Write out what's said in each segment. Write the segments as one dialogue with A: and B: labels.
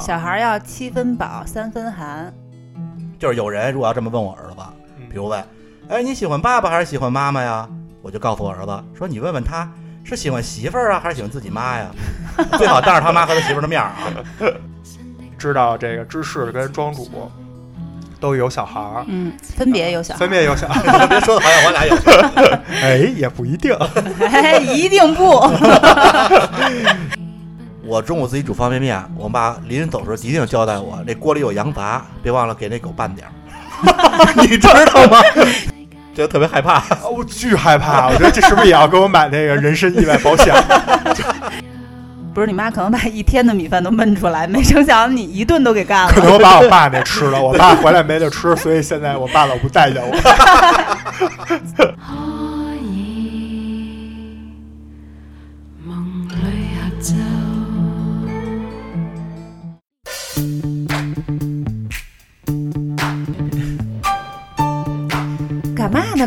A: 小孩要七分饱，三分寒。
B: 就是有人如果要这么问我儿子，
C: 嗯
B: 比如问，哎，你喜欢爸爸还是喜欢妈妈呀？我就告诉我儿子说，你问问他是喜欢媳妇儿啊，还是喜欢自己妈呀？ 最好当着他妈和他媳妇儿的面儿啊。
C: 知道这个芝士跟庄主都有小孩儿，
A: 嗯，分别有小孩，
C: 分别有小 孩儿，
B: 别说的好像我俩有。
C: 哎，也不一定。
A: 哎，一定不。
B: 我中午自己煮方便面，我爸临走时候一定交代我，那锅里有羊杂，别忘了给那狗拌点儿。 你知道吗？觉得特别害怕。
C: 啊我巨害怕，我觉得这是不是也要给我买那个人身意外 保险？
A: 不是你妈可能把一天的米饭都焖出来，没成想你一顿都给干
C: 可
A: 了。
C: 能我把我爸那吃了，我爸回来没得吃，所以现在我爸老不 待见我。
D: 可以梦里合奏。
A: 干嘛呢？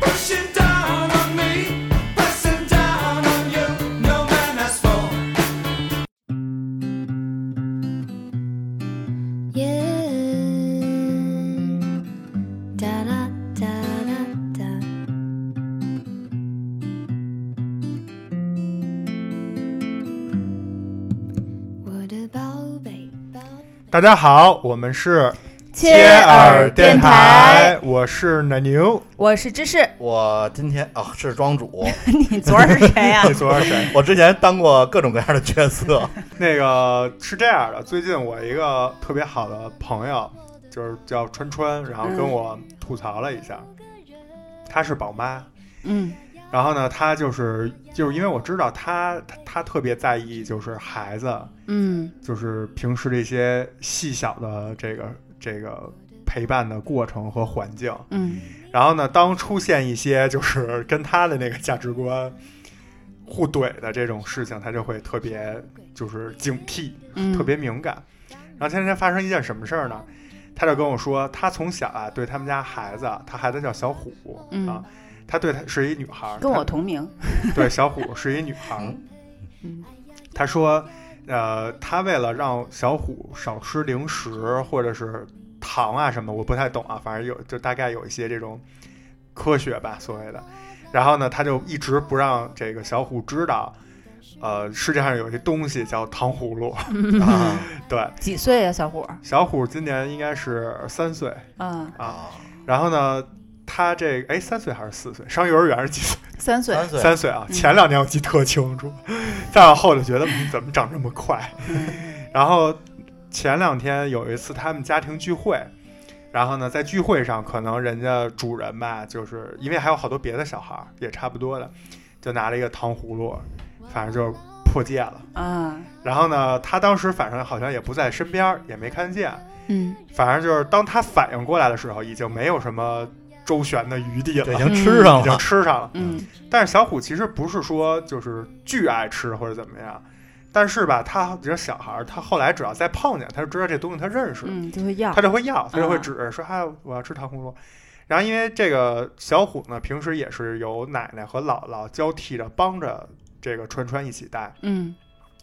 E: Pushing down on me, pressing down on you. No man has fallen.
D: 哒啦哒啦哒。我的宝贝，宝贝。
C: 大家好，我们是
A: 切
C: 尔
A: 电
C: 电台，，我是奶牛。
A: 我是芝士，
B: 我今天啊是庄主，
A: 你昨儿是谁 呀、
C: 你昨儿谁？
B: 我之前当过各种各样的角 色，
C: 那个是这样的，最近我一个特别好的朋友，就是叫川川，然后跟我吐槽了一下，她是宝妈，
A: 嗯
C: 然后呢，她就是就是因为我知道她她她特别在意就是孩子，
A: 嗯
C: 就是平时这些细小的这个这个陪伴的过程和环境。
A: 嗯，
C: 然后呢，当出现一些就是 跟他的那个价值观互怼的这种事情，他就会特别就是警惕，
A: 嗯
C: 特别敏感。然后前两天发生一件什么事儿呢？他就跟我说，他从小啊对他们家孩子，他孩子叫小虎、
A: 嗯
C: 啊，他对他是一女孩儿，
A: 跟我
C: 他
A: 同名。
C: 对小虎是一女孩儿
A: 嗯，
C: 他说，呃，他为了让小虎少吃零食或者是糖啊什么，我不太懂啊，反正有就大概有一些这种科学吧，所谓的。然后呢，他就一直不让这个小虎知道，呃，世界上有一东西叫糖葫芦。
B: 啊
C: 对，
A: 几岁呀、小伙儿？
C: 小虎今年应该是三岁
A: 嗯，
C: 啊。然后呢，他这个哎三岁还是四岁？上幼儿园是几岁？
A: 三岁。
B: 三岁
C: 三岁啊，
A: 嗯
C: 前两年我记得特清楚，再往后就觉得嗯怎么长这么快。然后前两天有一次他们家庭聚会，然后呢，在聚会上可能人家主人吧，就是因为还有好多别的小孩儿也差不多的，就拿了一个糖葫芦，反正就破戒了。
A: 啊，
C: 然后呢，他当时反正好像也不在身边儿，也没看见。
A: 嗯，
C: 反正就是当他反应过来的时候，已经没有什么周旋的余地
B: 对
C: 了，
B: 已经吃上
C: 已经
B: 了，
C: 吃上了。
A: 嗯
C: 但是小虎其实不是说就是巨爱吃或者怎么样，但是吧，他比如小孩儿，他后来只要再碰见，他就知道这东西他认识，
A: 嗯，就会要
C: 他。就会要，他就会指着说：“哎，我要吃糖葫芦。”然后因为这个小虎呢，平时也是由奶奶和姥姥交替着帮着这个川川一起带，
A: 嗯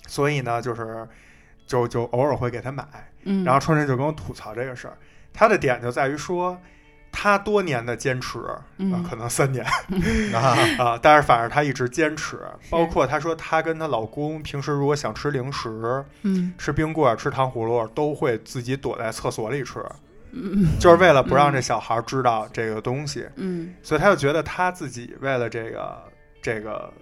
C: 所以呢，就是就就偶尔会给他买。
A: 嗯，
C: 然后川川就跟我吐槽这个事儿，他的点就在于说。他多年的坚持，啊、
A: 嗯
C: 可能三年，
B: 啊
C: 啊，但是反正她一直坚持，包括她说她跟她老公平时如果想吃零食、
A: 嗯
C: 吃冰棍儿、吃糖葫芦，都会自己躲在厕所里吃，
A: 嗯
C: 就是为了不让这小孩知道这个东西，
A: 嗯
C: 所以她就觉得她自己为了这个这个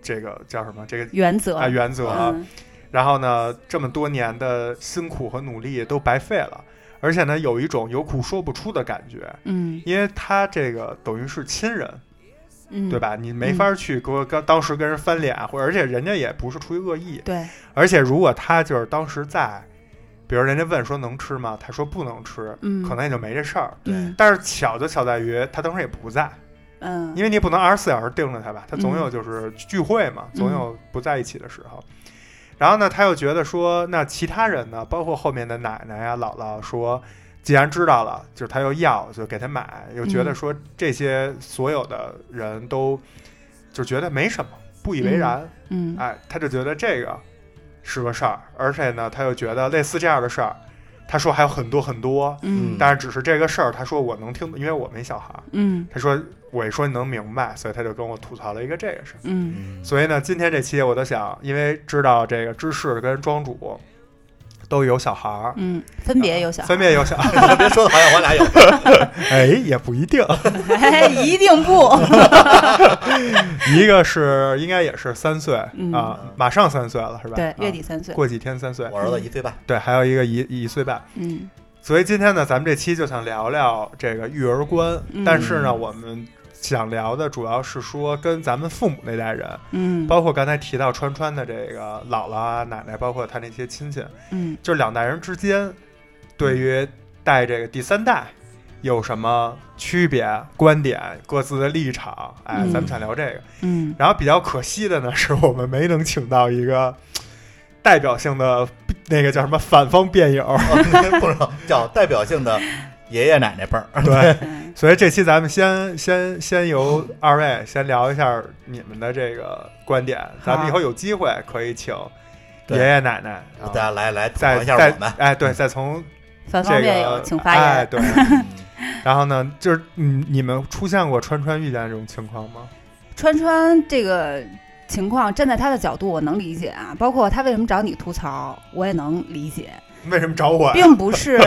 C: 这个叫什么这个
A: 原则。
C: 啊原则，
A: 嗯
C: 然后呢，这么多年的辛苦和努力都白费了，而且呢，有一种有苦说不出的感觉，
A: 嗯
C: 因为她这个等于是亲人。
A: 嗯，
C: 对？吧？你没法去跟我跟当时跟人翻脸，或者而且人家也不是出于恶意，
A: 对，
C: 而且如果他就是当时在，比如人家问说能吃吗？他说不能吃，
A: 嗯
C: 可能也就没这事儿。
A: 嗯
C: 但是巧就巧在于他当时也不在，
A: 嗯，
C: 因为你也不能二十四小时盯着他吧，他总
A: 嗯
C: 有就是聚会嘛，总有不在一起的时候。然后呢，他又觉得说，那其他人呢，包括后面的奶奶呀、姥姥说，既然知道了，就是他又要，就给他买，又觉得
A: 嗯
C: 说这些所有的人都就觉得没什么，不以为然。
A: 嗯
C: 哎，他就觉得这个是个事儿，而且呢，他又觉得类似这样的事儿，他说还有很多很多，
A: 嗯
C: 但是只是这个事儿，他说我能听，因为我没小孩儿，
A: 嗯
C: 他说我一说你能明白，所以他就跟我吐槽了一个这个事儿。
A: 嗯
B: 嗯
C: 所以呢，今天这期我都想，因为知道这个芝士跟庄主都有小孩儿。
A: 嗯，分别有小孩，
C: 啊分 别有小 孩，
B: 别说的好像我俩有，
C: 哎，也不一定。
A: 哎一定 不，
C: 一个是应该也是三岁啊、
A: 嗯
C: 马上三岁了是吧？
A: 对
C: 啊，
A: 月底三岁，
C: 过几天三岁
B: 我。儿子一岁半，
C: 对，还有一个一一岁半。
A: 嗯
C: 所以今天呢，咱们这期就想聊聊这个育儿观，
A: 嗯
C: 但是呢，我们想聊的主要是说跟咱们父母那代人，
A: 嗯，
C: 包括刚才提到川川的这个姥姥啊、奶奶，包括他那些亲戚，
A: 嗯
C: 就两代人之间对于带这个第三代有什么区别、观点、各自的立场，哎，
A: 嗯
C: 咱们想聊这个。
A: 嗯
C: 然后比较可惜的呢，是我们没能请到一个代表性的那个叫什么反方辩友，
B: 不知道叫代表性的爷爷奶奶辈儿。
C: 对，
A: 嗯
C: 所以这期咱们先先先由二位先聊一下你们的这个观点，咱们以后有机会可以请爷
B: 对
C: 爷奶啊奶，然后
B: 大家来来吐槽
C: 再
B: 一下
C: 再
B: 我们，嗯
C: 哎，对，再从
A: 反方
C: 这
A: 面
C: 个
A: 有，请发
C: 哎，
A: 言。
C: 对。然后呢，就是你你们出现过川川遇见这种情况吗？
A: 川川这个情况，站在他的角度，我能理解啊，包括他为什么找你吐槽，我也能理解。
C: 为什么找我呀？
A: 并不是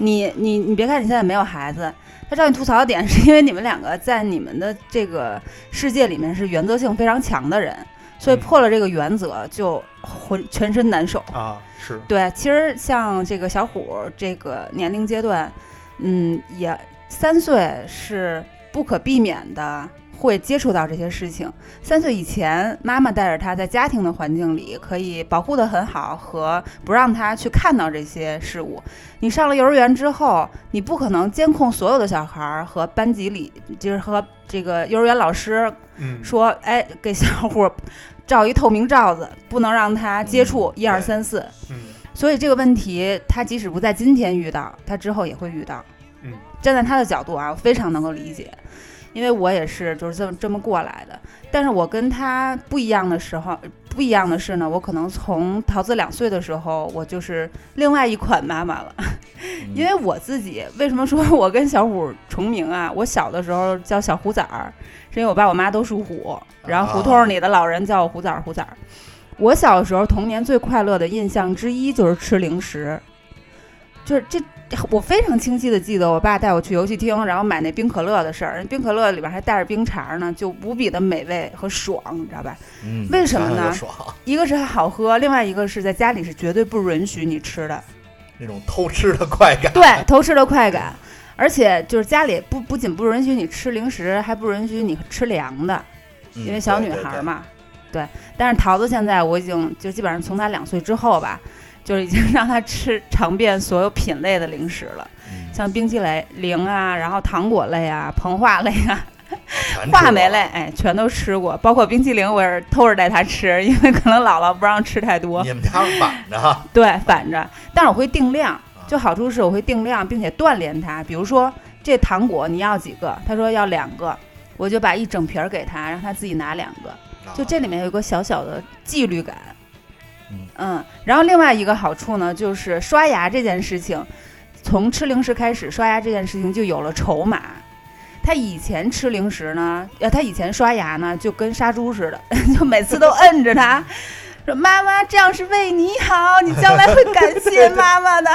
A: 你你你别看你现在没有孩子，他找你吐槽的点是因为你们两个在你们的这个世界里面是原则性非常强的人，所以
C: 嗯
A: 破了这个原则就浑全身难受。
C: 啊，是，
A: 对，其实像这个小虎这个年龄阶段，嗯，也三岁是不可避免的会接触到这些事情。三岁以前，妈妈带着他在家庭的环境里可以保护得很好，和不让他去看到这些事物。你上了幼儿园之后，你不可能监控所有的小孩儿和班级里，就是和这个幼儿园老师
C: 嗯，
A: 说，哎，给小虎照一透明罩子，不能让他接触一二三四。
C: 嗯
A: 所以这个问题，他即使不在今天遇到，他之后也会遇到。
C: 嗯，
A: 站在他的角度啊，我非常能够理解，因为我也是就是这么这么过来的。但是我跟他不一样的时候，不一样的是呢，我可能从桃子两岁的时候，我就是另外一款妈妈了。 因为我自己为什么说我跟小虎重名啊？我小的时候叫小虎崽儿，是因为我爸我妈都属虎，然后胡同里的老人叫我虎崽儿虎崽儿。我小时候童年最快乐的印象之一就是吃零食，就是这我非常清晰的记得我爸带我去游戏厅，然后买那冰可乐的事儿，冰可乐里边还带着冰碴呢，就无比的美味和爽，你知道吧？
B: 嗯
A: 为什么呢
B: 想想就爽，
A: 一个是它好喝，另外一个是在家里是绝对不允许你吃的。
B: 那种偷吃的快感。嗯
A: 对，偷吃的快感。而且就是家里不不仅不允许你吃零食，还不允许你吃凉的，
B: 嗯
A: 因为小女孩儿，嘛。对但是桃子现在我已经就基本上从她两岁之后吧，就是已经让她吃尝遍所有品类的零食了，
B: 对对对嗯
A: 像冰淇淋零啊，然后糖果类啊、膨化类啊、
B: 全吃
A: 话梅
B: 过
A: 类，哎，全都吃过，包括冰淇淋我也是偷着带她吃，因为可能姥姥不让吃太多。
B: 你们家晚着哈，
A: 对，反着，但是我会定量，就好处是我会定量，并且锻炼它。比如说这糖果你要几个，他说要两个，我就把一整瓶儿给他，让他自己拿两个。 就这里面有一个小小的纪律感
B: 嗯。
A: 嗯，然后另外一个好处呢，就是刷牙这件事情，从吃零食开始，刷牙这件事情就有了筹码。他以前吃零食呢，呃，他以前刷牙呢，就跟杀猪似的， 就每次都摁着他，说：“妈妈，这样是为你好，你将来会感 谢妈妈的。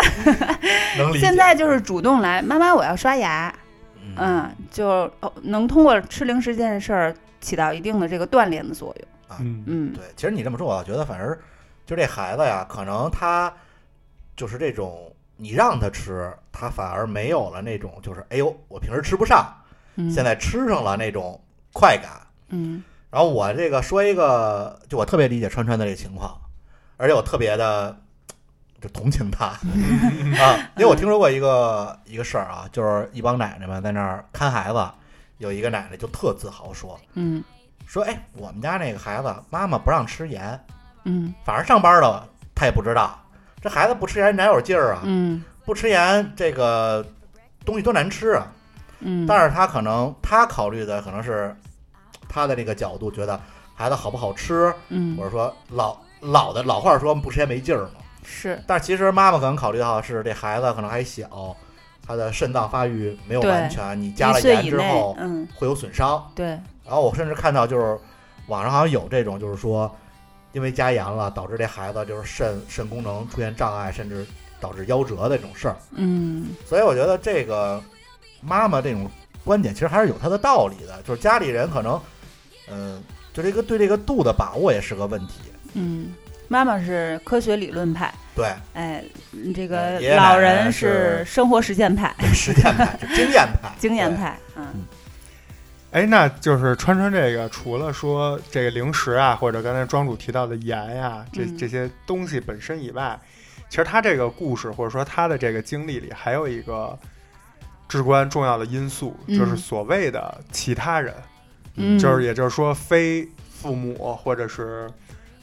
B: 能 理”解。
A: 现在就是主动来，妈妈，我要刷牙。
B: 嗯
A: 嗯，就哦能通过吃零食这件事儿起到一定的这个锻炼的作用。
C: 嗯
A: 嗯
B: 对，其实你这么说，我倒觉得反而就这孩子呀，可能他就是这种，你让他吃，他反而没有了那种就是哎呦，我平时吃不上，
A: 嗯，
B: 现在吃上了那种快感。
A: 嗯
B: 然后我这个说一个，就我特别理解川川的这个情况，而且我特别的就同 情他啊，因为我听说过一个一个事儿啊，就是一帮奶奶们在那儿看孩子，有一个奶奶就特自豪说
A: 嗯
B: 说，哎，我们家那个孩子妈妈不让吃盐，
A: 嗯
B: 反正上班了他也不知道，这孩子不吃盐哪有劲儿啊？
A: 嗯
B: 不吃盐这个东西多难吃啊！
A: 嗯，
B: 但是他可能他考虑的可能是他的这个角度觉得孩子好不好吃，
A: 嗯
B: 或者说老老的老话说不吃盐没劲儿嘛。
A: 是
B: 但是其实妈妈可能考虑到是这孩子可能还小，他的肾脏发育没有
A: 对
B: 完全，你加
A: 一
B: 了
A: 岁
B: 盐
A: 以
B: 之
A: 内
B: 后
A: 嗯
B: 会有损伤。
A: 对，
B: 然后我甚至看到就是网上好像有这种，就是说因为加盐了导致这孩子就是肾肾功能出现障碍，甚至导致夭折的这种事儿。
A: 嗯
B: 所以我觉得这个妈妈这种观点其实还是有她的道理的，就是家里人可能，嗯、就这个对这个度的把握也是个问题。
A: 嗯，妈妈是科学理论派，
B: 对，
A: 哎，嗯这个
B: 爷爷奶
A: 老
B: 奶
A: 人
B: 是
A: 生活实践派、
B: 实践派、是经验派、
A: 经验派，嗯
C: 哎，那就是川川这个，除了说这个零食啊，或者刚才庄主提到的盐呀、这
A: 嗯
C: 这些东西本身以外，其实他这个故事或者说他的这个经历里，还有一个至关重要的因素，
A: 嗯
C: 就是所谓的其他人，
A: 嗯，
C: 就是也就是说非父母或者是。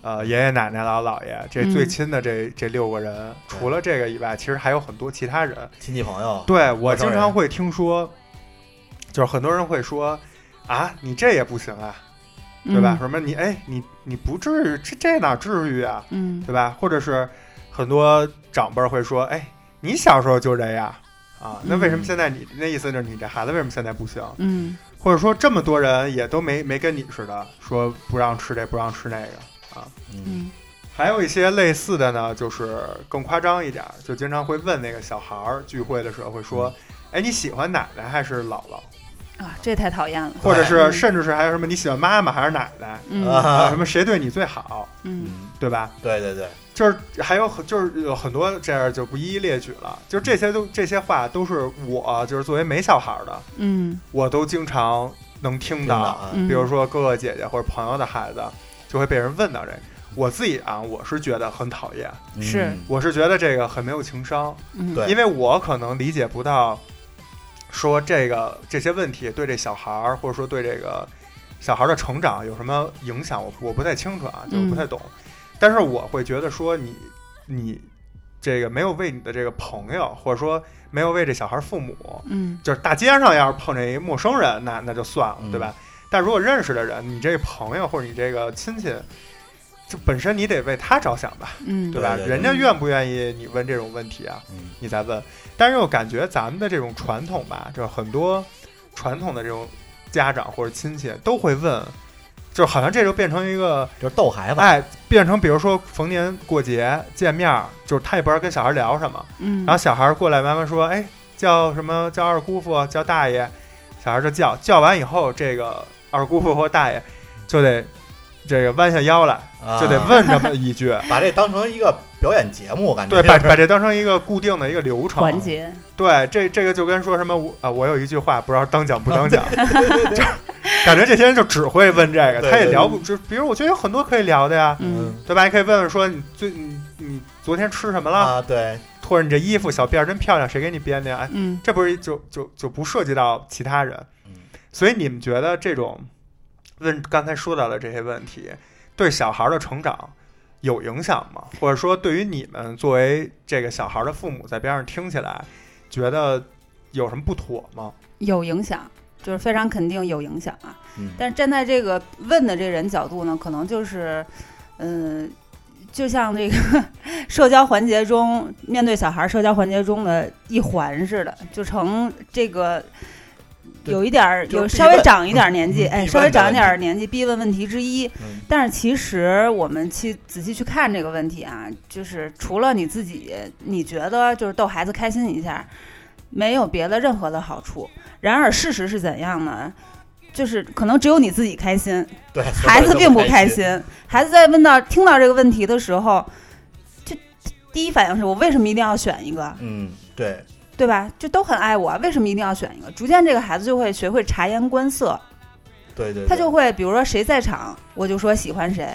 C: 呃，爷爷奶奶、姥姥姥爷，这
A: 嗯
C: 最亲的这、这六个人，除了这个以外，其实还有很多其他人。
B: 对亲戚朋友。
C: 对我
B: 陌生
C: 经
B: 人
C: 常会听说，就是很多人会说啊，你这也不行啊，
A: 嗯
C: 对吧？？什么你哎，你你不至于，这这哪至于啊，
A: 嗯
C: 对吧？或者是很多长辈儿会说，哎，你小时候就这样啊，那为什么
B: 嗯
C: 现在你那意思就是你这孩子为什么现在不行？
A: 嗯
C: 或者说这么多人也都没没跟你似的，说不让吃这不让吃那个。
B: 嗯，
A: 嗯
C: 还有一些类似的呢，就是更夸张一点儿，就经常会问那个小孩儿聚会的时候会说，哎，你喜欢奶奶还是姥姥？
A: 啊，这太讨厌了，
C: 或者是
A: 嗯
C: 甚至是还有什么你喜欢妈妈还是奶奶？
A: 嗯
C: 啊，
B: 啊
C: 什，么谁对你最好，
A: 嗯
B: 嗯，
C: 对吧？
B: 对对对，
C: 就是还有很就是有很多这样就不一一列举了，就是这些都这些话都是我就是作为没小孩儿的，
A: 嗯
C: 我都经常能听
B: 真
C: 到，
B: 的啊，
A: 嗯，
C: 比如说哥哥姐姐或者朋友的孩子就会被人问到这个。我自己啊，我是觉得很讨厌，
A: 是
B: 嗯
C: 我是觉得这个很没有情商，
A: 嗯
B: 对
C: 因为我可能理解不到，说这个这些问题对这小孩儿，或者说对这个小孩儿的成长有什么影响，我我不太清楚啊，就
A: 嗯
C: 不太懂。但是我会觉得说你你这个没有为你的这个朋友，或者说没有为这小孩儿父母，
A: 嗯
C: 就是大街上要是碰见一陌生人，那那就算了，
B: 嗯
C: 对吧？但如果认识的人，你这个朋友或者你这个亲戚，就本身你得为他着想吧。
A: 嗯
C: 对吧？
B: 对对对
C: 人家愿不愿意你问这种问题啊？
B: 嗯
C: 你再问。但是我感觉咱们的这种传统吧，就是很多传统的这种家长或者亲戚都会问，就好像这就变成一个
B: 就是逗孩子，
C: 哎，变成比如说逢年过节见面儿，就是他也不知道跟小孩聊什么，
A: 嗯，
C: 然后小孩过来妈妈说，哎，叫什么叫二姑父，叫大爷，小孩就叫，叫完以后，这个二姑父或大爷就得这个弯下腰来，
B: 啊
C: 就得问这么一
A: 啊
C: 句。
B: 把这当成一个表演节目，我感觉
C: 对，把把这当成一个固定的一个流程
A: 环。节，
C: 对，这这个就跟说什么我啊、我有一句话不知道当讲不当讲，
A: 啊
C: 就感觉这些人就只会问这个，
B: 对
C: 他也聊不就比如我觉得有很多可以聊的呀，
A: 嗯
B: 嗯
C: 对吧？你可以问问说你最你你昨天吃什么了，
B: 啊，对，
C: 或者你这衣服小辫儿真漂亮，谁给你编的呀？哎，
A: 嗯
C: 这不是就就就不涉及到其他人
B: 嗯，
C: 所以你们觉得这种问刚才说到的这些问题，对小孩儿的成长有影响吗？或者说，对于你们作为这个小孩儿的父母，在边上听起来，觉得有什么不妥吗？
A: 有影响，就是非常肯定有影响啊。
B: 嗯
A: 但是站在这个问的这人角度呢，可能就是，嗯、就像这个 社交环节中面对小孩儿社交环节中的一环似的，就成这个。
B: 对
A: 有一点儿，
B: 就是
A: 有
B: 必
A: 稍微
B: 问
A: 长一点儿年纪，
B: 嗯
A: 哎，
B: 必
A: 稍微
B: 问的
A: 长一
B: 问
A: 点
B: 题
A: 儿年纪，必问问题之一。
B: 嗯
A: 但是其实我们去仔细去看这个问题啊，就是除了你自己，你觉得就是逗孩子开心一下，没有别的任何的好处。然而事实是怎样呢？就是可能只有你自己开心，
B: 对，
A: 孩子并不
B: 开
A: 开。心。孩子在问到听到这个问题的时候，就第一反应是我为什么一定要选一个，
B: 嗯，对，
A: 对吧？就都很爱我，啊为什么一定要选一个？逐渐这个孩子就会学会察言观色，
B: 对对，
A: 他
B: 对
A: 就会比如说谁在场，我就说喜欢谁，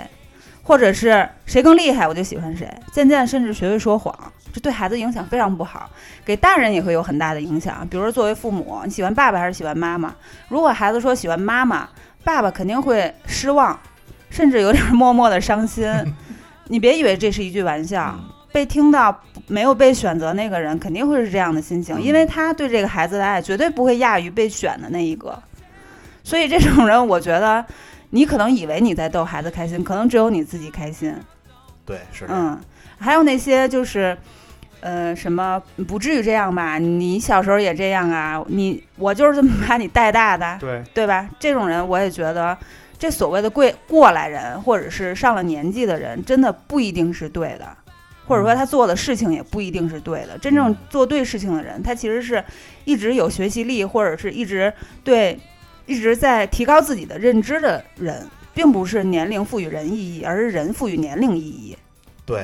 A: 或者是谁更厉害我就喜欢谁。渐渐甚至学会说谎，这对孩子影响非常不好，给大人也会有很大的影响。比如说作为父母，你喜欢爸爸还是喜欢妈妈？如果孩子说喜欢妈妈，爸爸肯定会失望，甚至有点默默的伤心。你别以为这是一句玩
B: 嗯
A: 笑，被听到没有被选择那个人肯定会是这样的心情，因为他对这个孩子的爱绝对不会亚于被选的那一个。所以这种人，我觉得你可能以为你在逗孩子开心，可能只有你自己开心。
B: 对，是，
A: 嗯，还有那些就是，呃，什么不至于这样吧？你小时候也这样啊？你我就是这么把你带大的，
C: 对，
A: 对吧？这种人我也觉得，这所谓的贵过来人，或者是上了年纪的人，真的不一定是对的，或者
B: 嗯
A: 说他做的事情也不一定是对的。真正做对事情的人，他其实是一直有学习力，或者是一直对一直在提高自己的认知的人，并不是年龄赋予人意义，而是人赋予年龄意义。
B: 对，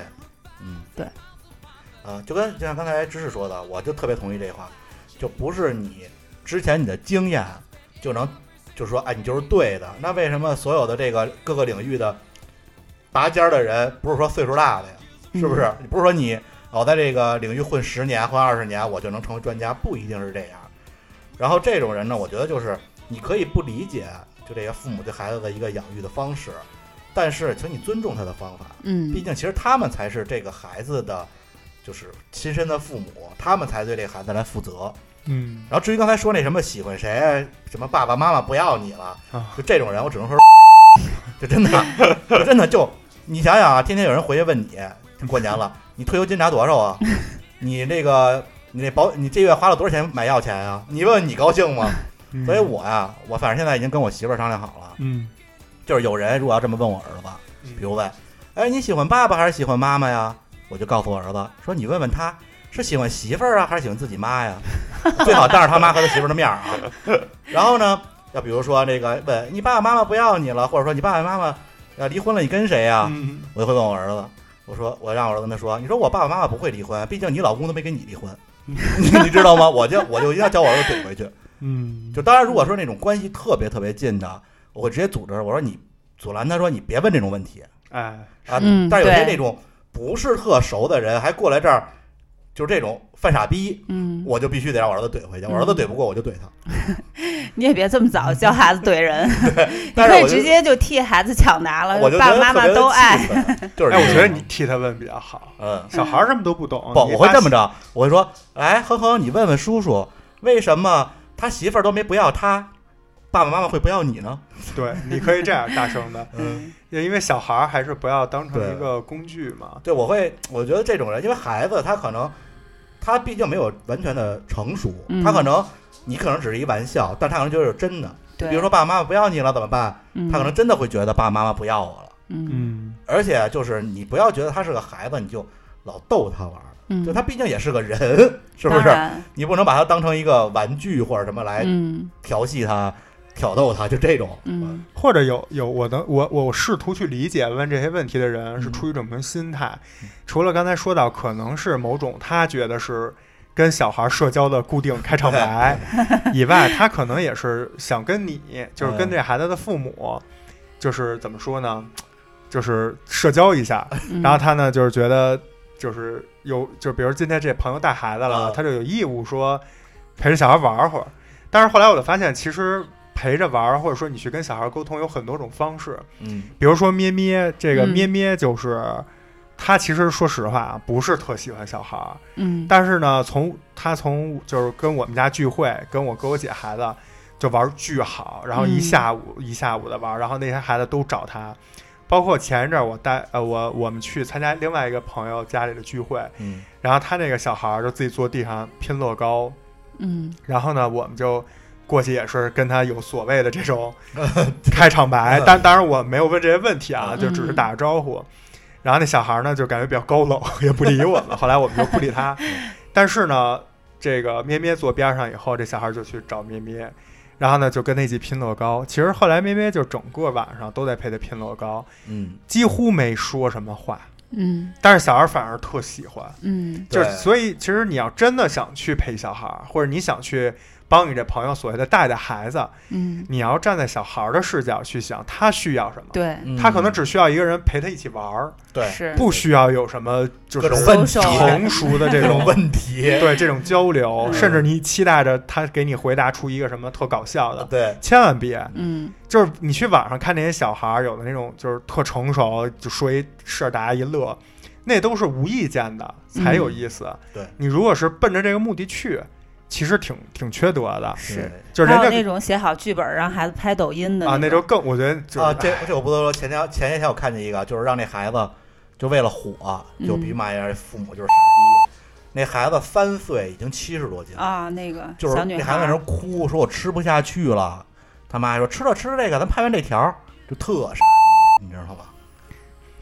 F: 嗯，
A: 对，
B: 啊，就跟就像刚才知识说的，我就特别同意这话，就不是你之前你的经验就能就说哎你就是对的，那为什么所有的这个各个领域的拔尖儿的人不是说岁数大的呀？是不是？你不是说你老在这个领域混十年、混二十年，我就能成为专家，不一定是这样。然后这种人呢，我觉得就是你可以不理解，就这些父母对孩子的一个养育的方式，但是请你尊重他的方法。
A: 嗯？
B: 毕
A: 嗯，
B: 竟，其实他们才是这个孩子的，就是亲生的父母，他们才对这个孩子来负责。
C: 嗯
B: 然后，至于刚才说那什么喜欢谁，哎什么爸爸妈妈不要你了，
C: 啊，
B: 就这种人，我只能说， 就真的，就真的就你想想啊，天天有人回去问你，过年了，你退休金拿多少啊？ 你这个你那保你这月花了多少钱买药钱啊？你问问你高兴吗？
C: 嗯
B: 所以我呀、我反正现在已经跟我媳妇儿商量好了，
C: 嗯，
B: 就是有人如果要这么问我儿子，
C: 嗯
B: 比如问，哎，你喜欢爸爸还是喜欢妈妈呀？我就告诉我儿子说，你问问他是喜欢媳妇儿啊，还是喜欢自己妈呀？ 最好当着他妈和他媳妇儿的面儿啊。然后呢，要比如说那个问你爸爸妈妈不要你了，或者说你爸爸妈妈要离婚了，你跟谁呀、
C: 嗯
B: 我就会问我儿子，我说我让我儿子跟他说，你说我爸爸妈妈不会离婚，毕竟你老公都没跟你离婚， 你知道吗？我就我就一定要叫我儿子怼回去。
C: 嗯，
B: 就当然，如果说那种关系特别特别近的，我会直接组织我说你阻拦他说你别问这种问题
C: 哎，
B: 啊。
A: 嗯
B: 但是有些
A: 对
B: 那种不是特熟的人还过来这儿，就是这种犯傻逼，
A: 嗯，
B: 我就必须得让我儿子怼回去。我儿子怼不过我就怼他，
A: 你也别这么早教孩子怼 人，你
B: 但
A: 可
B: 是
A: 以
B: 我就
A: 直接就替孩子抢答了，
B: 我就觉
A: 爸
B: 得
A: 爸妈
B: 特
A: 妈
B: 别的
A: 都爱
B: 气。 愤，就是
C: 哎，我
B: 这
C: 觉得
B: 种
C: 你替他问比较好，
B: 嗯。
C: 小孩儿什么都不懂，
B: 不，
C: 你
B: 我会
C: 发
B: 这么着，我会说，哎，恒恒，你问问叔叔，为什么他媳妇儿都没不要他，爸爸妈妈会不要你呢？
C: 对，你可以这样大声的，
B: 嗯，
C: 也因为小孩儿还是不要当成
B: 对
C: 一个工具嘛。
B: 对，我会，我觉得这种人，因为孩子他可能他毕竟没有完全的成熟，
A: 嗯
B: 他可能你可能只是一玩笑，但他可能觉得是真的。
A: 对，
B: 比如说爸爸妈妈不要你了怎么办？
A: 嗯，
B: 他可能真的会觉得爸爸妈妈不要我了。
A: 嗯
C: 嗯，
B: 而且就是你不要觉得他是个孩子，你就老逗他玩儿，
A: 嗯，
B: 就他毕竟也是个人，是不
A: 当
B: 是？
A: 然
B: 你不能把他当成一个玩具或者什么
C: 哎
B: 来
A: 嗯
B: 调戏他、挑逗他，就这种。
A: 嗯
C: 或者有有我能我我试图去理解问这些问题的人是出于一种什么心态，除了刚才说到可能是某种他觉得是跟小孩社交的固定开场白以外，他可能也是想跟你，就是跟这孩子的父母，就是怎么说呢，就是社交一下，
A: 嗯，
C: 然后他呢，就是觉得就是有，就比如今天这朋友带孩子
A: 啊
C: 了，
B: 嗯
C: 他就有义务说陪着小孩玩会儿。但是后来我就发现，其实陪着玩儿或者说你去跟小孩沟通有很多种方式，
B: 嗯，
C: 比如说咩咩，这个
A: 嗯
C: 咩咩就是。他其实说实话啊，不是特喜欢小孩儿，
A: 嗯，
C: 但是呢，从他从就是跟我们家聚会，跟我跟我姐孩子就玩儿巨好，然后一
A: 嗯
C: 下午、一下午的玩儿，然后那些孩子都找他，包括前一阵儿我带呃我我们去参加另外一个朋友家里的聚会，
B: 嗯
C: 然后他那个小孩儿就自己坐地上拼乐高，
A: 嗯
C: 然后呢，我们就过去也是跟他有所谓的这种开场白，但当然我没有问这些问题啊，
B: 嗯
C: 就只是打个招呼。然后那小孩呢就感觉比较高冷， 也不理我们。后来我们就不理他，但是呢，这个咩咩坐边上以后，这小孩就去找咩咩，然后呢就跟他一起拼乐高。其实后来咩咩就整个晚上都在陪他拼乐高，
B: 嗯，
C: 几乎没说什么话，
A: 嗯
C: 但是小孩反而特喜欢。
A: 嗯
C: 就是
B: 对
C: 所以，其实你要真的想去陪小孩儿，或者你想去帮你这朋友所谓的带带孩子，
A: 嗯，
C: 你要站在小孩儿的视角去想，他需要什么？
A: 对，
C: 他可能只需要一个人陪他一起玩儿，
B: 嗯对
A: 是，
C: 嗯不需要有什么就
B: 各种
C: 是
B: 问题
A: 收手
C: 成熟的 这
B: 这种
C: 种
B: 问题，
C: 对这种交流，
A: 嗯
C: 甚至你期待着他给你回答出一个什么特搞笑的，
B: 对
C: 千万别。
A: 嗯，
C: 就是你去网上看那些小孩儿，有的那种就是特成熟，就说一事儿大家一乐，那都是无意间的才有意思。
B: 嗯对
C: 你如果是奔着这个目的去，其实挺挺缺德的。
A: 是。
C: 就是
A: 还
C: 人
A: 有
C: 家
A: 那种写好剧本让孩子拍抖音的
C: 啊，那
A: 那
C: 就更我觉得就是、
B: 啊，这这我不多说。前天前些天我看见一个，就是让那孩子就为了火，就
A: 嗯
B: 比骂一下父母就是傻逼。那孩子三岁，已经七十多斤，
A: 啊，那个
B: 就是
A: 小女
B: 那
A: 孩
B: 孩子在那
A: 儿
B: 儿哭，说我吃不下去了。他妈还说吃了吃了这个，咱拍完这条儿就特傻逼，你知道吗？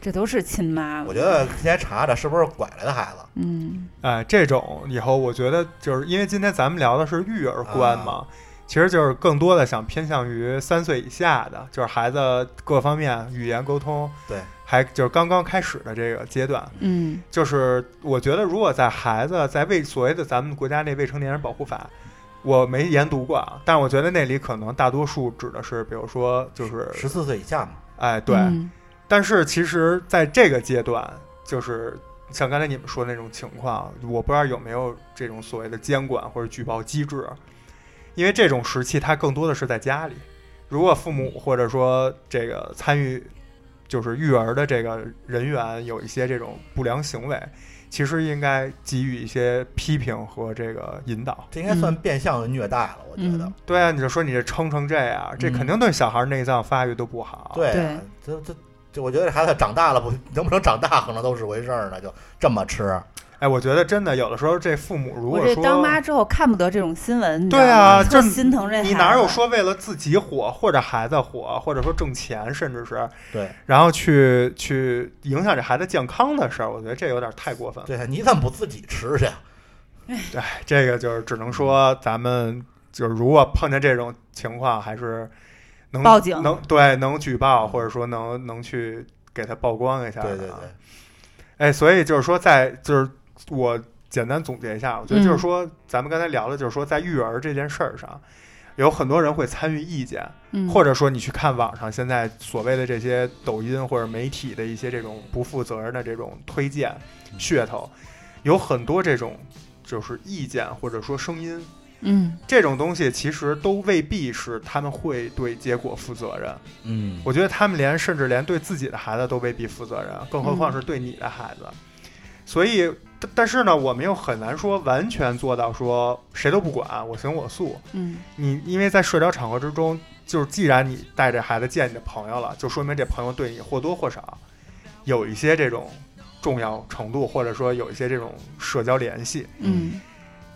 A: 这都是亲妈。
B: 我觉，得先查查是不是拐来的孩子。
A: 嗯，
C: 哎，这种以后我觉得就是因为今天咱们聊的是育儿观
B: 啊
C: 嘛，其实就是更多的想偏向于三岁以下的，就是孩子各方面语言沟通，
B: 对，
C: 还就是刚刚开始的这个阶段。
A: 嗯，
C: 就是我觉得如果在孩子在未所谓的咱们国家那未成年人保护法。我没研读过啊，但是我觉得那里可能大多数指的是，比如说就是，
B: 十四岁以下嘛，
C: 哎，对，
A: 嗯
C: 但是其实在这个阶段，就是像刚才你们说的那种情况，我不知道有没有这种所谓的监管或者举报机制，因为这种时期它更多的是在家里。如果父母或者说这个参与就是育儿的这个人员有一些这种不良行为，其实应该给予一些批评和这个引导。
B: 这应该算变相的虐待了，我觉得
A: 嗯。
C: 对啊，你就说你这撑成这样，这
B: 嗯
C: 肯定对小孩内脏发育都不好。
B: 对啊，这这这，我觉得这孩子长大了不能不能长大，可能都是回事儿呢，就这么吃。
C: 哎，我觉得真的有的时候这父母如
A: 我
C: 果
A: 这
C: 说
A: 当妈之后看不得这种新闻，你知
C: 对
A: 道
C: 啊
A: 吗
C: 就
A: 特
C: 是
A: 心疼这孩子。
C: 你哪有说为了自己火或者孩子火，或者说挣钱，甚至是
B: 对
C: 然后去去影响这孩子健康的事儿？我觉得这有点太过分了。
B: 对，你怎么不自己吃去？啊
C: 哎，这个就是只能说咱们就是如果碰见这种情况，还是能
A: 报警
C: 能对能举报，或者说能能去给他曝光一下。啊
B: 对对对。，
C: 哎，所以就是说在，就是我简单总结一下，我觉得就是说，咱们刚才聊的，就是说在育儿这件事儿上，有很多人会参与意见，
A: 嗯
C: 或者说你去看网上现在所谓的这些抖音或者媒体的一些这种不负责任的这种推荐噱头，有很多这种就是意见或者说声音，
A: 嗯
C: 这种东西其实都未必是他们会对结果负责任。
B: 嗯，
C: 我觉得他们连甚至连对自己的孩子都未必负责任，更何况是对你的孩子。所以，但但是呢，我们又很难说完全做到说谁都不管，我行我素。
A: 嗯
C: 你因为在社交场合之中，就是既然你带着孩子见你的朋友了，就说明这朋友对你或多或少有一些这种重要程度，或者说有一些这种社交联系。
A: 嗯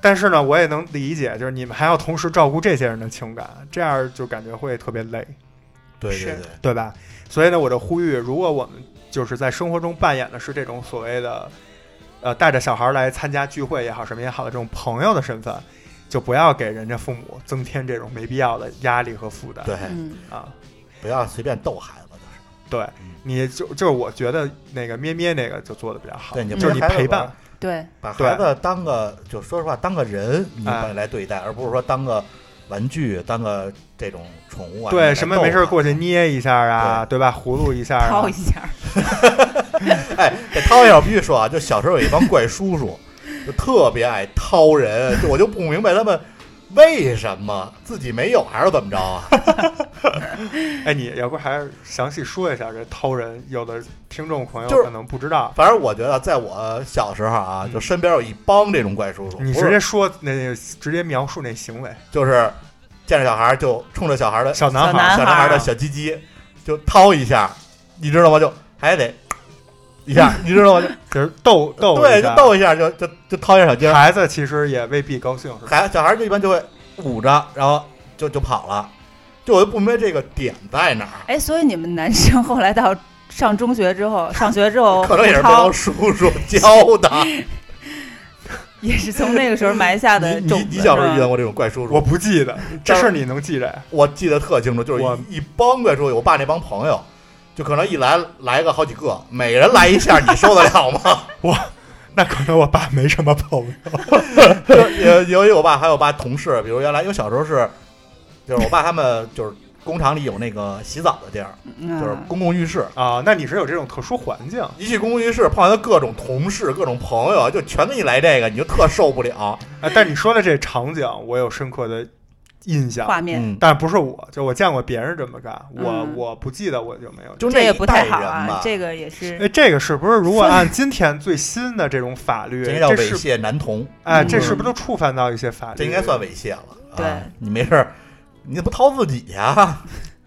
C: 但是呢，我也能理解，就是你们还要同时照顾这些人的情感，这样就感觉会特别累。
B: 对对
A: 是
B: 对，
C: 对吧？所以呢，我就呼吁，如果我们就是在生活中扮演的是这种所谓的，呃，带着小孩来参加聚会也好，什么也好的这种朋友的身份，就不要给人家父母增添这种没必要的压力和负担。
B: 对，
A: 嗯，
C: 啊，
B: 不要随便逗孩子，就是
C: 对，你就就是我觉得那个咩咩那个就做的比较好，
B: 对，你
C: 就是
B: 陪
C: 你
B: 孩子
C: 陪伴，
A: 对，
B: 把
C: 对
B: 孩子当个，就说实话，当个人你
C: 哎
B: 把来对待，而不是说当个玩具，当个这种宠物啊。你
C: 对，
B: 来
C: 什么没事儿
B: 逗它
C: 过去。捏一下啊，对吧？葫芦一下啊，
A: 掏一下儿，
B: 哎，这掏一下我必须说啊，就小时候有一帮怪叔叔，就特别爱掏人，就我就不明白他们为什么自己没有还是怎么着啊？
C: 哎，你要不还是详细说一下这掏人？有的听众朋友
B: 就是
C: 可能不知道，
B: 反正我觉得，在我小时候啊，
C: 嗯
B: 就身边有一帮这种怪叔叔，
C: 你
B: 不
C: 直
B: 是
C: 接说那直接描述那行为，
B: 就是见着小孩儿就冲着小孩儿的
C: 小
A: 小
C: 男孩
A: 男
C: 儿
B: 小男孩的
A: 啊
B: 小鸡鸡就掏一下，你知道吗？就还得一下，你知道吗？就
C: 就是逗 逗
B: 对，
C: 一下
B: 就逗一下，就就就掏一下小鸡儿。
C: 孩子其实也未必高兴，是吧？
B: 孩小孩就一般就会捂着，然后就就跑了。就我就不明白这个点在哪儿，
A: 哎，所以你们男生后来到上中学之后，上学之后
C: 哦
B: 可能也是被
A: 掏
B: 我叔叔教 的。
A: 也是从那个时候埋下的
B: 你
A: 种
B: 你
A: 子。
B: 你小时候遇
A: 是吧
B: 见过这种怪叔
C: 我
B: 叔？
C: 不记得这事儿，你能记着呀？
B: 我记得特清楚，就是
C: 我
B: 一一帮怪叔叔，我爸那帮朋友，就可能一来来个好几个，每人来一下，你受得了吗？
C: 那可能我爸没什么朋友。
B: 就是也由于我爸还有我爸同事，比如原来因为小时候是，就是我爸他们就是工厂里有那个洗澡的地儿，
A: 嗯
B: 就是公共浴室。
C: 啊，那你是有这种特殊环境
B: 一去公共浴室，碰到各种同事、各种朋友，就全给你来这个，你就特受不了。
C: 啊？但你说的这场景，我有深刻的印象，
A: 画面，
B: 嗯，
C: 但不是我，就我见过别人这么干，我、
A: 嗯
C: 我不记得我就没有。
B: 就
A: 这
B: 那
A: 也
B: 一
A: 不
B: 代
A: 太
B: 人
A: 好啊
B: 吧，，
A: 这个也是
C: 哎，这个是不是如果按今天最新的这种法律，
B: 这应该叫
C: 这
B: 猥
C: 是
B: 亵男童，
C: 哎，
A: 嗯
C: 这是不是都触犯到一些法律？
B: 这应该算猥亵了。啊
A: 对，
B: 你没事儿，你怎么掏自己呀？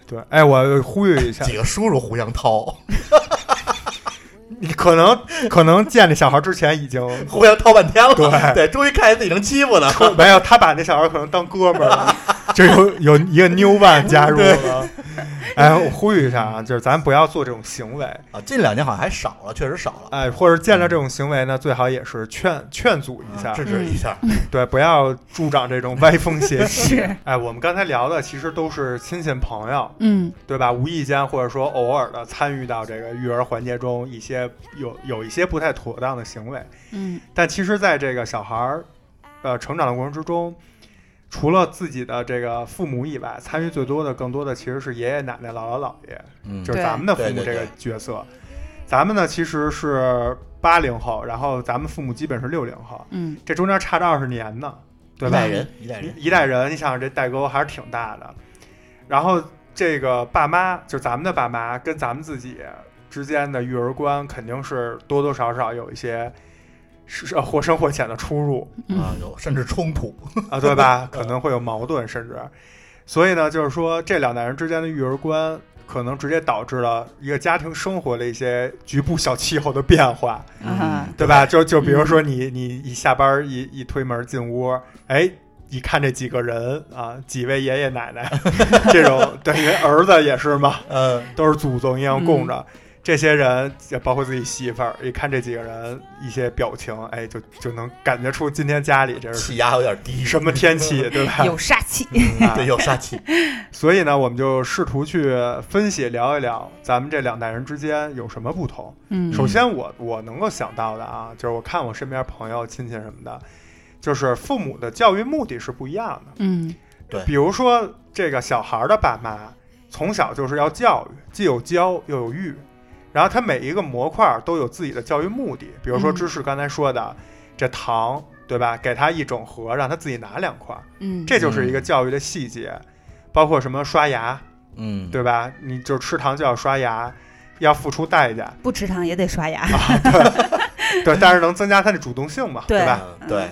C: 对。哎，我呼吁一下，
B: 几个叔叔互相掏，
C: 你可能可能见这小孩之前已经
B: 互相掏半天了。
C: 对
B: 对，终于看见自己能欺负的，
C: 出没有，他把那小孩可能当哥们儿了，就有有一个 new one 加入了。哎，我呼吁一下啊，就是咱不要做这种行为，
B: 啊，近两年好像还少了，确实少了，
C: 哎，或者见到这种行为呢，最好也是劝劝阻一下，
B: 制止一下。
A: 嗯
C: 对，不要助长这种歪风 邪气。
A: 是
C: 哎，我们刚才聊的其实都是亲戚朋友，
A: 嗯
C: 对吧？无意间或者说偶尔的参与到这个育儿环节中一些有有一些不太妥当的行为，
A: 嗯
C: 但其实，在这个小孩儿呃成长的过程之中，除了自己的这个父母以外，参与最多的、更多的其实是爷爷奶奶、姥姥姥爷，
B: 嗯
C: 就是
A: 对
C: 咱们的父母
B: 对
C: 这
B: 对
C: 个
B: 对
C: 角色。咱们呢其实是八零后，然后咱们父母基本是六零后，
A: 嗯，
C: 这中间差着二十年呢，对
B: 一
C: 吧
B: 代？人，一代人，
C: 一代人，你想想这代沟还是挺大的。然后这个爸妈，就咱们的爸妈跟咱们自己之间的育儿观，肯定是多多少少有一些是呃或深或浅的出入
A: 嗯
B: 啊，有甚至冲突。
C: 啊，对吧？可能会有矛盾，甚至。所以呢，就是说这两代人之间的育儿观，可能直接导致了一个家庭生活的一些局部小气候的变化。
A: 啊
C: 对吧？就就比如说你你一下班儿一一推门进屋，哎，一看这几个人啊，几位爷爷奶奶这种，对，因为儿子也是嘛，
B: 呃，
C: 都是祖宗一样供着。这些人也包括自己媳妇儿，一看这几个人一些表情，哎，就就能感觉出今天家里这是
B: 气压有点低，
C: 什么天气，对吧？
A: 有煞气，
C: 啊
B: 对，有煞气。
C: 所以呢，我们就试图去分析聊一聊咱们这两代人之间有什么不同。
A: 嗯
C: 首先我，我能够想到的啊，就是我看我身边朋友、亲戚什么的，就是父母的教育目的是不一样的。
A: 嗯
C: 比如说，这个小孩儿的爸妈从小就是要教育，既有教又有育，然后他每一个模块儿都有自己的教育目的。比如说，
A: 嗯
C: 芝士刚才说的、这糖，对吧？给他一整盒，让他自己拿两块儿，
A: 嗯
C: 这就是一个教育的细节。包括什么刷牙，
B: 嗯，
C: 对吧？你就吃糖就要刷牙，要付出代价。
A: 嗯不吃糖也得刷牙，
C: 啊 对，但是能增加他的主动性嘛，
A: 对
C: 吧？
B: 嗯对，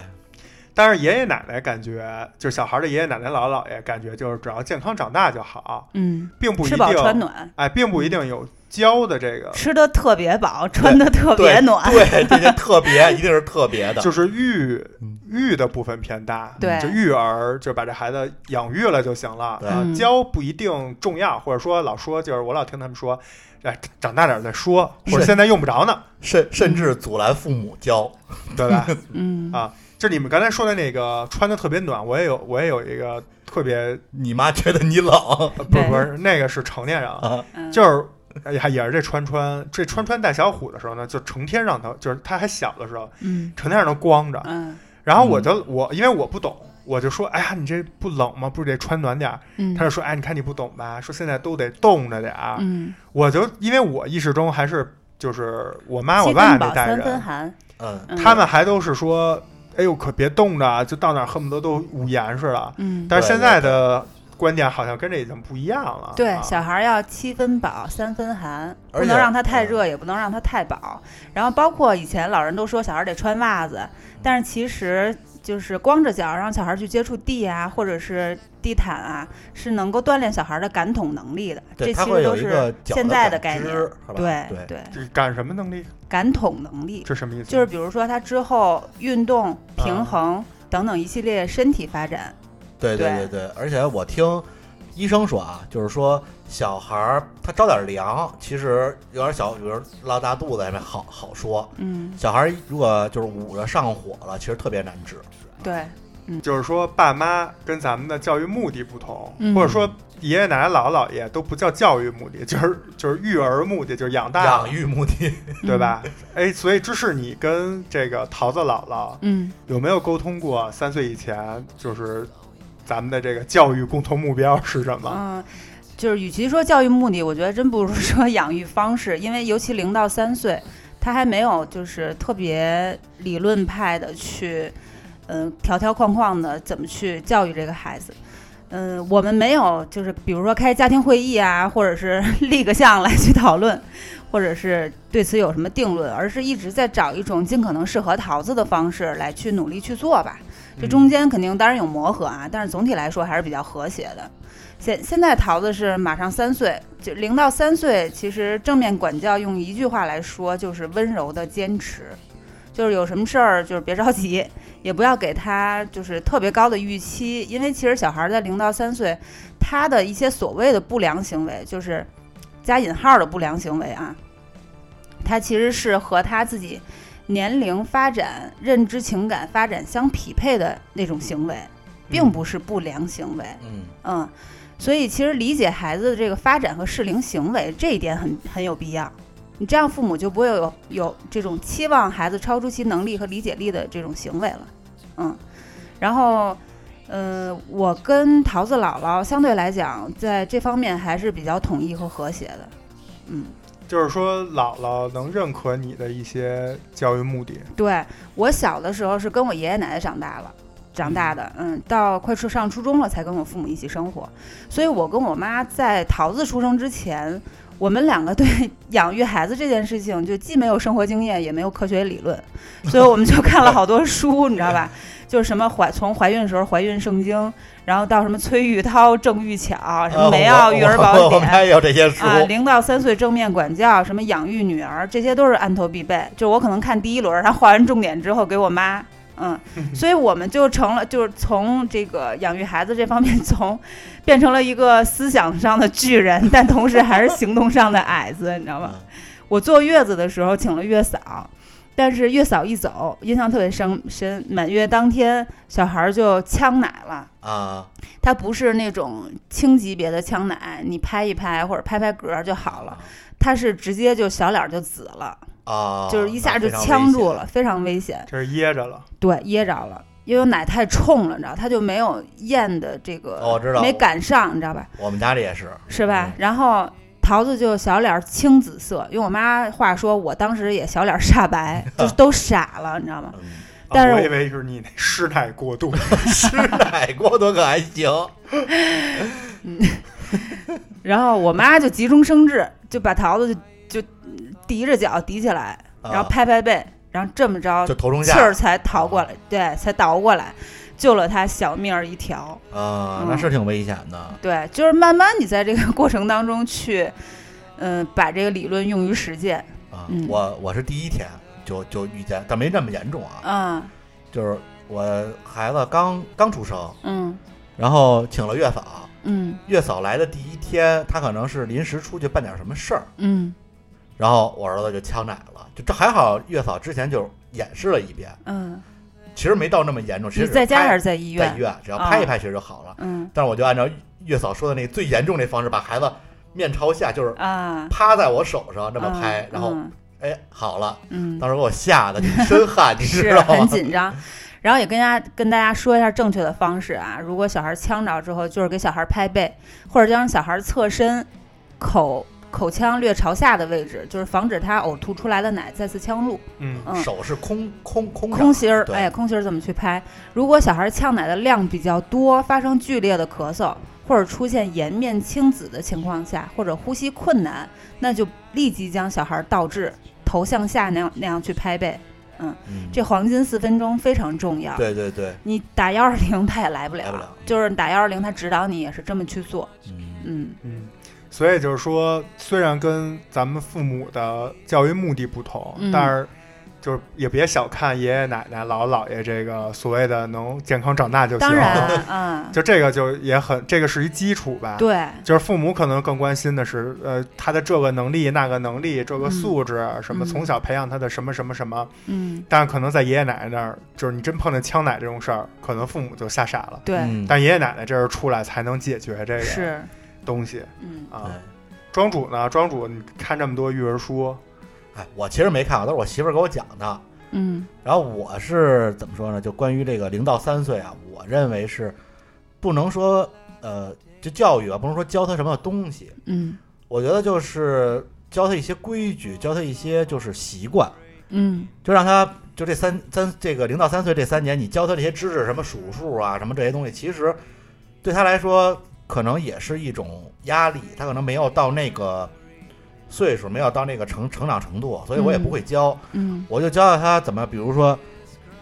C: 但是爷爷奶奶感觉，就小孩的爷爷奶奶、姥姥姥爷感觉，就是只要健康长大就好，
A: 嗯，
C: 并不一
A: 吃饱穿
C: 定，
A: 暖，
C: 哎，并不一定有教的这个，
A: 吃的特别饱，穿的特别暖，
B: 对，这些特别一定是特别的，
C: 就是育
B: 嗯
C: 育的部分偏大，
A: 对
C: 就育儿就把这孩子养育了就行了，
B: 对
C: 啊
A: 嗯
C: 教不一定重要，或者说老说就是我老听他们说，哎，长大点儿再说，或者
B: 是
C: 现在用不着呢，
B: 甚甚至阻拦父母教。
C: 对吧？
A: 嗯
C: 啊就你们刚才说的那个穿的特别暖，我也有，我也有一个特别
B: 你妈觉得你冷
C: 呃不是
A: 对
C: 不是，那个是成年人啊，
B: 啊，
A: 嗯
C: 就是哎呀也是这川川，这川川带小虎的时候呢，就成天让他，就是他还小的时候，
A: 嗯
C: 成天让他光着。
A: 嗯
C: 然后我就、我因为我不懂，我就说，哎呀，你这不冷吗？不是得穿暖点儿？
A: 嗯
C: 他就说，哎，你看你不懂吧？说现在都得冻着点儿。
A: 嗯，
C: 我就因为我意识中还是就是我妈我
A: 七
C: 爸
A: 分
C: 那
A: 饱
C: 代
A: 三分
C: 人，
A: 寒，
B: 嗯，
A: 嗯
C: 他们还都是说，哎呦，可别冻着啊，就到哪儿恨不得都捂严实了。
A: 嗯。
C: 但是现
B: 对
C: 在的观点好像跟这已经不一样了。
A: 对
C: 啊，
A: 小孩儿要七分饱，三分寒，
B: 而
A: 不
B: 且嗯
A: 能让他太热，也不能让他太饱。然后包括以前老人都说小孩儿得穿袜子，但是其实就是光着脚让小孩儿去接触地啊，或者是地毯啊，是能够锻炼小孩儿的感统能力的。
B: 对，
A: 这
B: 他
A: 其
B: 会
A: 实都
B: 有一个
A: 是
B: 脚
A: 现在
B: 的
A: 的概
B: 感
A: 念
B: 知，是吧？
A: 对
B: 对，
A: 对，
C: 这干什么能力？
A: 感统能力
C: 这什么意思？
A: 就是比如说他之后运动、
B: 嗯
C: 啊
A: 平衡等等一系列身体发展，
B: 对对对
A: 对
B: 对，而且我听医生说啊，就是说小孩儿他着点凉，其实有点小，比如拉大肚子还没好好说。
A: 嗯，
B: 小孩儿如果就是捂着上火了，其实特别难治。
A: 对，嗯
C: 就是说爸妈跟咱们的教育目的不同，
A: 嗯
C: 或者说爷爷奶奶、姥姥姥爷都不叫教育目的， 就是就是育儿目的，就是养大，
B: 养育目的，
C: 对吧？哎，所以芝士，你跟这个桃子姥姥
A: 嗯？
C: 有没有沟通过三岁以前就是咱们的这个教育共同目标是什
A: 嗯
C: 么？
A: 嗯、就是与其说教育目的，我觉得真不如说养育方式，因为尤其零到三岁，他还没有就是特别理论派的去，嗯、条条框框的怎么去教育这个孩子。嗯，我们没有，就是比如说开家庭会议啊，或者是立个项来去讨论，或者是对此有什么定论，而是一直在找一种尽可能适合桃子的方式来去努力去做吧。这中间肯定当然有磨合啊，但是总体来说还是比较和谐的。现现在桃子是马上三岁，就零到三岁，其实正面管教用一句话来说就是温柔的坚持，就是有什么事儿就是别着急，也不要给他就是特别高的预期，因为其实小孩儿在零到三岁，他的一些所谓的不良行为，就是加引号的不良行为啊，他其实是和他自己年龄发展、认知、情感发展相匹配的那种行为，
C: 嗯
A: 并不是不良行为。
B: 嗯，
A: 嗯，所以其实理解孩子的这个发展和适龄行为这一点很很有必要。你这样父母就不会有有这种期望孩子超出其能力和理解力的这种行为了。嗯，然后，呃，我跟桃子姥姥相对来讲，在这方面还是比较统一和和谐的。嗯，
C: 就是说姥姥能认可你的一些教育目的，
A: 对我小的时候是跟我爷爷奶奶长大了。长大的，嗯，到快初上初中了才跟我父母一起生活，所以我跟我妈在桃子出生之前，我们两个对 养育孩子这件事情就既没有生活经验，也没有科学理论，所以我们就看了好多书，你知道吧？就是什么怀从怀孕的时候怀孕圣经，然后到什么崔玉涛郑玉巧， 什么梅
B: 啊
A: 奥
B: 我
A: 育儿
B: 我
A: 宝典，
B: 我们还有这些书，
A: 啊，零到三岁正面管教，什么养育女儿，这些都是按头必备。就我可能看第一轮，然后画完重点之后给我妈，嗯，所以我们就成了，就是从这个养育孩子这方面从，变成了一个思想上的巨人，但同时还是行动上的矮子，你
B: 嗯
A: 知道 吗？我坐月子的时候请了月嫂，但是月嫂一走，印象特别深深。满月当天，小孩儿就呛奶了。
B: 啊，
A: 它不是那种轻级别的呛奶，你拍一拍或者拍拍嗝儿就好了。它是直接就小脸儿就紫了，
B: 啊，
A: 就是一下
B: 那
A: 就
B: 非常
A: 呛
B: 危
A: 住
B: 险
A: 了，，非常危险。
C: 这是噎着了。啊
A: 对，噎着了，因为奶太冲了，你知道，它就没有咽的这个，
B: 哦我知道
A: 没赶上，你知道吧？
B: 我们家里也是，
A: 是吧
B: 嗯？
A: 然后桃子就小脸儿青紫色，用我妈话说，我当时也小脸儿煞白，就是 都傻了，你知道吗？
B: 嗯，
C: 啊
A: 但是
C: 我
A: 我
C: 以为是你那失态过度，
B: 吃奶过多可还行，
A: 然后我妈就急中生智，就把桃子就就提着脚提起来，
B: 啊
A: 然后拍拍背，然后这么着
B: 就头冲
A: 气
B: 下
A: 儿才逃过来，对，才倒过来，救了他小命儿一条。
B: 啊，
A: 嗯
B: 那是挺危险的，
A: 对，就是慢慢你在这个过程当中去， 嗯、把这个理论用于实践。
B: 啊
A: 嗯，
B: 我我是第一天就就遇见，但没那么严重啊，
A: 嗯
B: 就是我孩子刚刚出生，
A: 嗯
B: 然后请了月嫂，
A: 嗯
B: 月嫂来的第一天，她可能是临时出去办点什么事儿，
A: 嗯
B: 然后我儿子就呛奶了，就这还好，月嫂之前就演示了一遍，
A: 嗯，
B: 其实没到那么严重，其
A: 你
B: 实
A: 在家还
B: 拍
A: 是在医
B: 在医
A: 院？
B: 院，只要
A: 啊
B: 拍一拍其实就好了。
A: 嗯
B: 但是我就按照月嫂说的那个最严重那方式，把孩子面朝下，就是
A: 啊，
B: 趴在我手上这么拍，
A: 嗯
B: 然后
A: 嗯
B: 哎好了，
A: 嗯
B: 当时给啊我 吓得一身汗，你知
A: 是
B: 道
A: 很
B: 吗？
A: 紧张。然后也跟大家跟大家说一下正确的方式啊，如果小孩呛着之后，就是给小孩拍背，或者就让小孩侧身，口口腔略朝下的位置，就是防止他呕吐出来的奶再次呛入。
C: 嗯，
A: 嗯
B: 手是空空空着
A: 空心儿，
B: 对
A: 哎，空心儿怎么去拍？如果小孩呛奶的量比较多，发生剧烈的咳嗽，或者出现颜面青紫的情况下，或者呼吸困难，那就立即将小孩倒置，头向下那样那样去拍背。
B: 嗯
A: 这黄金四分钟非常重要。
B: 对对对，
A: 你打幺二零他也来不了，
B: 来不了
A: 就是打幺二零他指导你也是这么去做。
B: 嗯
A: 嗯
C: 嗯，所以就是说，虽然跟咱们父母的教育目的不同，
A: 嗯
C: 但是就是也别小看爷爷奶奶、姥姥姥爷这个所谓的能健康长大就行。
A: 当然，嗯，
C: 就这个就也很，这个是一基础吧。
A: 对，
C: 就是父母可能更关心的是，呃，他的这个能力、那个能力、这个素质，什么
A: 嗯
C: 从小培养他的什么什么什么。
A: 嗯，
C: 但可能在爷爷奶奶那儿，就是你真碰见呛奶这种事儿，可能父母就吓傻了。
A: 对，
B: 嗯
C: 但爷爷奶奶这儿出来才能解决这个
A: 是，
C: 东西
A: 嗯，
C: 啊。庄主呢？庄主，你看这么多育儿书，
B: 哎，我其实没看过，都是我媳妇儿给我讲的。
A: 嗯，
B: 然后我是怎么说呢？就关于这个零到三岁啊，我认为是不能说呃，就教育啊，不能说教他什么东西，
A: 嗯，
B: 我觉得就是教他一些规矩，教他一些就是习惯，
A: 嗯，
B: 就让他就这三三这个零到三岁这三年，你教他这些知识，什么数数啊，什么这些东西，其实对他来说可能也是一种压力，他可能没有到那个岁数，没有到那个成成长程度，所以我也不会教。
A: 嗯，
B: 我就教教他怎么，比如说，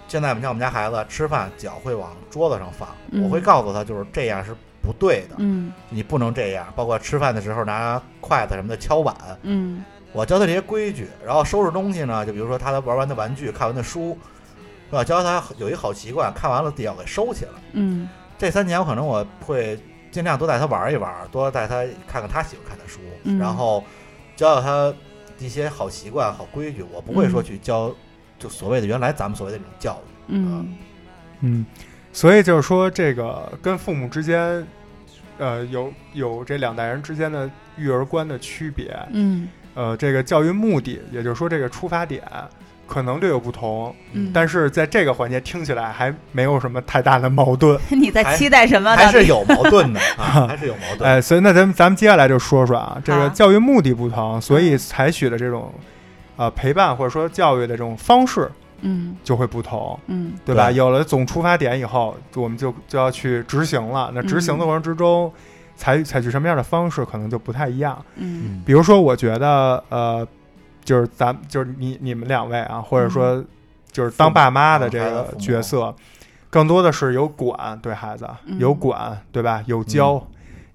B: 现在我们像我们家孩子吃饭脚会往桌子上放，
A: 嗯
B: 我会告诉他就是这样是不对的，
A: 嗯，
B: 你不能这样。包括吃饭的时候拿筷子什么的敲碗，
A: 嗯，
B: 我教他这些规矩。然后收拾东西呢，就比如说他玩完的玩具、看完的书，我要教他有一好习惯，看完了得要给收起来。
A: 嗯，
B: 这三年我可能我会尽量多带他玩一玩，多带他看看他喜欢看的书，
A: 嗯
B: 然后教教他一些好习惯、好规矩。我不会说去教就所谓的原来咱们所谓的那种教育，
A: 嗯，
C: 嗯，所以就是说，这个跟父母之间，呃，有有这两代人之间的育儿观的区别，
A: 嗯，
C: 呃，这个教育目的，也就是说这个出发点可能略有不同，
A: 嗯，
C: 但是在这个环节听起来还没有什么太大的矛盾。
A: 你在期待什么？
B: 还
A: 到
B: 是
A: 底？
B: 有矛 盾的啊，还是有矛盾。
C: 哎，所以那咱们咱们接下来就说说啊，这
A: 好
C: 个教育目的不同，所以采取的这种呃陪伴或者说教育的这种方式
A: 嗯，
C: 就会不同，
A: 嗯，
C: 对吧？
B: 对
C: 有了总出发点以后，就我们就就要去执行了。那执行的过程之中，采采取什么样的方式，可能就不太一样。
A: 嗯，
C: 比如说，我觉得呃，就是咱就是你你们两位啊，或者说就是当爸妈的这
B: 父母啊孩子
C: 个
B: 父母
C: 角色，更多的是有管对孩子，
A: 嗯
C: 有管对吧？有教。
B: 嗯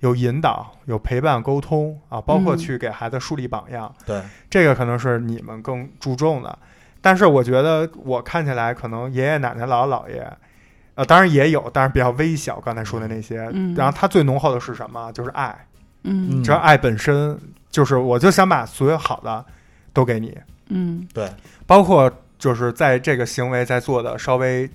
C: 有引导，有陪伴、沟通啊，包括
A: 嗯
C: 去给孩子树立榜样，
B: 对，
C: 这个可能是你们更注重的。但是我觉得我看起来，可能爷爷奶奶、姥姥姥爷，呃，当然也有，但是比较微小。刚才说的那些，
A: 嗯
C: 然后他最浓厚的是什么？就是爱，
A: 嗯，
C: 只要爱本身，就是我就想把所有好的都给你，
A: 嗯，
C: 包括就是在这个行为在做的稍微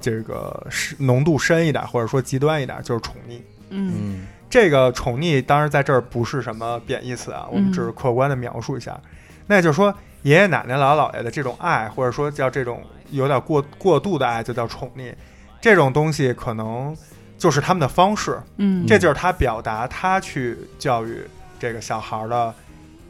C: 这个是浓度深一点，或者说极端一点，就是宠溺。
A: 嗯，
B: 嗯，
C: 这个宠溺当然在这儿不是什么贬义词啊，我们只是客观的描述一下。那也就是说，爷爷奶奶、姥姥姥爷的这种爱，或者说叫这种有点过过度的爱，就叫宠溺。这种东西可能就是他们的方式，
A: 嗯，
C: 这就是他表达他去教育这个小孩儿的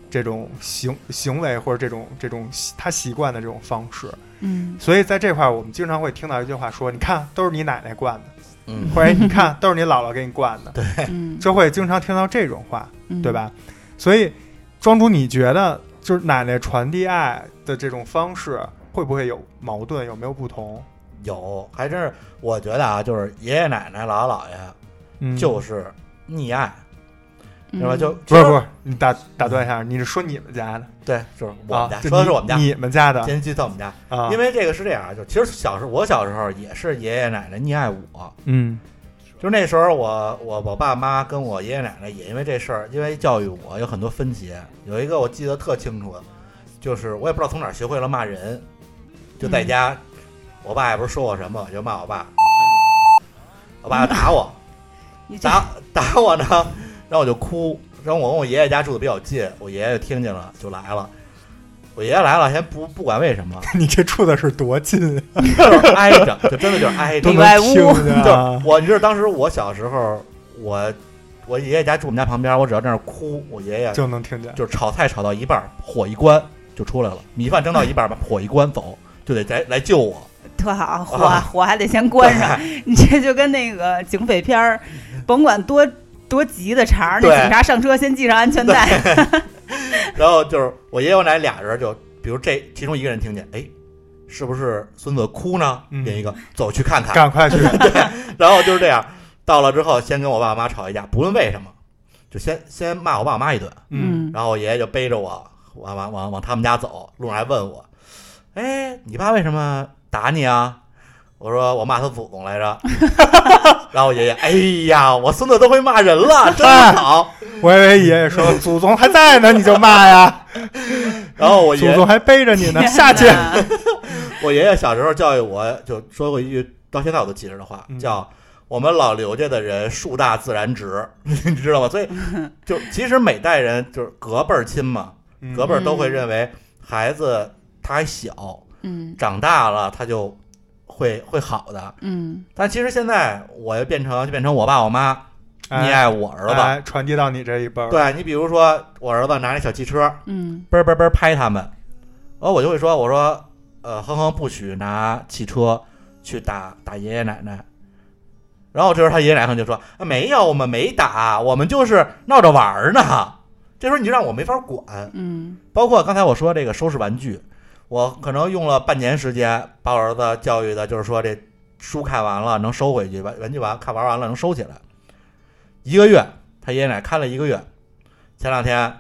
C: 这种行行为或者这种这种习他习惯的这种方式。
A: 嗯，
C: 所以在这块儿，我们经常会听到一句话说：“你看，都是你奶奶惯的，
B: 嗯，
C: 或者你看，都是你姥姥给你惯 的。”
A: 嗯，
C: 就会经常听到这种话，对？吧？所以，庄主，你觉得就是奶奶传递爱的这种方式会不会有矛盾？有没有不同？
B: 有，还真是我觉得啊，就是爷爷奶奶、姥姥姥爷
C: 嗯，
B: 就是溺爱，
A: 嗯
B: 是吧？就
C: 不是不是，你打打断一下，你是说你们家的？
B: 对，就是我
C: 啊
B: 们家，，
C: 就
B: 说的是
C: 你
B: 我们家，
C: 你们家的
B: 先记到我们家，
C: 啊，
B: 因为这个是这样啊，就其实小时候我小时候也是爷爷奶奶溺爱我，
C: 嗯
B: 就是那时候我我我爸妈跟我爷爷奶奶也因为这事儿，因为教育我有很多分歧。有一个我记得特清楚的，就是我也不知道从哪儿学会了骂人，就在家，我爸也不是说我什么，我就骂我爸，我爸就打我，
A: 你这
B: 打打我呢，然后我就哭，然后我跟我爷爷家住的比较近，我爷爷就听见了就来了，我爷爷来了先不不管为什么，
C: 你这住的是多近，
B: 就是挨着，就真的就是挨着
C: 都
A: 里
C: 能，
A: 外屋
C: 听见
B: 就
C: 啊。
B: 我，你知道当时我小时候，我我爷爷家住我们家旁边，我只要在那儿哭，我爷爷
C: 就能听见，
B: 就是炒菜炒到一半儿，火一关就出来了，米饭蒸到一半儿，把火一关走，就得来来救我。
A: 特好，火火还得先关上。你这就跟那个警匪片儿，甭管多多急的茬儿，那
B: 对
A: 警察上车先系上安全带。
B: 然后就是我爷爷我奶奶俩人就，比如这其中一个人听见，哎，是不是孙子哭呢？
C: 嗯
B: 另一个走去看看，
C: 赶快去，
B: 然后就是这样，到了之后先跟我爸妈吵一架，不论为什么，就先先骂我爸妈一顿，
C: 嗯，
B: 然后我爷爷就背着我往往往往他们家走，路上还问我：“哎，你爸为什么打你啊？我说我骂他祖宗来着， 然后我爷爷，哎呀，我孙子都会骂人了，真好。
C: 我以为爷爷说祖宗还在呢，你就骂呀，
B: 然后我
C: 哎祖
B: 爷
C: 宗还背着你呢，
A: 天
C: 下去。
A: 哪
B: 我爷爷小时候教育我就说过一句到现在我都记着的话
C: 嗯，
B: 叫“我们老刘家的人树大自然直”， 你知道吗？所以 就其实每代人就是隔辈儿亲嘛，
C: 嗯
B: 隔辈儿都会
A: 嗯
B: 认为孩子他还小，
A: 嗯
B: 长大了他就会会好的。
A: 嗯，
B: 但其实现在我又变成就变成我爸我妈
C: 哎
B: 溺爱我儿子，
C: 哎传递到你这一辈儿，
B: 对你比如说我儿子拿那小汽车，
A: 嗯
B: 嘣儿嘣儿嘣儿拍他们，然后我就会说，我说，呃，哼哼，不许拿汽车去打打爷爷奶奶。然后这时候他爷爷奶奶可能就说、啊，没有，我们没打，我们就是闹着玩儿呢。这时候你就让我没法管，
A: 嗯
B: 包括刚才我说这个收拾玩具，我可能用了半年时间把我儿子教育的，就是说这书看完了能收回去，玩玩具完看玩完了能收起来。一个月，他爷爷奶奶看了一个月，前两天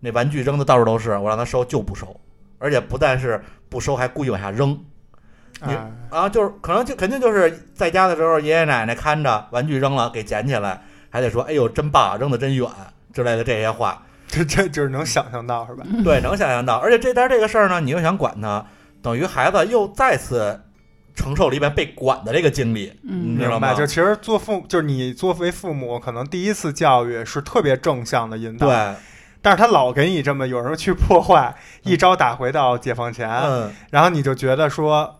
B: 那玩具扔的到处都是，我让他收就不收，而且不但是不收，还故意往下扔。你
C: 哎
B: 啊，就是可能就肯定就是在家的时候，爷爷奶奶看着玩具扔了给捡起来，还得说哎呦真棒，扔的真远之类的这些话。
C: 这这就是能想象到是吧？
B: 对，能想象到。而且这但是这个事儿呢，你又想管他，等于孩子又再次承受了一遍被管的这个经历，你
A: 嗯
B: 知道
C: 明
B: 吗
C: 白，？就其实做父就是你作为父母，可能第一次教育是特别正向的引导，
B: 对，
C: 但是他老给你这么有人去破坏，一招打回到解放前，
B: 嗯，
C: 然后你就觉得说，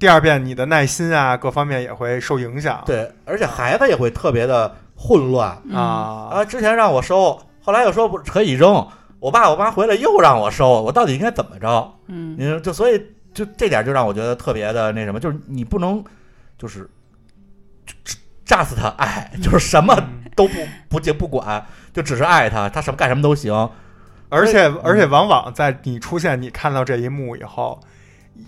C: 第二遍你的耐心啊，各方面也会受影响。
B: 对，而且孩子也会特别的混乱
C: 啊，
B: 啊。之前让我收，后来又说不可以扔，我爸我妈回来又让我收，我到底应该怎么着？
A: 嗯
B: 你说就所以就这点就让我觉得特别的那什么，就是你不能就是就就炸死他爱，就是什么
C: 嗯
B: 都不不不管，就只是爱他，他什么干什么都行。
C: 而且而且往往在你出现你看到这一幕以后。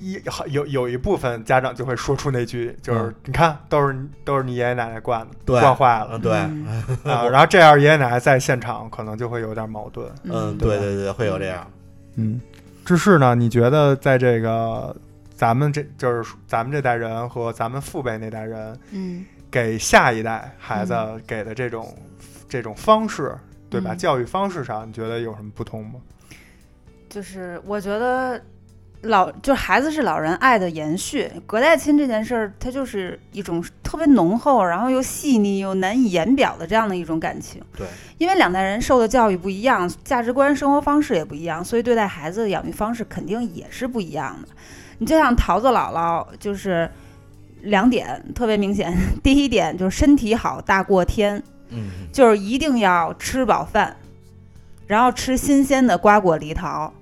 C: 一有有一部分家长就会说出那句，就是、
B: 嗯
C: 你看，都是都是你爷爷奶奶惯的，
B: 对
C: 惯坏了
B: 嗯，对。
A: 嗯
C: 啊。然后这样爷爷奶奶在现场可能就会有点矛盾。
B: 嗯，对
C: 对吧
B: 对对，会有这样。
C: 嗯，芝士呢？你觉得在这个咱们这就是咱们这代人和咱们父辈那代人
A: 嗯
C: 给下一代孩子
A: 嗯
C: 给的这种、这种方式，对吧？
A: 嗯
C: 教育方式上，你觉得有什么不同吗？
A: 就是我觉得老就是孩子是老人爱的延续，隔代亲这件事儿，它就是一种特别浓厚，然后又细腻又难以言表的这样的一种感情。
B: 对，
A: 因为两代人受的教育不一样，价值观、生活方式也不一样，所以对待孩子的养育方式肯定也是不一样的。你就像桃子姥姥，就是两点特别明显， 第一点就是身体好大过天，
B: 嗯，
A: 就是一定要吃饱饭，然后吃新鲜的瓜果梨桃。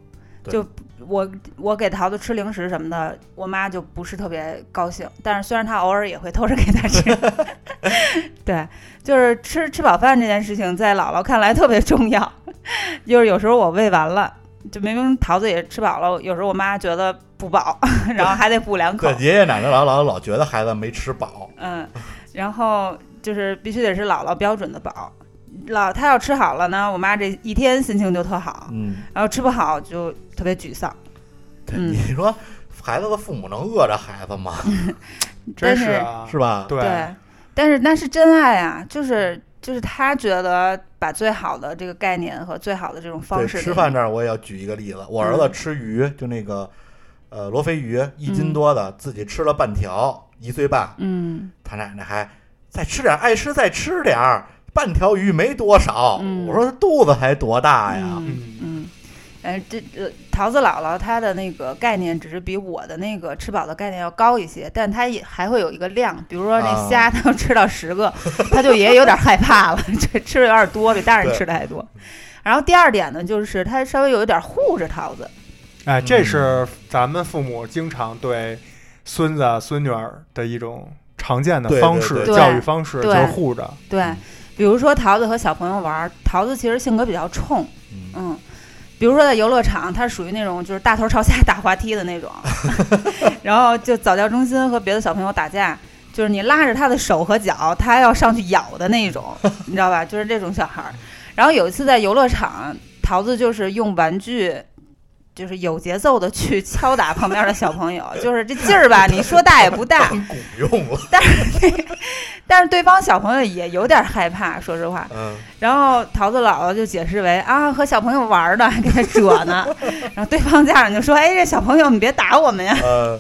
B: 对
A: 就我我给桃子吃零食什么的，我妈就不是特别高兴。但是虽然她偶尔也会偷着给她 吃，对，就是吃吃饱饭这件事情，在姥姥看来特别重要。就是有时候我喂完了，就明明桃子也吃饱了，有时候我妈觉得不饱， 然后还得补两口
B: 对，。爷爷奶奶老老老觉得孩子没吃饱，
A: 嗯，然后就是必须得是姥姥标准的饱。老她要吃好了呢，我妈这一天心情就特好；
B: 嗯，
A: 然后吃不好就特别沮丧。嗯
B: 你说孩子的父母能饿着孩子吗？
C: 真
A: 但
C: 是
A: 是
C: 啊，
B: 是吧？
C: 对
A: 嗯对，但是那是真爱啊，就是就是她觉得把最好的这个概念和最好的这种方
B: 对，
A: 式给嗯
B: 吃饭这儿我也要举一个例子，我儿子吃鱼，就那个呃罗非鱼一斤多的，自己吃了半条，一岁半，
A: 嗯
B: 他奶奶还再吃点儿，爱吃再吃点儿，半条鱼没多少。
A: 嗯
B: 我说肚子才多大 呀？
A: 嗯嗯。呃，这呃，桃子姥姥她的那个概念只是比我的那个吃饱的概念要高一些，但她也还会有一个量，比如说那
B: 啊
A: 虾，她要吃到十个， 她就也有点害怕了，这吃的有点多，比大人
B: 对
A: 吃的还多。然后第二点呢，就是她稍微有一点护着桃子，
B: 嗯
C: 哎，这是咱们父母经常对孙子啊孙女儿的一种常见的
B: 对对
C: 方式，
B: 对
A: 对
C: 教育方式就
A: 对
C: 是护着。
A: 对，比如说桃子和小朋友玩儿，桃子其实性格比较冲，
B: 嗯
A: 嗯，比如说在游乐场，他属于那种就是大头朝下打滑梯的那种，然后就早教中心和别的小朋友打架，就是你拉着他的手和脚，他要上去咬的那种，你知道吧？就是这种小孩儿。然后有一次在游乐场，桃子就是用玩具。就是有节奏的去敲打旁边的小朋友，就是这劲儿吧，你说大也不大，
B: 当鼓用了，
A: 但是那个，但是对方小朋友也有点害怕，说实话，
B: 嗯，
A: 然后桃子姥姥就解释为啊，和小朋友玩儿呢， 还给他折呢。然后对方家长就说：“哎，这小朋友，你别打我们呀，
B: 呃，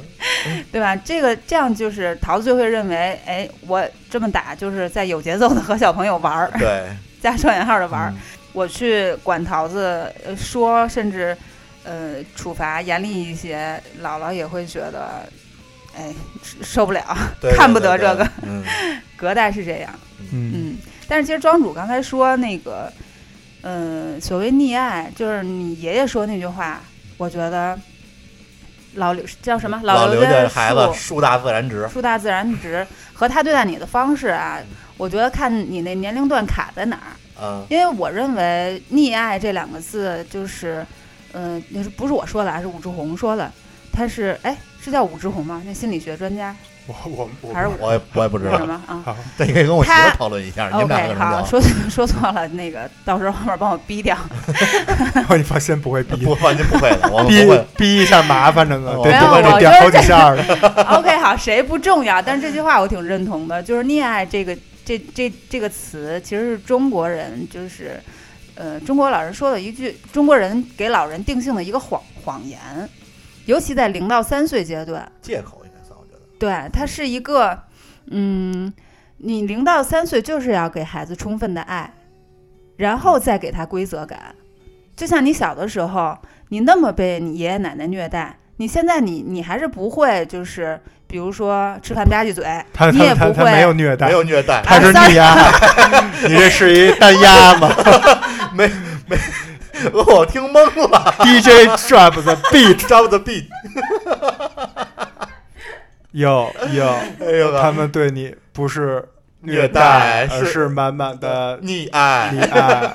A: 对吧？”这个这样就是桃子就会认为，哎，我这么打就是在有节奏的和小朋友玩儿，
B: 对，
A: 加双引号的
B: 嗯
A: 玩儿。我去管桃子呃说，甚至呃处罚严厉一些，姥姥也会觉得，哎，受不了，
B: 对
A: 看不得这，
B: 对
A: 个
B: 对对嗯，
A: 隔代是这样。
C: 嗯，
A: 嗯，但是其实庄主刚才说那个，呃，所谓溺爱，就是你爷爷说那句话，我觉得老刘叫什么？
B: 老
A: 刘
B: 刘家
A: 家
B: 孩子树大自然直，
A: 树大自然直，和他对待你的方式啊，我觉得看你那年龄段卡在哪儿。
B: 嗯，
A: 因为我认为“溺爱”这两个字，就是，嗯、那是不是我说的啊？是武志红说的，他是哎，是叫武志红吗？那心理学专家
C: 我我我
A: 还是
B: 我也我也不知
A: 什
B: 道，
A: 么啊？
C: 好，
B: 对，你可以跟我媳妇
A: 他
B: 儿讨论一下，你们俩可
A: OK，
B: 能
A: 好，
B: 聊，
A: 说说错 了，那个到时候后面帮我逼 掉。
C: 你放心，不会逼
B: 不，完全不会 的，我们
C: 逼
B: 不会，
C: 逼一下麻烦着呢，
B: 哦
C: 对，
B: 没有
C: 不会得
A: 我
C: 点
A: 觉得
C: 好几
A: 这
C: 下的。
A: OK，好，谁不重要，但是这句话我挺认同的，就是“溺爱”这个这这这个词，其实是中国人就是，呃，中国老人说的一句，中国人给老人定性的一个谎谎言，尤其在零到三岁阶段，
B: 借口应该算，我觉得，
A: 对，它是一个，嗯，你零到三岁就是要给孩子充分的爱，然后再给他规则感。就像你小的时候，你那么被你爷爷奶奶虐待，你现在你你还是不会，就是比如说吃饭吧唧嘴，
C: 他
A: 你也
C: 他他
A: 不
C: 他
A: 会
C: 没有虐待
B: 没，有虐待，
C: 他是
A: 啊，sorry
C: 溺 爱，你这是一单压吗
B: 我听懵 了
C: ？DJ drop the beat，
B: ，Drop the beat，
C: 有 有，
B: 哎呦
C: 他
B: 呵，
C: 们对你不是
B: 虐待
C: 而
B: 是
C: 是满满 的
B: 溺爱，
C: 溺爱。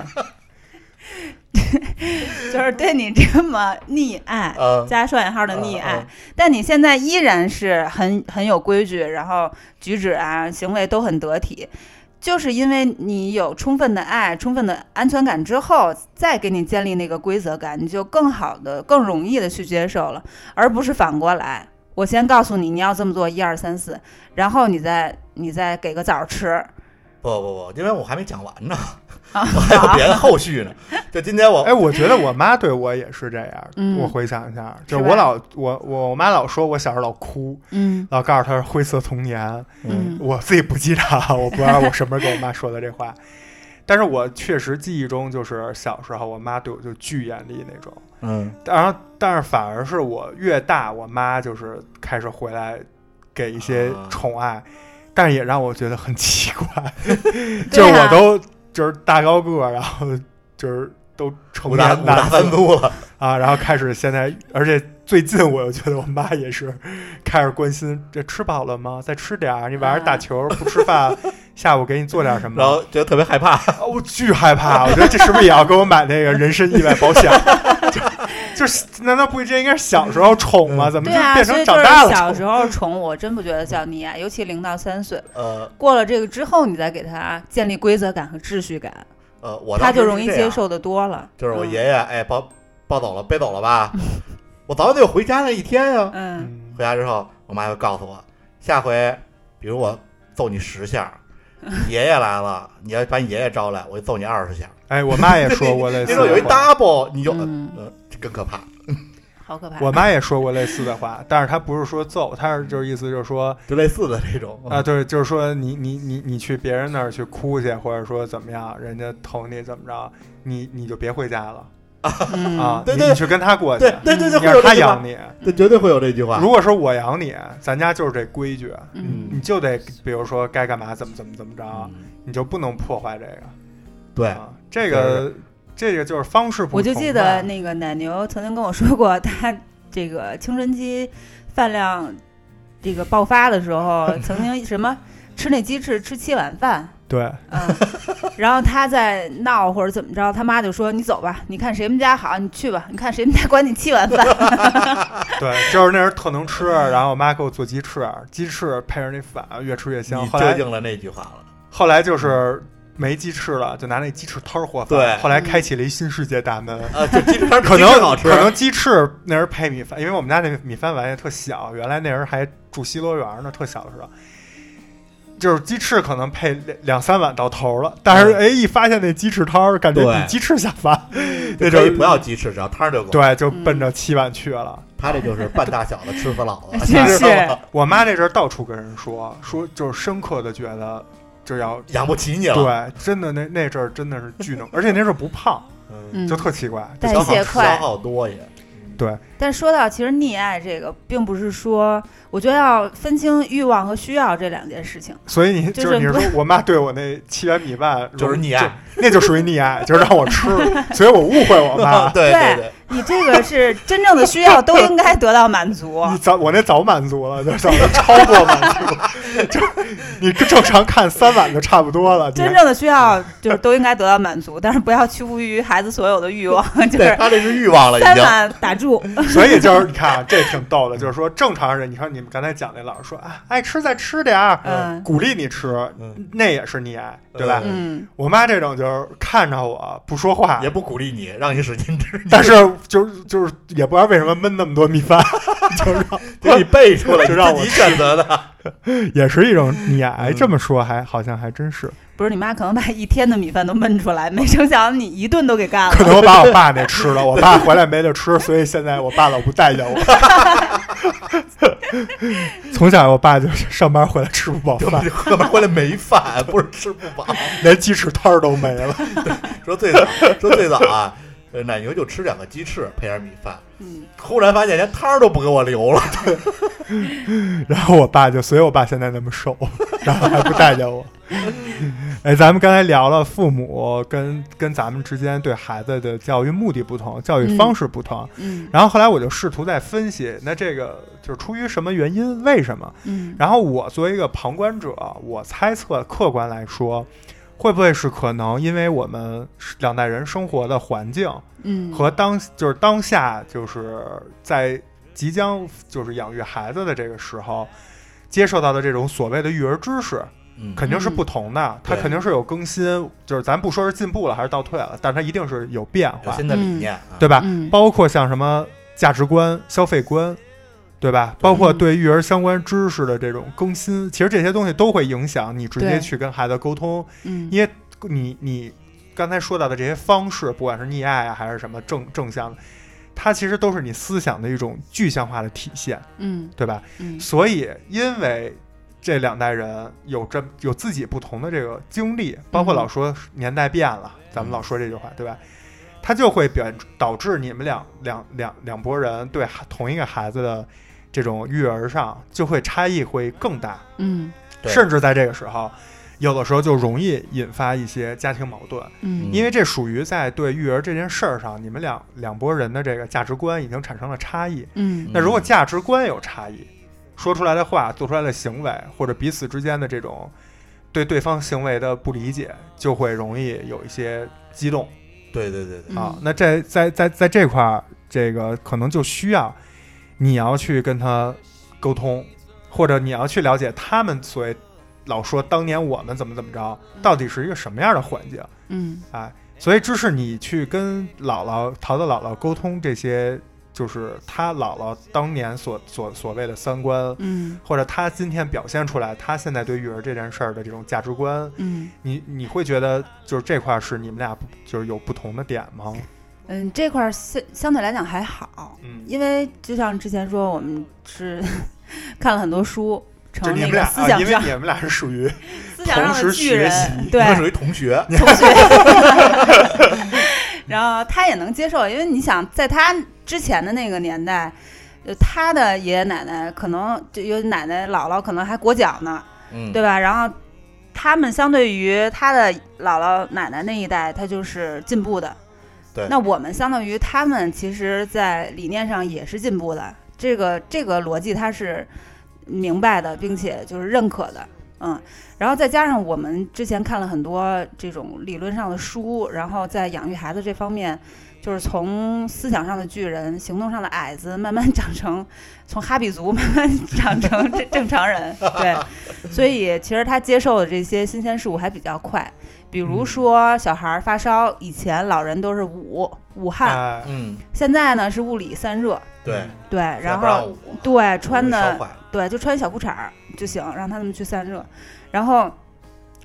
A: 就是对你这么溺爱，
B: 呃，
A: 加双引号的溺爱
B: 嗯，
A: 但你现在依然是很很有规矩，然后举止啊、行为都很得体，就是因为你有充分的爱、充分的安全感之后，再给你建立那个规则感，你就更好的、更容易的去接受了，而不是反过来。我先告诉你你要这么做，一二三四，然后你再你再给个枣吃。
B: 不不不，因为我还没讲完呢，
A: 啊
B: 我还有别的后续呢，就今天我
C: 哎，我觉得我妈对我也是这样。
A: 嗯
C: 我回想一下，
A: 是
C: 就
A: 吧
C: 我老我我我妈老说我小时候老哭，
A: 嗯
C: 老告诉她是灰色童年。
A: 嗯
C: 我自己不记得啊，我不知道我什么时候跟我妈说的这话。但是我确实记忆中，就是小时候我妈对我就巨严厉那种。
B: 嗯
C: 然后，但是反而是我越大，我妈就是开始回来给一些
B: 啊
C: 宠爱，但是也让我觉得很奇怪，就
A: 对
C: 是我
A: 啊
C: 都就是大高个儿，然后就是都成
B: 五大
C: 年
B: 五大
C: 男子
B: 三粗了，
C: 啊，然后开始现在，而且最近我又觉得我妈也是开始关心，这吃饱了吗？再吃点儿，你晚上
A: 嗯
C: 打球不吃饭，下午给你做点什么？
B: 然后觉得特别害怕，
C: 啊，我巨害怕，我觉得这是不是也要给我买那个人身意外保险？ 就就是难道不这应该是小时候宠吗？怎么
A: 对
C: 就
A: 啊，
C: 变
A: 所
C: 成
A: 以就
C: 长
A: 是
C: 大了
A: 小
C: 宠？
A: 时候宠我真不觉得叫溺爱，尤其零到三岁。
B: 呃
A: 过了这个之后，你再给他建立规则感和秩序感，
B: 呃，我
A: 他
B: 当时
A: 就是容易
B: 这样
A: 接，受的多了。嗯
B: 就是我爷爷哎抱抱走了，背走了吧， 我早晚得有回家那一天啊呀。
A: 嗯，
C: 嗯
B: 回家之后，我妈就告诉我，下回比如我揍你十下，爷爷来了，你要把你爷爷招来，我就揍你二十下。
C: 哎，我妈也说过类
B: 那
C: 似
B: 时候
C: 的
B: 有一
C: 话，
B: double，你就
A: 嗯，
B: 呃，这更可怕。
A: 好可怕。
C: 我妈也说过类似的话，但是她不是说揍，她是就是意思就是说
B: 就类似的这种
C: 啊，，对，就是说你你你你去别人那儿去哭去，或者说怎么样，人家疼你怎么着，你你就别回家了
A: 嗯
C: 啊，
B: 对
C: 你
B: 对
C: 你去跟他过去
B: 对，对对对，
C: 你
B: 会有
C: 让他
B: 这句话
C: 养，你。
B: 对，绝对会有这句话
C: 如。果说我养你，咱家就是这规矩，
A: 嗯
C: 你就得比如说该干嘛怎么怎么怎么着，
B: 嗯
C: 你就不能破坏这个。
B: 对，
C: 啊，这个这个就是方式不同吧。
A: 我就记得那个奶牛曾经跟我说过，他这个青春期饭量这个爆发的时 候，曾经什么吃那鸡翅吃七碗饭。
C: 对，
A: 嗯，然后他在闹或者怎么着，他妈就说：“你走吧，你看谁们家好，你去吧，你看谁们家管你七碗 饭。
C: 对，就是那时候特能吃，然后我妈给我做鸡翅，鸡翅配上那饭，越吃越香。
B: 你
C: 后
B: 究
C: 来
B: 竟了那句话了。
C: 后来就是没鸡翅了，就拿那鸡翅摊儿和饭。
B: 对
C: 后来开启了一新世界大门。
B: 啊，就鸡翅摊儿
C: 可能
B: 鸡翅好吃，
C: 可能鸡翅那人配米饭，因为我们家那米饭碗也特小，原来那人还住西罗园呢，特小的时候，就是鸡翅可能配两两三碗到头了，但是
B: 嗯
C: 哎，一发现那鸡翅摊儿，感觉
B: 对
C: 比鸡翅下饭，那
B: 可以
C: 种
B: 不要鸡翅，只要摊儿就够。，
C: 对，就奔着七碗去了。
B: 他这就是半大小的吃死老子，
A: 真 是
B: 知道啊吗
C: 我妈那阵儿到处跟人说，说就是深刻的觉得就要。
B: 养不起你了。
C: 对，真的那那阵儿真的是巨能，而且那阵儿不胖，
B: 嗯，
A: 嗯
C: 就，特奇怪。
A: 代
B: 消耗
A: 谢快
B: 消。耗多也。
A: 但说到其实溺爱这个，并不是说，我觉得要分清欲望和需要这两件事情。
C: 所以你
A: 就
C: 就
A: 是
C: 是你说我妈对我那七元米饭
B: 就是溺爱，
C: 那就属于溺爱，就是让我吃， 所以我误会我妈。
B: 对
A: 啊对
B: 对，
A: 你这个是真正的需要都应该得到满足。
C: 你早我那早满足了，就早就超过满足了，就你正常看三碗就差不多了。你
A: 真正的需要就是都应该得到满足，但是不要屈服于孩子所有的欲望，就
B: 对
A: 是
B: 他这是欲望了已
A: 三
B: 经。
A: 碗打住。
C: 所以就是你看啊，这挺逗的，就是说正常人，你看你们刚才讲那老师说啊，爱吃再吃点儿，
A: 嗯
C: 鼓励你吃，
B: 嗯，
C: 那也是溺爱，对吧？
B: 嗯
A: 嗯，
C: 我妈这种就是看着我不说话
B: 也，不鼓励你，让你使劲吃，
C: 但是就是就是也不知道为什么焖那么多米饭，就是
B: 给你背出 来，
C: 就让我
B: 你自己选择 的。
C: 也是一种溺爱。
B: 嗯
C: 这么说还好像还真是，
A: 不是你妈可能把一天的米饭都焖出来，没成想你一顿都给干
C: 可
A: 了。
C: 能我把我爸那吃了，我爸回来没得吃，所以现在我爸老不待见我。 从小我爸就是上班回来吃不饱
B: 根
C: 饭
B: 本，根本回来没饭，不是吃不 饱。
C: 连鸡翅摊儿都没了。
B: 说最早，说最早啊，呃奶牛就吃两个鸡翅配点米饭，
A: 嗯，
B: 突然发现连汤儿都不给我留了。
C: 然后我爸就，所以我爸现在那么瘦， 然后还不待见我。哎，咱们刚才聊了父母跟跟咱们之间对孩子的教育目的不同，教育方式不同。
A: 嗯
C: 然后后来我就试图在分析，那这个就是出于什么原因，为什么？
A: 嗯
C: 然后我作为一个旁观者，我猜测客观来说，会不会是可能因为我们两代人生活的环境
A: 嗯
C: 和当就是当下就是在即将就是养育孩子的这个时候。接受到的这种所谓的育儿知识
B: 嗯，
C: 肯定是不同的，它
B: 对
C: 肯定是有更新，就是咱不说是进步了还是倒退了，但是它一定是有变
B: 有
C: 化，
B: 新的理念啊，
C: 对吧？
A: 嗯
C: 包括像什么价值观、消费观，对吧？包括对育儿相关知识的这种更新，其实这些东西都会影响你直接
A: 对
C: 去跟孩子沟通。
A: 嗯
C: 因为你你刚才说到的这些方式，不管是溺爱啊还是什么正正向的，它其实都是你思想的一种具象化的体现，
A: 嗯
C: 对吧？
A: 嗯
C: 所以因为。这两代人有这有自己不同的这个经历，包括
A: 嗯
C: 老说年代变了，咱们老说这句话，对吧？它就会表导致你们两两两两拨人对孩同一个孩子的这种育儿上就会差异会更大，
A: 嗯
B: 对
C: 甚至在这个时候，有的时候就容易引发一些家庭矛盾，
A: 嗯
B: 嗯
C: 因为这属于在对育儿这件事儿上，你们两两拨人的这个价值观已经产生了差异。
A: 嗯
C: 那如果价值观有差异，说出来的话、做出来的行为，或者彼此之间的这种对对方行为的不理解，就会容易有一些激动。
B: 对对对对，
C: 啊
A: 嗯，
C: 那在在在在这块儿，这个可能就需要你要去跟他沟通，或者你要去了解他们所谓老说当年我们怎么怎么着，到底是一个什么样的环境。
A: 嗯
C: 哎所以这是你去跟姥姥桃子姥姥沟通这些，就是她姥姥当年所所所谓的三观，
A: 嗯
C: 或者她今天表现出来她现在对育儿这件事儿的这种价值观，
A: 嗯
C: 你你会觉得就是这块儿是你们俩不就是有不同的点吗？
A: 嗯，这块儿相相对来讲还好，
C: 嗯，
A: 因为就像之前说，我们是 看了很多书，
C: 就
A: 成那
C: 你们
A: 个
C: 俩
A: 思
C: 啊，
A: 想
C: 因为
A: 上
C: 你们俩是 属于
A: 思想上
C: 同
A: 的
C: 时
A: 巨
C: 学
A: 人
C: 习，
A: 对
B: 你们属于同学，
A: 同学， 然后他也能接受，因为你想，在他之前的那个年代，呃他的爷爷奶奶可能就有奶奶姥姥可能还裹脚呢，
B: 嗯，
A: 对吧？然后他们相对于他的姥姥奶奶那一代，他就是进步的。
B: 对
A: 那我们相当于他们，其实，在理念上也是进步的。这个这个逻辑他是明白的，并且就是认可的。嗯，然后再加上我们之前看了很多这种理论上的书，然后在养育孩子这方面，就是从思想上的巨人、行动上的矮子，慢慢长成从哈比族慢慢长成正正常人。对，所以其实他接受的这些新鲜事物还比较快，比
B: 嗯
A: 如说小孩儿发烧，以前老人都是捂捂汗，
C: 哎，
B: 嗯，
A: 现在呢是物理散热。
B: 对，
A: 对，
B: 现在
A: 然
B: 不让
A: 后
B: 捂
A: 对穿的
B: 烧坏了
A: 对，就穿小裤衩儿就行，让他们去散热。然后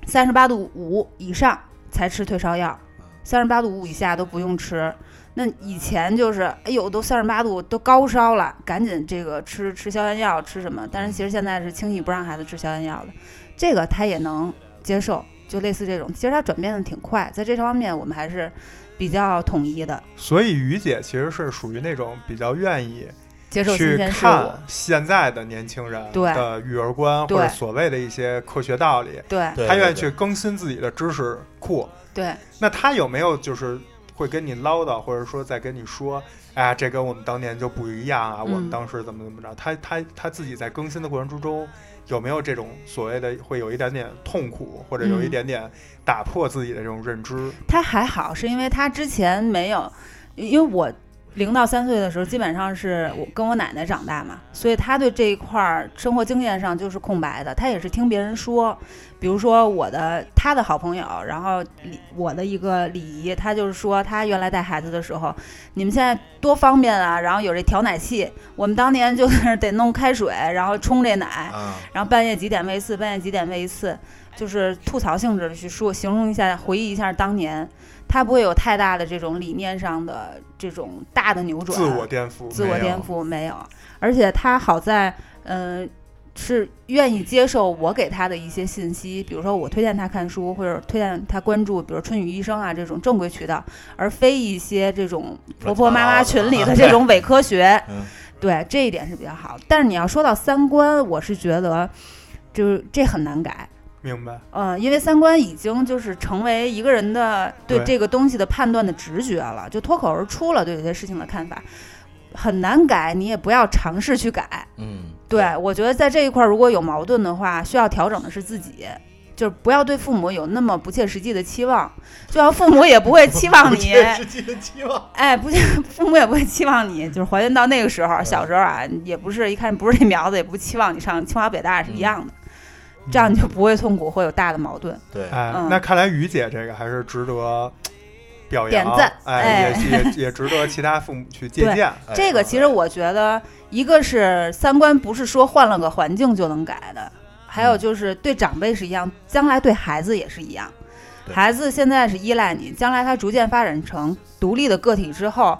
A: 三十八度五以上才吃退烧药，三十八度五以下都不用吃。那以前就是，哎呦，都三十八度，都高烧了，赶紧这个吃吃消炎药，吃什么？但是其实现在是轻易不让孩子吃消炎药的，这个他也能接受，就类似这种。其实他转变的挺快，在这方面我们还是比较统一的，
C: 所以于姐其实是属于那种比较愿意
A: 接受新
C: 去
A: 鲜事物。
C: 看现在的年轻人
A: 对
C: 的育儿观或
A: 对
C: 者所谓的一些科学道理，
A: 对
B: 对，
C: 他愿意
B: 对
C: 去，更新自己的知识库。
A: 对，
C: 那他有没有就是会跟你唠叨，或者说在跟你说，哎呀，这跟我们当年就不一样啊，
A: 嗯
C: 我们当时怎么怎么着？他他他自己在更新的过程之中，有没有这种所谓的会有一点点痛苦，或者有一
A: 嗯
C: 点点打破自己的这种认知？
A: 他还好，是因为他之前没有，因为我零到三岁的时候，基本上是我跟我奶奶长大嘛，所以他对这一块儿生活经验上就是空白的。他也是听别人说，比如说我的他的好朋友，然后李我的一个礼仪，他就是说他原来带孩子的时候，你们现在多方便啊，然后有这调奶器，我们当年就是得弄开水，然后冲这奶，
B: 啊，
A: 然后半夜几点喂一次，半夜几点喂一次，就是吐槽性质的去说，形容一下，回忆一下当年，他不会有太大的这种理念上的这种大的扭转，
C: 自我颠覆，
A: 自我
C: 没有
A: 颠覆没有，而且他好在，嗯、是愿意接受我给他的一些信息，比如说我推荐他看书，或者推荐他关注，比如春雨医生啊这种正规渠道，而非一些这种婆婆妈妈群里的这种伪科学。
B: 嗯
A: 对，这一点是比较好。但是你要说到三观，我是觉得就是这很难改。
C: 明白？
A: 呃，因为三观已经就是成为一个人的对
C: 对
A: 这个东西的判断的直觉了，就脱口而出了对有些事情的看法，很难改，你也不要尝试去改。
B: 嗯，
A: 对我觉得在这一块儿如果有矛盾的话，需要调整的是自己。就是不要对父母有那么不切实际的期望，就像父母也 不会期望你，
B: 是记得期望，
A: 哎，不是，父母也不会期望你，就是还原到那个时候，小时候啊，也不是一看不是这苗子，也不期望你上清华北大是一样的，这样你就不会痛苦，会有大的矛盾。
B: 对，
C: 哎，
A: 嗯
C: 那看来于姐这个还是值得。表扬，
A: 点赞
C: 哎，也也也值得其他父母去借
A: 对
C: 鉴。
B: 哎
A: 这个其实我觉得，一个是三观不是说换了个环境就能改的，还有就是对长辈是一样，将来对孩子也是一样。
B: 对
A: 孩子现在是依赖你，将来他逐渐发展成独立的个体之后，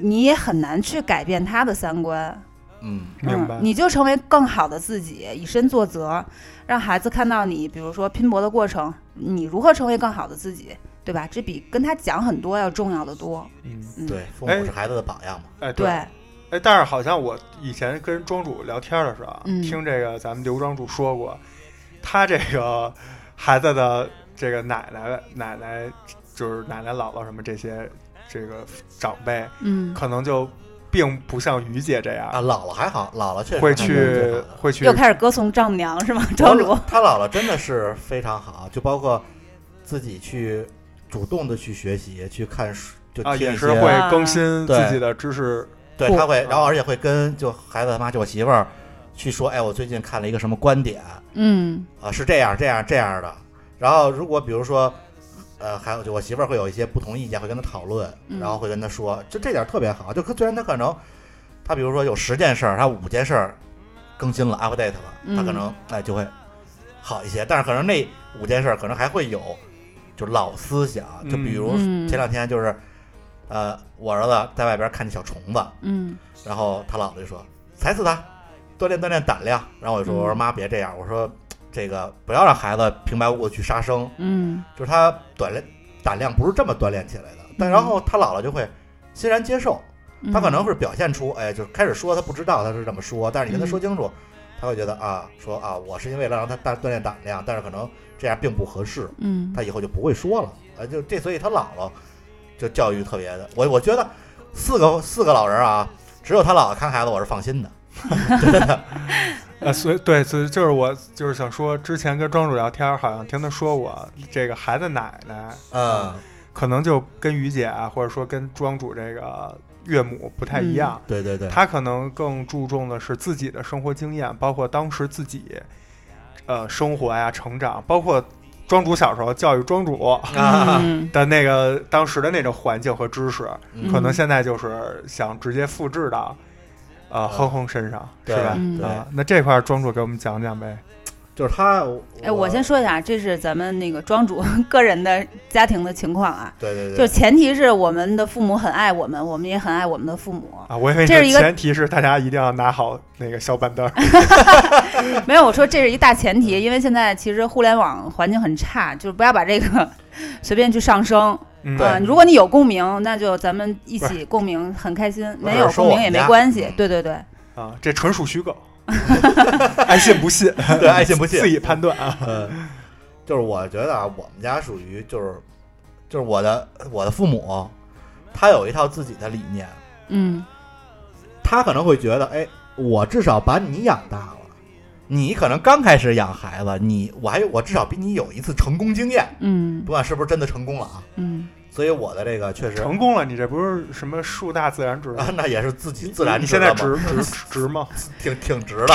A: 你也很难去改变他的三观。
B: 嗯，
C: 明白
A: 嗯，你就成为更好的自己，以身作则，让孩子看到你，比如说拼搏的过程，你如何成为更好的自己，对吧？这比跟他讲很多要重要的多。
C: 嗯，
A: 嗯，
B: 对，父
C: 哎
B: 母是孩子的榜样嘛，
C: 哎，
A: 对，
C: 哎，但是好像我以前跟庄主聊天的时候啊，
A: 嗯
C: 听这个咱们刘庄主说过，他这个 孩子的这个奶奶奶奶就是奶奶姥姥什么这些这个长辈，
A: 嗯，
C: 可能就并不像于姐这样、
B: 啊，姥姥还好，姥姥确实
C: 会
B: 是他们最
C: 去
B: 好的
C: 会去
A: 又开始歌颂丈母娘是吗？庄主
B: 我，他姥姥真的是非常好，就包括自己去主动的去学习，去看书，就
C: 啊，
B: 听
C: 也
B: 一
C: 是
B: 些
C: 会更新
B: 对
C: 自己的知识，
B: 对，
A: 不
B: 他会，然后而且会跟就孩子他妈就我媳妇儿去说，哎，我最近看了一个什么观点
A: 嗯
B: 啊，是这样这样这样的。然后如果比如说，呃，还有就我媳妇儿会有一些不同意见，会跟他讨论，
A: 嗯
B: 然后会跟他说，就这点特别好。就可虽然他可能他比如说有十件事儿，他五件事儿更新了 update 了，他可
A: 嗯
B: 能哎就会好一些，但是可能那五件事儿可能还会有就老思想，就比如
A: 嗯
B: 前两天就是。呃，我儿子在外边看见小虫子，
A: 嗯
B: 然后他姥姥就说：“踩死他，锻炼锻炼胆量。”然后我就
A: 嗯
B: 说：“我说妈，别这样，我说这个不要让孩子平白无故去杀生，
A: 嗯
B: 就是他锻炼胆量不是这么锻炼起来的。”但然后他姥姥就会欣然接受，
A: 嗯，
B: 他可能会表现出，哎，就是开始说他不知道他是这么说，但是你跟他说清楚，
A: 嗯
B: 他会觉得啊，说啊，我是因为了让他大锻炼胆量，但是可能这样并不合适，
A: 嗯
B: 他以后就不会说了。啊，就这，所以他姥姥就教育特别的，我我觉得四个四个老人啊，只有他姥姥看孩子，我是放心的，真的。
C: 呃，所以对，所以就是我就是想说，之前跟庄主聊天，好像听他说过，这个孩子奶奶
B: 啊，
C: 可能就跟于姐啊，或者说跟庄主这个岳母不太
A: 嗯
C: 一样，
B: 对对对，
C: 她可能更注重的是自己的生活经验，包括当时自己呃生活呀、成长，包括庄主小时候教育庄主
B: 啊，
A: 嗯
C: 的那个当时的那种环境和知识，
B: 嗯
C: 可能现在就是想直接复制到呃哼哼身上，是
B: 对
C: 吧？
A: 嗯
B: 对
C: 啊，，那这块儿庄主给我们讲讲呗。
B: 就是他，
A: 哎，我先，说一下，这是咱们那个庄主 个人的家庭的情况啊，
B: 对对
A: 就
B: 对，
A: 前提是我们的父母很爱我们，我们也很爱我们的父母。
C: 啊，我以为你
A: 这
C: 的
A: 是一个
C: 前提是大家一定要拿好那个小板凳儿。
A: 没有，我说这是一大前提，因为现在其实互联网环境很差，就是不要把这个 随便去上升
C: 嗯
B: 对
A: 啊。如果你有共鸣，那就咱们一起共鸣，很开心；
B: 是
A: 没有
B: 说
A: 共
B: 我
A: 鸣也
B: 们
A: 没
B: 家
A: 关系
B: 嗯。
A: 对对对，
C: 啊，这纯属虚构，爱信不信，
B: 对爱信不信
C: 自己判断啊。
B: 嗯，就是我觉得啊，我们家属于就是就是我的我的父母，他有一套自己的理念，
A: 嗯
B: 他可能会觉得，哎，我至少把你养大了，你可能刚开始养孩子，你我还我至少比你有一次成功经验，
A: 嗯
B: 不管是不是真的成功了啊。
A: 嗯
B: 所以我的这个确实
C: 成功了，你这不是什么树大自然 直
B: 啊，那也是自己自然
C: 你
B: 知
C: 现
B: 道
C: 在
B: 吗
C: 直直直吗？
B: 挺挺直的，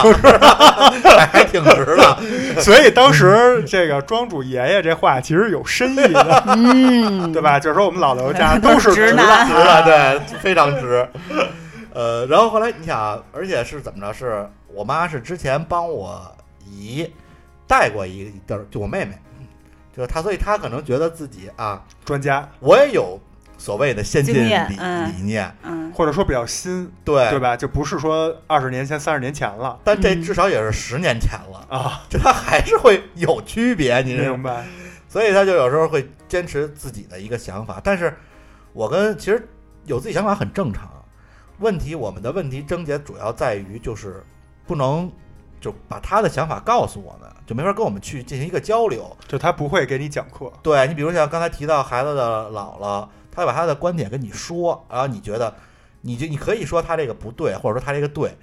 B: 还 还挺直 的。
C: 所以当时这个庄主爷爷这话其实有深意的，
A: 嗯，
C: 对？吧？就是说我们老刘家都是
A: 直
C: 直
A: 男
C: 的，
B: 直了，对，非常直。呃，然后后来你想啊，而且是怎么着？是我妈是之前帮我姨带过一个地儿，就我妹妹，就是她，所以她可能觉得自己啊，
C: 专家
B: 我也有所谓的先进
A: 经验
B: 理
A: 嗯
B: 理念，
A: 嗯
C: 或者说比较新，
B: 对
C: 对吧？就不是说二十年前、三十年前了
B: 但这
A: 嗯
B: 至少也是十年前了，
C: 啊，
B: 就她还是会有区别，你这
C: 明白？
B: 所以他就有时候会坚持自己的一个想法。但是，我跟其实有自己想法很正常。问题我们的问题症结主要在于就是不能就把他的想法告诉我们，就没法跟我们去进行一个交流。
C: 就他不会给你讲课，
B: 对你比如像刚才提到孩子的姥姥，他把他的观点跟你说，然后你觉得你就你可以说他这个不对，或者说他这个对。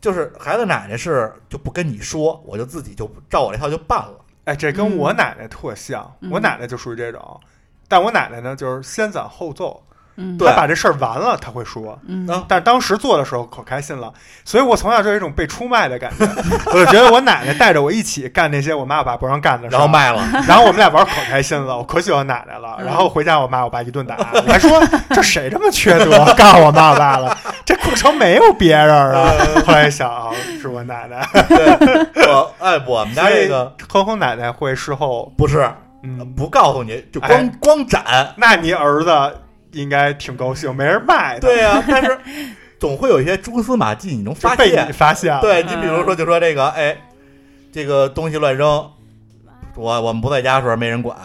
B: 就是孩子奶奶是就不跟你说，我就自己就照我这套就办了。
C: 哎，这跟我奶奶特像，
A: 嗯
C: 我奶奶就属于这种，但我奶奶呢就是先斩后奏，
A: 嗯，
B: 对
C: 她把这事儿完了，她会说。
A: 嗯
B: 啊
C: 但是当时做的时候可开心了，所以我从小就有一种被出卖的感 觉，我就觉得我奶奶带着我一起干那些啊我妈我爸不让干的事儿，
B: 然后卖 了，
C: 然后我们俩玩可开心了，我可喜欢奶奶了。
A: 嗯
C: 然后回家我妈我爸一顿 打，我还说这谁这么缺德，告诉我妈我爸了，这古城没有别人啊。
B: 嗯
C: 后来一想啊，是我奶奶，
B: 对，我哎，我们家
C: 所以
B: 这个
C: 哼哼奶奶会事后，
B: 不是
C: 嗯，
B: 不告诉你，就光、
C: 哎
B: 光展。
C: 那你儿子应该挺高兴，没人卖的，
B: 对呀、但是 总会有一些蛛丝马迹你能
C: 就
B: 发
C: 被你
B: 现。
C: 发现了。
B: 对你比如说，就说这个，哎，这个东西乱扔，我我们不在家的时候没人管。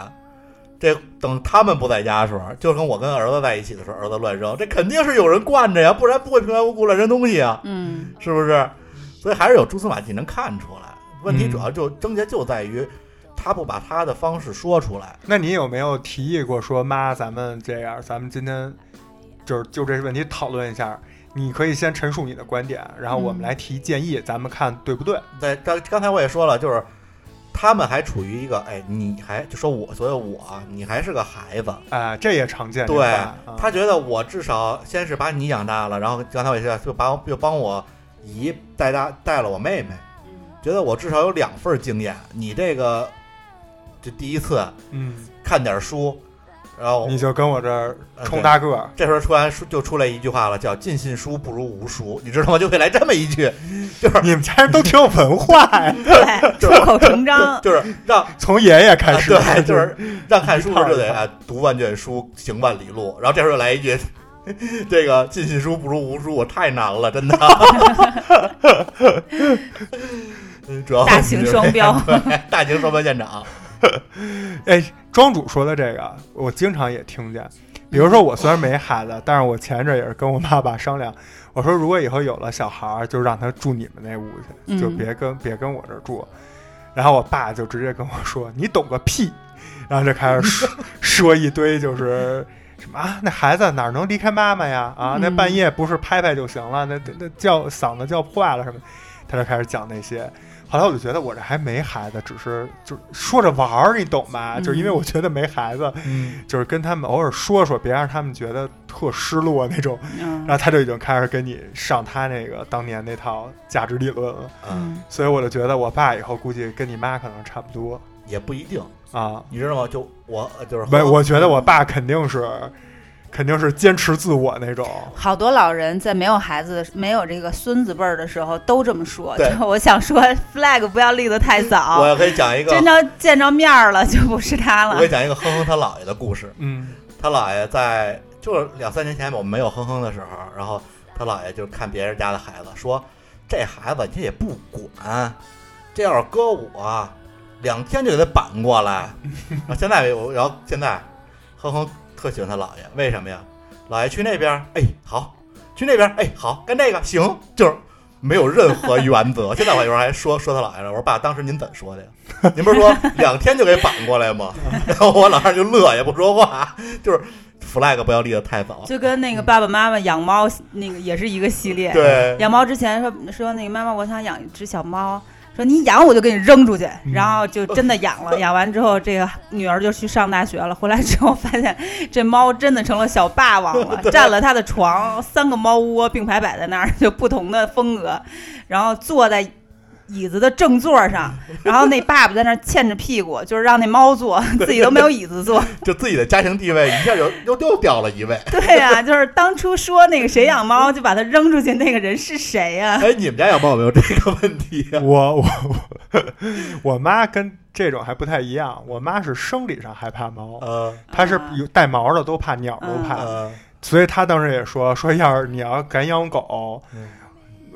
B: 这等他们不在家的时候，就跟我跟儿子在一起的时候，儿子乱扔，这肯定是有人惯着呀，不然不会平白无故乱扔东西啊，
A: 嗯
B: 是不是？所以还是有蛛丝马迹能看出来。问题
C: 嗯
B: 主要就症结就在于，他不把他的方式说出来。
C: 那你有没有提议过说妈，咱们这样，咱们今天就是就这问题讨论一下？你可以先陈述你的观点，然后我们
A: 嗯
C: 来提建议，咱们看对不对？
B: 对，刚刚才我也说了，就是他们还处于一个，哎，你还就说我，所以我啊你还是个孩子，
C: 啊、这也常见。
B: 对
C: 这话啊
B: 他觉得我至少先是把你养大了，然后刚才我也说，就把我又帮我姨带大带了我妹妹，觉得我至少有两份经验，你这个这第一次
C: 嗯，
B: 看点书，然后
C: 你就跟我这儿
B: 呃
C: 冲大个儿，
B: 这时候突然说就出来一句话了，叫“尽信书不如无书”，你知道吗？就会来这么一句，就是。
C: 你们家人都挺有文化呀，
A: 对，出口成章
B: 就是让
C: 从爷爷开
B: 啊，
C: 始，
B: 对，就是让看书
C: 一套
B: 就得
C: 一套
B: 啊，读万卷书，行万里路。然后这时候来一句，这个尽信书不如无书，我太难了，真的。 嗯主要
A: 大型双标，
B: 对，大型双标现场。
C: 哎，庄主说的这个，我经常也听见。比如说，我虽然没孩子，但是我前一阵儿也是跟我爸爸商量，我说如果以后有了小孩儿，就让他住你们那屋去，
A: 嗯
C: 就别跟、别跟我这儿住。然后我爸就直接跟我说：“你懂个屁！”然后就开 始说说一堆就是什么啊，那孩子哪能离开妈妈呀？啊，那
A: 嗯
C: 半夜不是拍拍就行了，那那那叫嗓子叫破了什么？他就开始讲那些。后来我就觉得我这还没孩子，只是就是说着玩儿，你懂吧？
A: 嗯
C: 就是因为我觉得没孩子，
B: 嗯，
C: 就是跟他们偶尔说说，别让他们觉得特失落那种。
A: 嗯
C: 然后他就已经开始跟你上他那个当年那套价值理论了，
B: 嗯，
C: 所以我就觉得我爸以后估计跟你妈可能差不多
B: 也不一定，
C: 啊。
B: 你知道吗？就我就是
C: 没，我觉得我爸肯定是肯定是坚持自我那种。
A: 好多老人在没有孩子、的没有这个孙子辈儿的时候都这么说。
B: 对
A: 就 我想说，flag 不要立得太
B: 我
A: 早，
B: 也可以讲一个，
A: 真的见着面儿了就不是他
B: 我
A: 了
B: 给。讲一个哼哼他姥爷的故事。
C: 嗯
B: 他姥爷在就是两三年前我们没有哼哼的时候，然后他姥爷就看别人家的孩子，说这孩子你也不管，这要是搁我，两天就给他板过来。然后现在我，然后现在哼哼特喜欢他姥爷，为什么呀？姥爷去那边，哎好，去那边，哎好，干这个行，就是。没有任何原则。现在我有时候还说说他姥爷了，我说爸，当时您怎么说的呀？您不是说两天就给板过来吗？ 然后我老二就乐，也不说话。flag 不要立得太早。
A: 就跟那个爸爸妈妈养猫那个也是一个系列。
B: 对，
A: 养猫之前说说那个妈妈，我想养一只小猫。说你养我就给你扔出去，
C: 嗯
A: 然后就真的养了。养完之后，这个女儿就去上大学了。回来之后发现，这猫真的成了小霸王了，占了她的床，三个猫窝并排摆在那儿，就不同的风格。然后坐在椅子的正座上，然后那爸爸在那儿欠着屁股，就是让那猫坐，自己都没有椅子坐。
B: 就自己的家庭地位一下就又又掉了一位。
A: 对呀、就是当初说那个谁养猫就把它扔出去，那个人是谁呀、
B: 哎，你们家养猫有没有这个问题呀、
C: 我我我我妈跟这种还不太一样，我妈是生理上害怕猫，
B: 呃
C: 她是
A: 啊
C: 有带毛的都怕，鸟都
A: 嗯
C: 怕，
B: 呃，
C: 所以她当时也说说，要是你要敢养狗
B: 嗯，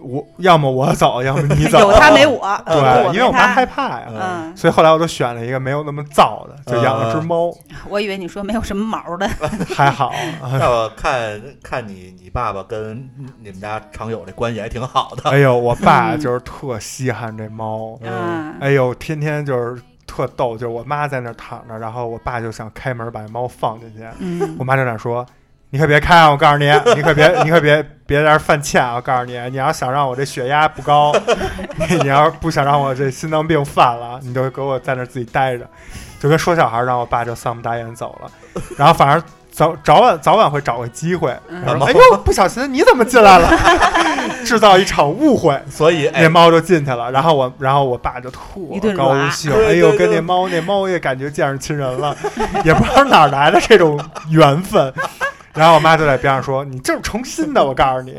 C: 我要么我走，要么 你走，
A: 有他没我，呃
C: 对，因为我
A: 我没他
C: 妈害怕呀。
A: 嗯，
C: 所以后来我就选了一个没有那么燥的，就养了只猫，
A: 我以为你说没有什么毛的，
C: 还好。啊
B: 那我看看你你爸爸跟你们家常友这关系还挺好的。
C: 哎呦，我爸
A: 嗯
C: 就是特稀罕这猫，
A: 嗯，
C: 哎呦，天天就是特逗，就是我妈在那儿躺着，然后我爸就想开门把猫放进去，我
A: 嗯，
C: 妈就在那说：“你可别开啊！我告诉你，你可别，你可别别在这儿犯欠啊！我告诉你，你要想让我这血压不高，你要是不想让我这心脏病犯了，你就给我在那儿自己待着，就跟说小孩儿，让我爸就丧不打眼走了。然后反正早早晚早晚会找个机会，
A: 嗯
C: 然后说哎呦，不小心你怎么进来了？ 制造一场误会。”
B: 所以哎
C: 那，猫就进去了，然后我，然后我爸就特
A: 一顿
C: 高
A: 抓
C: 兴，
B: 对
C: 哎呦，
B: 对
C: 跟
B: 对
C: 那猫，那猫也感觉见着亲人了，也不知道哪儿来的这种缘分。然后我妈就在边上说：“你这是成心的，我告诉你。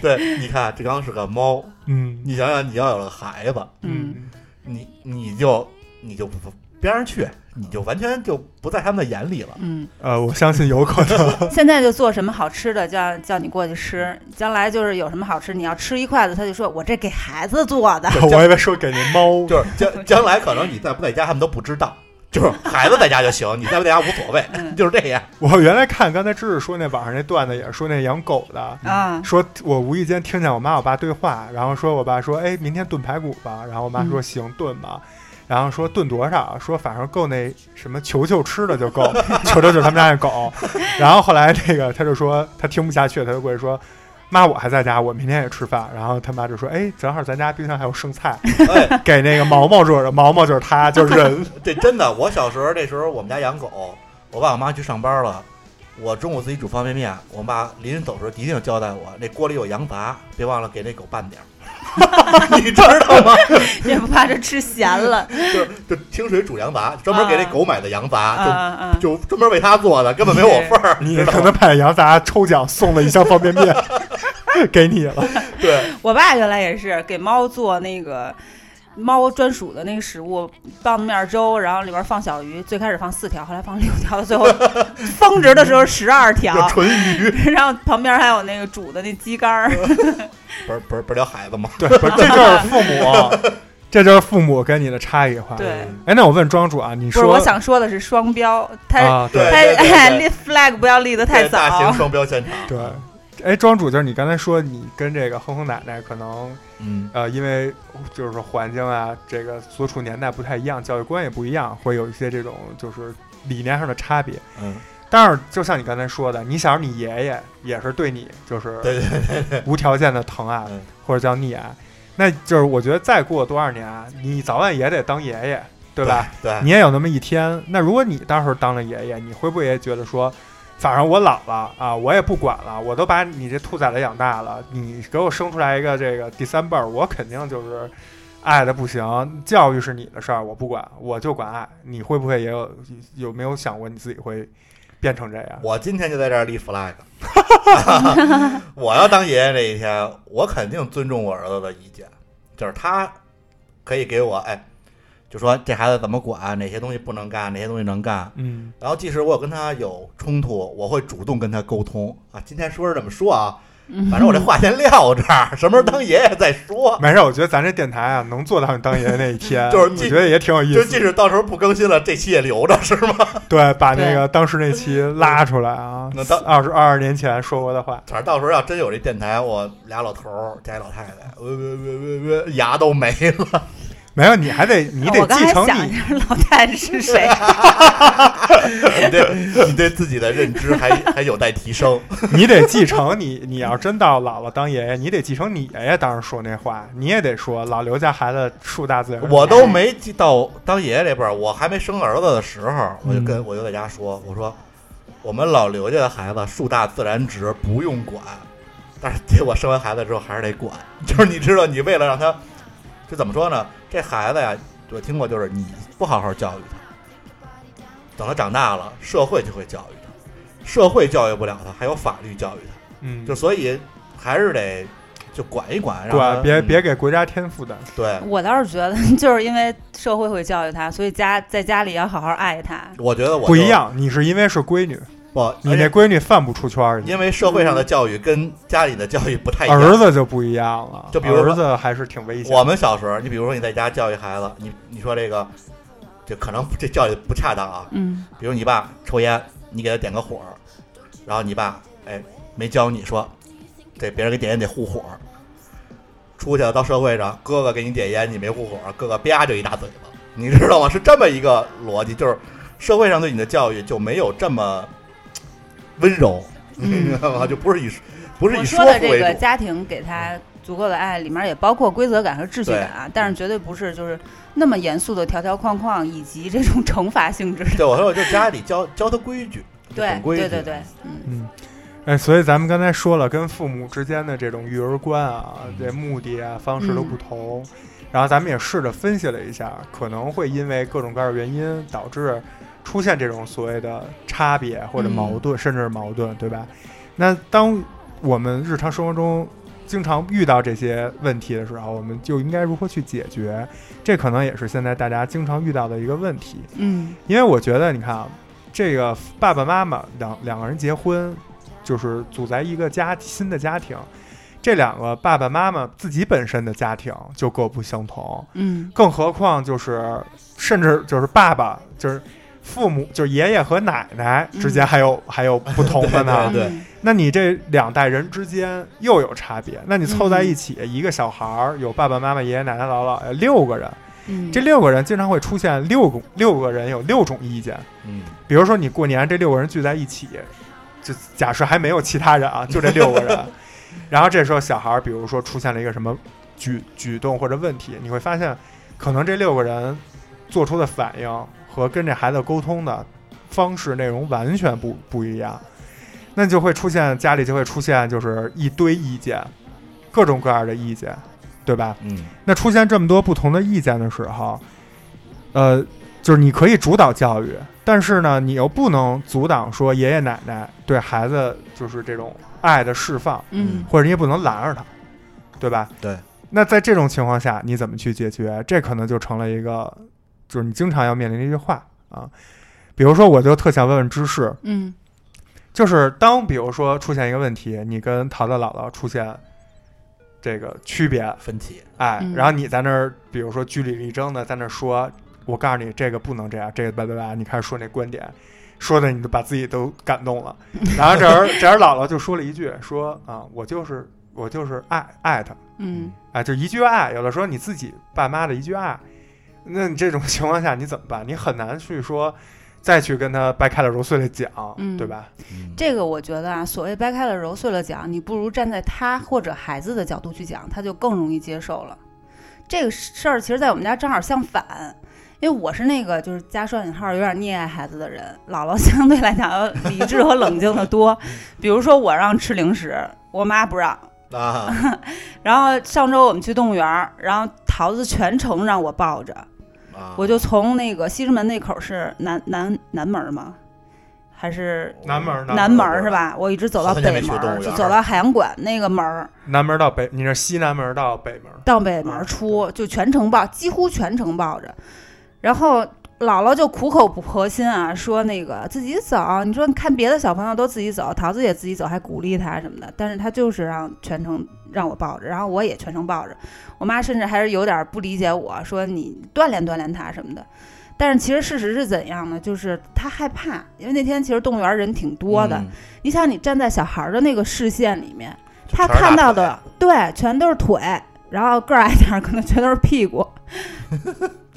B: 对，你看这刚是个猫，”
C: 嗯
B: 你想想，你要有了孩子，
A: 嗯，
B: 你你就你就不边上去，你就完全就不在他们的眼里了。
A: 嗯，
C: 呃，我相信有可能。
A: 现在就做什么好吃的，叫叫你过去吃，将来就是有什么好吃，你要吃一筷子，他就说我这给孩子做 的，
C: 我以为说给那猫，
B: 就是将将来可能你在不在家，他们都不知道。就是孩子在家就行，你在不在家无所谓，
A: 嗯
B: 就是这样。
C: 我原来看刚才知识说那网上那段子也是说那养狗的。
A: 啊，
C: 说，我无意间听见我妈我爸对话，然后说我爸说，哎，明天炖排骨吧，然后我妈
B: 嗯
C: 说行，炖吧，然后说炖多少，说反正够那什么球球吃的就够， 球球就是他们家那狗， 然后后来那个他就说他听不下去，他就过去说。妈，我还在家，我明天也吃饭。然后他妈就说：“哎，正好咱家冰箱还有 剩菜，
B: 哎，
C: 给那个毛毛做着。毛毛就是他，就 是人。
B: 这真的，我小时候那时候我们家养狗，我爸我妈去上班了，我中午自己煮方便面，我爸临走的时候一定交代我，那锅里有羊杂，别忘了给那狗拌点 儿， 你知道吗？
A: 也不怕这吃咸 了，
B: 就是就清水煮羊杂，专门给那狗买的羊杂，
A: 啊啊，
B: 就就专门为它做的，根本没有我份儿，
C: 你
B: 知道
C: 可
B: 吗？
C: 能把羊杂抽奖送了一箱方便面给你了。
B: 对，
A: 我爸原来也是给猫做那个。猫专属的那个食物，棒子面粥，然后里边放小鱼，最开始放四条，后来放六条，到最后 峰值的时候十二 条
B: 就，纯鱼，
A: 然后旁边还有那个煮的那鸡肝儿，
B: 啊不是不是不是聊孩子吗？
C: 对，不是，这 就是父母，这就是父母跟你的差异化。
A: 对，
C: 哎，那我问庄主啊，你
A: 不
C: 说
A: 是，我想说的是双标，他、
C: 啊，
A: 他
C: 对
B: 对对对
A: 哎立 flag 不要立得太
B: 这 大型
A: 早，
B: 双标现场，
C: 对，哎，庄主就是你刚才说你跟这个哼哼奶奶可能
B: 嗯，
C: 呃，因为就是说环境啊，这个所处年代不太一样，教育观也不一样，会有一些这种就是理念上的差别。
B: 嗯，
C: 但是就像你刚才说的，你想你爷爷也是对你就是
B: 对对对，
C: 无条件的疼爱
B: 嗯
C: 或者叫溺爱，啊那就是我觉得再过多少年啊，你早晚也得当爷爷，对吧？？
B: 对，
C: 你也有那么一天。那如果你到时候当了爷爷，你会不会也觉得说，反正我老了啊，我也不管了，我都把你这兔崽子养大了，你给我生出来一个这个第三辈儿，我肯定就是爱的不行。教育是你的事儿，我不管，我就管爱。你会不会也有有没有想过你自己会变成这样？
B: 我今天就在这儿立 flag，我要当爷爷那一天，我肯定尊重我儿子的意见，就是他可以给我哎，就说这孩子怎么管，啊哪些东西不能干，哪些东西能干。
C: 嗯
B: 然后即使我有跟他有冲突，我会主动跟他沟通啊。今天说是这么说啊，反正我这话先撂这儿，什么时候当爷爷再说。
C: 没事，我觉得咱这电台啊，能做到你当爷爷那一天，
B: 就是
C: 我
B: 即
C: 觉得也挺有意
B: 就
C: 思
B: 即
C: 的。
B: 使到时候不更新了，这期也留着是吗？
C: 对，把那
A: 对
C: 个当时那期拉出来啊
B: 那当，
C: 二十二年前说过的话，
B: 反正到时候要真有这电台，我俩老头儿加一老太太，呃呃呃呃呃，牙都没了。
C: 没有，你 还得你得
A: 我刚
C: 继
A: 才
C: 承
A: 想一
C: 你，
A: 下老太太是 谁，啊
B: 你对你对自己的认知还还有待提升。
C: 你得继承你，你要真到老了当爷爷，你得继承你爷爷当时说那话，你也得说老刘家孩子树大自然直。
B: 我都没记到当爷爷这辈儿，我还没生儿子的时候，我就跟、我就在家说，我说我们老刘家的孩子树大自然直，不用管。但是结果生完孩子之后还是得管， 就是你知道，你为了让他，就怎么说呢？这孩子呀，我听过，就是你不好好教育他，等他长大了，社会就会教育他，社会教育不了他，还有法律教育他。
C: 嗯，
B: 就所以还是得就管一管，让他
C: 对，啊别
B: 嗯
C: 别给国家添负担。
B: 对。
A: 我倒是觉得就是因为社会会教育他，所以家在家里要好好爱他。
B: 我觉得我
C: 不
B: 就
C: 一，样，你是因为是闺女，
B: 不，
C: 你
B: 而
C: 那
B: 且
C: 闺女散不出圈儿去，
B: 因为社会上的教育跟家里的教育不太一样。
C: 儿子就不一样了，
B: 就比如说
C: 儿子还是挺危险的。
B: 我们小时候，你比如说你在家教育孩子，你你说这个，这可能这教育不恰当啊。
A: 嗯，
B: 比如你爸抽烟，你给他点个火儿，然后你爸哎没教你说，这别人给点烟得护火儿，出去了到社会上，哥哥给你点烟你没护火儿，哥哥啪就一大嘴巴，你知道吗？是这么一个逻辑，就是社会上对你的教育就没有这么温柔，你知道吗？就不是以不是
A: 嗯我
B: 以
A: 说
B: 说
A: 的
B: 服
A: 这
B: 为
A: 个
B: 主，
A: 家庭给他足够的爱，里面也包括规则感和秩序感啊，但是绝对不是就是那么严肃的条条框框以及这种惩罚性 质的。
B: 对我说我就家里教教他规矩，就
A: 对
B: 懂规矩
A: 对对对，嗯，
C: 嗯，哎，所以咱们刚才说了，跟父母之间的这种育儿观啊，这目的啊、方式都不同。然后咱们也试着分析了一下，可能会因为各种各样的原因导致出现这种所谓的差别或者矛盾，甚至是矛盾，对吧？那当我们日常生活中经常遇到这些问题的时候，我们就应该如何去解决？这可能也是现在大家经常遇到的一个问题。
A: 嗯，
C: 因为我觉得，你看啊，这个爸爸妈妈两两个人结婚，就是组在一个家新的家庭，这两个爸爸妈妈自己本身的家庭就各不相同，
A: 嗯，
C: 更何况就是甚至就是爸爸就是父母就是爷爷和奶奶之间还有、还有不同的呢。
B: 啊嗯对
A: 嗯
C: 那你这两代人之间又有差别，那你凑在
B: 嗯
C: 一起，一个小孩儿有爸爸妈妈、爷爷奶奶、姥姥姥爷六个人，
A: 嗯，
C: 这六个人经常会出现六个六个人有六种意见。
B: 嗯，
C: 比如说你过年这六个人聚在一起，就假设还没有其他人啊，就这六个人，然后这时候小孩儿，比如说出现了一个什么举举动或者问题，你会发现，可能这六个人做出的反应和跟这孩子沟通的方式内容完全不不一样，那就会出现家里就会出现就是一堆意见，各种各样的意见，对吧？
B: 嗯，
C: 那出现这么多不同的意见的时候，呃，就是你可以主导教育，但是呢，你又不能阻挡说爷爷奶奶对孩子就是这种爱的释放，
A: 嗯
C: 或者你也不能拦着他，对吧？
B: 对。
C: 那在这种情况下，你怎么去解决？这可能就成了一个，就是你经常要面临的一句话啊。比如说，我就特想问问芝士，
A: 嗯
C: 就是当比如说出现一个问题，你跟桃桃姥姥出现这个区别，
B: 分歧，
C: 哎，
A: 嗯
C: 然后你在那儿，比如说据理力争的，在那儿说，我告诉你这个不能这样，这个叭叭叭，你开始说那观点，说的你都把自己都感动 了。然后这儿这儿姥姥就说了一句，说啊，我就是我就是爱爱他，
A: 嗯
C: 哎，就一句爱，有的时候你自己爸妈的一句爱，那你这种情况下你怎么办？你很难去说。再去跟他掰开了揉碎了讲，
A: 嗯
C: 对吧？
B: 嗯
A: 这个我觉得啊，所谓掰开了揉碎了讲，你不如站在他或者孩子的角度去讲，他就更容易接受了。这个事儿其实，在我们家正好相反，因为我是那个就是加双引号有点溺爱孩子的人，姥 姥相对来讲要理智和冷静的多。比如说，我让吃零食，我妈不让。
B: 啊，
A: 然后上周我们去动物园儿，然后桃子全程让我抱着，
B: 啊
A: 我就从那个西直门那口是南南南门吗？还是
C: 南门儿呢
A: 南门儿是？吧？我一直走到
B: 好久没
A: 北
B: 去
A: 门
B: 动
A: 儿，
B: 物
A: 就
B: 园
A: 走
B: 儿
A: 到海洋馆那个门儿，
C: 南门到北，你是西南门到北门，
A: 到北门
B: 啊
A: 儿出，就全程抱，几乎全程抱着。然后姥姥就苦口婆心啊，说那个自己走，你说你看别的小朋友都自己走，桃子也自己走，还鼓励他什么的，但是他就是让全程让我抱着，然后我也全程抱着。我妈甚至还是有点不理解我，说你锻炼锻炼他什么的。但是其实事实是怎样呢？就是他害怕，因为那天其实动物园人挺多的。
B: 嗯
A: 你想，你站在小孩儿的那个视线里面，
B: 就
A: 他
B: 全是大
A: 看到
B: 腿
A: 的对，全都是腿，然后个儿矮点儿，可能全都是屁 股，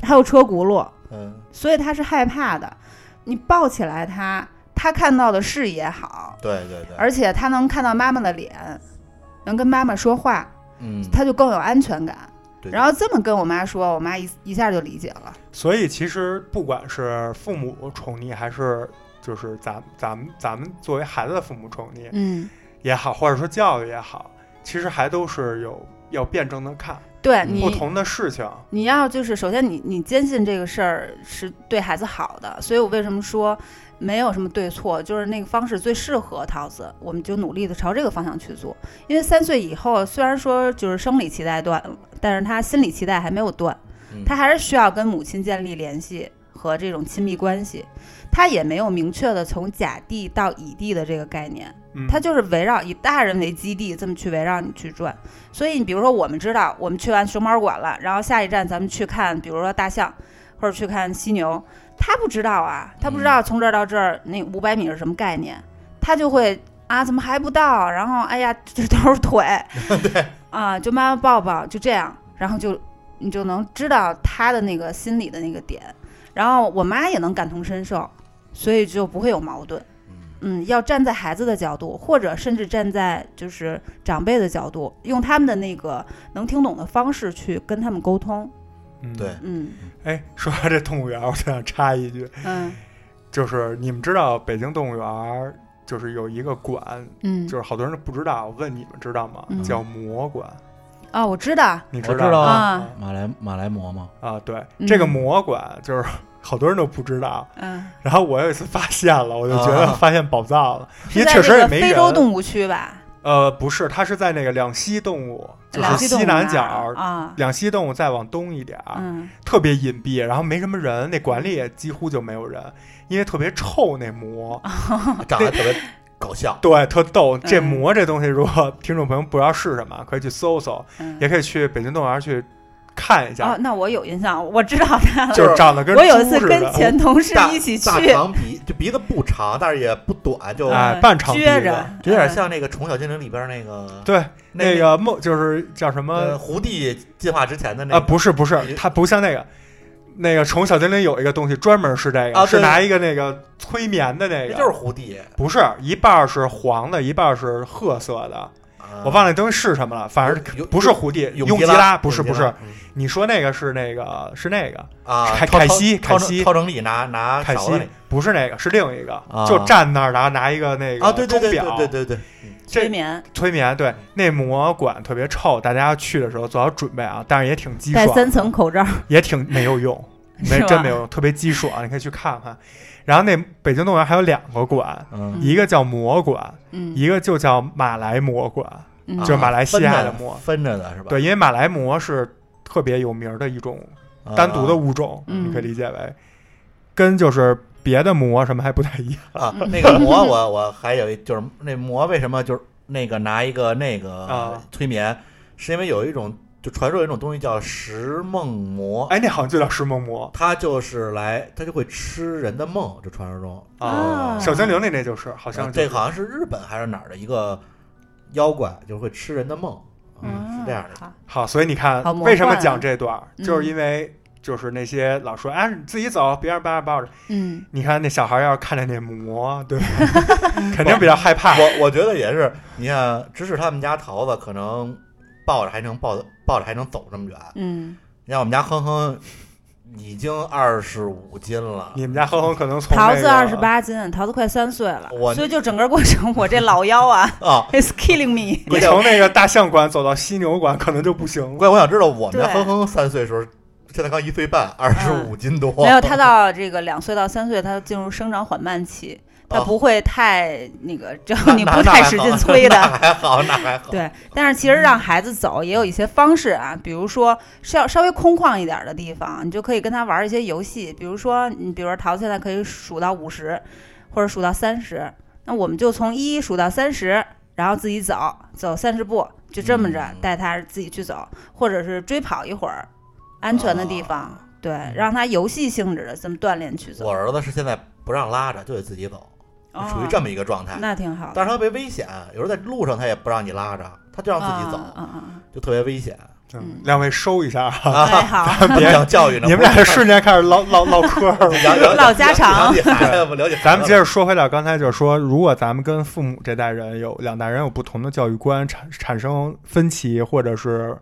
A: 还有车轱辘，
B: 嗯，
A: 所以他是害怕的。你抱起来他，他看到的视野好，
B: 对对对，
A: 而且他能看到妈妈的脸，能跟妈妈说话，
B: 嗯，
A: 他就更有安全感。
B: 对
A: 然后这么跟我妈说，我妈一一下就理解了。
C: 所以其实不管是父母宠溺，还是就是咱咱们咱们作为孩子的父母宠溺
A: 嗯，
C: 也好，或者说教育也好，其实还都是有要辩证的看
A: 对
B: 嗯
A: 你
C: 不同的事情。
A: 你要就是首先你你坚信这个事儿是对孩子好的，所以我为什么说没有什么对错，就是那个方式最适合桃子，我们就努力的朝这个方向去做。因为三岁以后，虽然说就是生理期待断了，但是他心理期待还没有断，
B: 嗯
A: 他还是需要跟母亲建立联系和这种亲密关系。他也没有明确的从甲地到乙地的这个概念，
C: 嗯，
A: 它就是围绕以大人为基地这么去围绕你去转。所以你比如说，我们知道我们去完熊猫馆了，然后下一站咱们去看，比如说大象，或者去看犀牛，他不知道啊，他不知道从这儿到这儿那五百米是什么概念，他就会啊怎么还不到？然后哎呀这都是腿，啊就慢慢抱抱，就这样，然后就你就能知道他的那个心理的那个点，然后我妈也能感同身受，所以就不会有矛盾。
B: 嗯
A: 嗯，要站在孩子的角度，或者甚至站在就是长辈的角度，用他们的那个能听懂的方式去跟他们沟通。
C: 嗯
B: 对。
A: 嗯
C: 哎，说到这动物园，我就想插一句，
A: 嗯
C: 就是你们知道北京动物园就是有一个馆，
A: 嗯
C: 就是好多人都不知道，我问你们知道吗？
A: 嗯
C: 叫魔馆，
A: 啊，我知道，
C: 你
F: 我
C: 知
F: 知道
C: 吗
A: 啊
C: 啊
F: 马来马来貘吗？
C: 啊，对，
A: 嗯
C: 这个魔馆就是好多人都不知道。
A: 嗯，
C: 然后我有一次发现了，我就觉得
B: 啊
C: 发现宝藏了，
A: 是
C: 也
A: 在
C: 确实
A: 这
C: 也
A: 个
C: 没
A: 非
C: 人。
A: 洲动物区吧？
C: 呃，不是，它是在那个两栖动物，就是
A: 两栖动物
C: 西
A: 那
C: 南
A: 儿
C: 角，
A: 啊，
C: 两栖动物再往东一点儿，
A: 嗯
C: 特别隐蔽，然后没什么人，那馆里也几乎就没有人，因为特别臭那魔。
B: 长得特别 搞笑，
C: 对，特逗。这
A: 啊嗯
C: 魔这东西，如果 听众朋友不知道是什么，可以去搜搜，
A: 嗯，
C: 也可以去北京动物园去看一下，
A: 哦，那我有印象，我知道他了。
C: 就是长得跟
A: 哦我有一次
C: 猪似
A: 跟
C: 的，哦
A: 前同事
B: 大
A: 一起去，
B: 大长鼻，就鼻子不长，但是也不短，就
C: 啊哎
A: 嗯
C: 半长鼻
A: 撅
C: 子
A: 着，
B: 有点
A: 嗯
B: 像那个《宠物小精灵》里边那个
C: 对，
B: 那
C: 那个梦就是叫什
B: 呃
C: 么
B: 胡地进化之前的那
C: 啊？
B: 个
C: 不是不是，它不像那个。那个《宠物小精灵》有一个东西专门是这个，
B: 啊
C: 是
B: 对
C: 拿一个那个催眠的
B: 那
C: 那个，
B: 就是胡地，
C: 不是一半儿是黄的，一半儿是褐色的，
B: 啊
C: 我忘了那东西是什么了，反正
B: 有
C: 不是蝴蝶，
B: 永
C: 吉
B: 吉拉
C: 不是
B: 永
C: 不
B: 吉拉嗯
C: 是，你说那个是那个是那个
B: 啊，
C: 凯
B: 超
C: 凯西
B: 超
C: 凯西
B: 超能力拿拿
C: 凯
B: 勺子
C: 西
B: 那，
C: 不是那个是另一个
B: 啊，
C: 就站那儿然后拿一个那
B: 啊，
C: 个
B: 对对
C: 钟
B: 对
C: 表
B: 对对对对，
A: 催
C: 这
A: 眠，
C: 催眠，对那魔馆特别臭，大家去的时候做好准备啊，但是也挺激
A: 戴三
C: 爽，
A: 层口罩，
C: 也挺没 有用，没
A: 是吧
C: 真没有用，特别激爽，你可以去看看。然后那北京动物园还有两个馆，
B: 嗯，
C: 一个叫魔馆，
A: 嗯
C: 一个就叫马来魔馆，
A: 嗯，
C: 就是马来西亚的魔
B: 魔，分着的是吧？
C: 对，因为马来貘是特别有名儿的一种
B: 啊，
C: 单独的物种，
A: 嗯
C: 你可以理解为跟就是别的魔什么还不太一样。
B: 啊，那个魔我我还有一就是那魔为什么就是那个拿一个那个
C: 啊
B: 催眠，是因为有一种就传说有一种东西叫食梦魔，
C: 哎，那好像就叫食梦魔
B: 它就是来它就会吃人的梦，这传说中呃
A: 啊
C: 小精灵里那就是，好像就
B: 啊这好像是日本还是哪儿的一个妖怪，就是会吃人的梦，
A: 嗯
B: 是这样的。
A: 好
C: 好。所以你看
A: 好，魔幻啊
C: 为什么讲这段儿，
A: 嗯
C: 就是因为就是那些老说啊你自己走，别让爸爸抱着。
A: 嗯，
C: 你看那小孩要是看着那馍，对吧？ 肯定比较害怕。
B: 我我觉得也是，你看，只是他们家桃子可能抱着还能抱抱着还能走这么远，
A: 嗯，
B: 你看我们家哼哼已经二十五斤了，
C: 你们家哼哼可能从
A: 桃
C: 那
A: 子
C: 个
A: 二十，八斤，桃子快三岁了
B: 我，
A: 所以就整个过程，我这老腰啊
B: 啊，
A: ，is killing me。
C: 你从那个大象馆走到犀牛馆，可能就不行了。
B: 关键我想知道我们家
A: 对
B: 哼哼三岁时候，现在刚一岁半，二十五斤多，
A: 没有，他到这个两岁到三岁，他进入生长缓慢期，他
B: 哦
A: 不会太那个，只
B: 那
A: 要你
B: 那
A: 不
B: 那
A: 太
B: 还
A: 使
B: 好
A: 劲催
B: 那
A: 的。
B: 还好，那还好，
A: 对，但是其实
B: 嗯
A: 让孩子走也有一些方式啊，比如说稍稍微空旷一点的地方，你就可以跟他玩一些游戏，比如说你，比如说桃子现在可以数到五十，或者数到三十，那我们就从一数到三十，然后自己走走三十步，就这么着
B: 嗯
A: 带他自己去走，或者是追跑一会儿，安全的地方，
B: 啊
A: 对，让他游戏性质的这么锻炼去
B: 我
A: 走，
B: 儿子是现在不让拉着，就得自己走，
A: 哦
B: 属于这么一个状态。
A: 那挺好的，
B: 但是他别危险，有时候在路上他也不让你拉着，他就让自己
A: 啊
B: 走，
A: 啊啊
B: 就特别危险。
C: 嗯两位收一下 啊！
A: 啊！哎，好，
B: 别想教育呢，
C: 你们俩这瞬间开始唠唠唠嗑了。
B: 了了
A: 唠家常
B: 了解孩子，了解孩子
C: 咱们接着说回到刚才，就是说，如果咱们跟父母这代人有两代人有不同的教育观，产产生分歧，或者是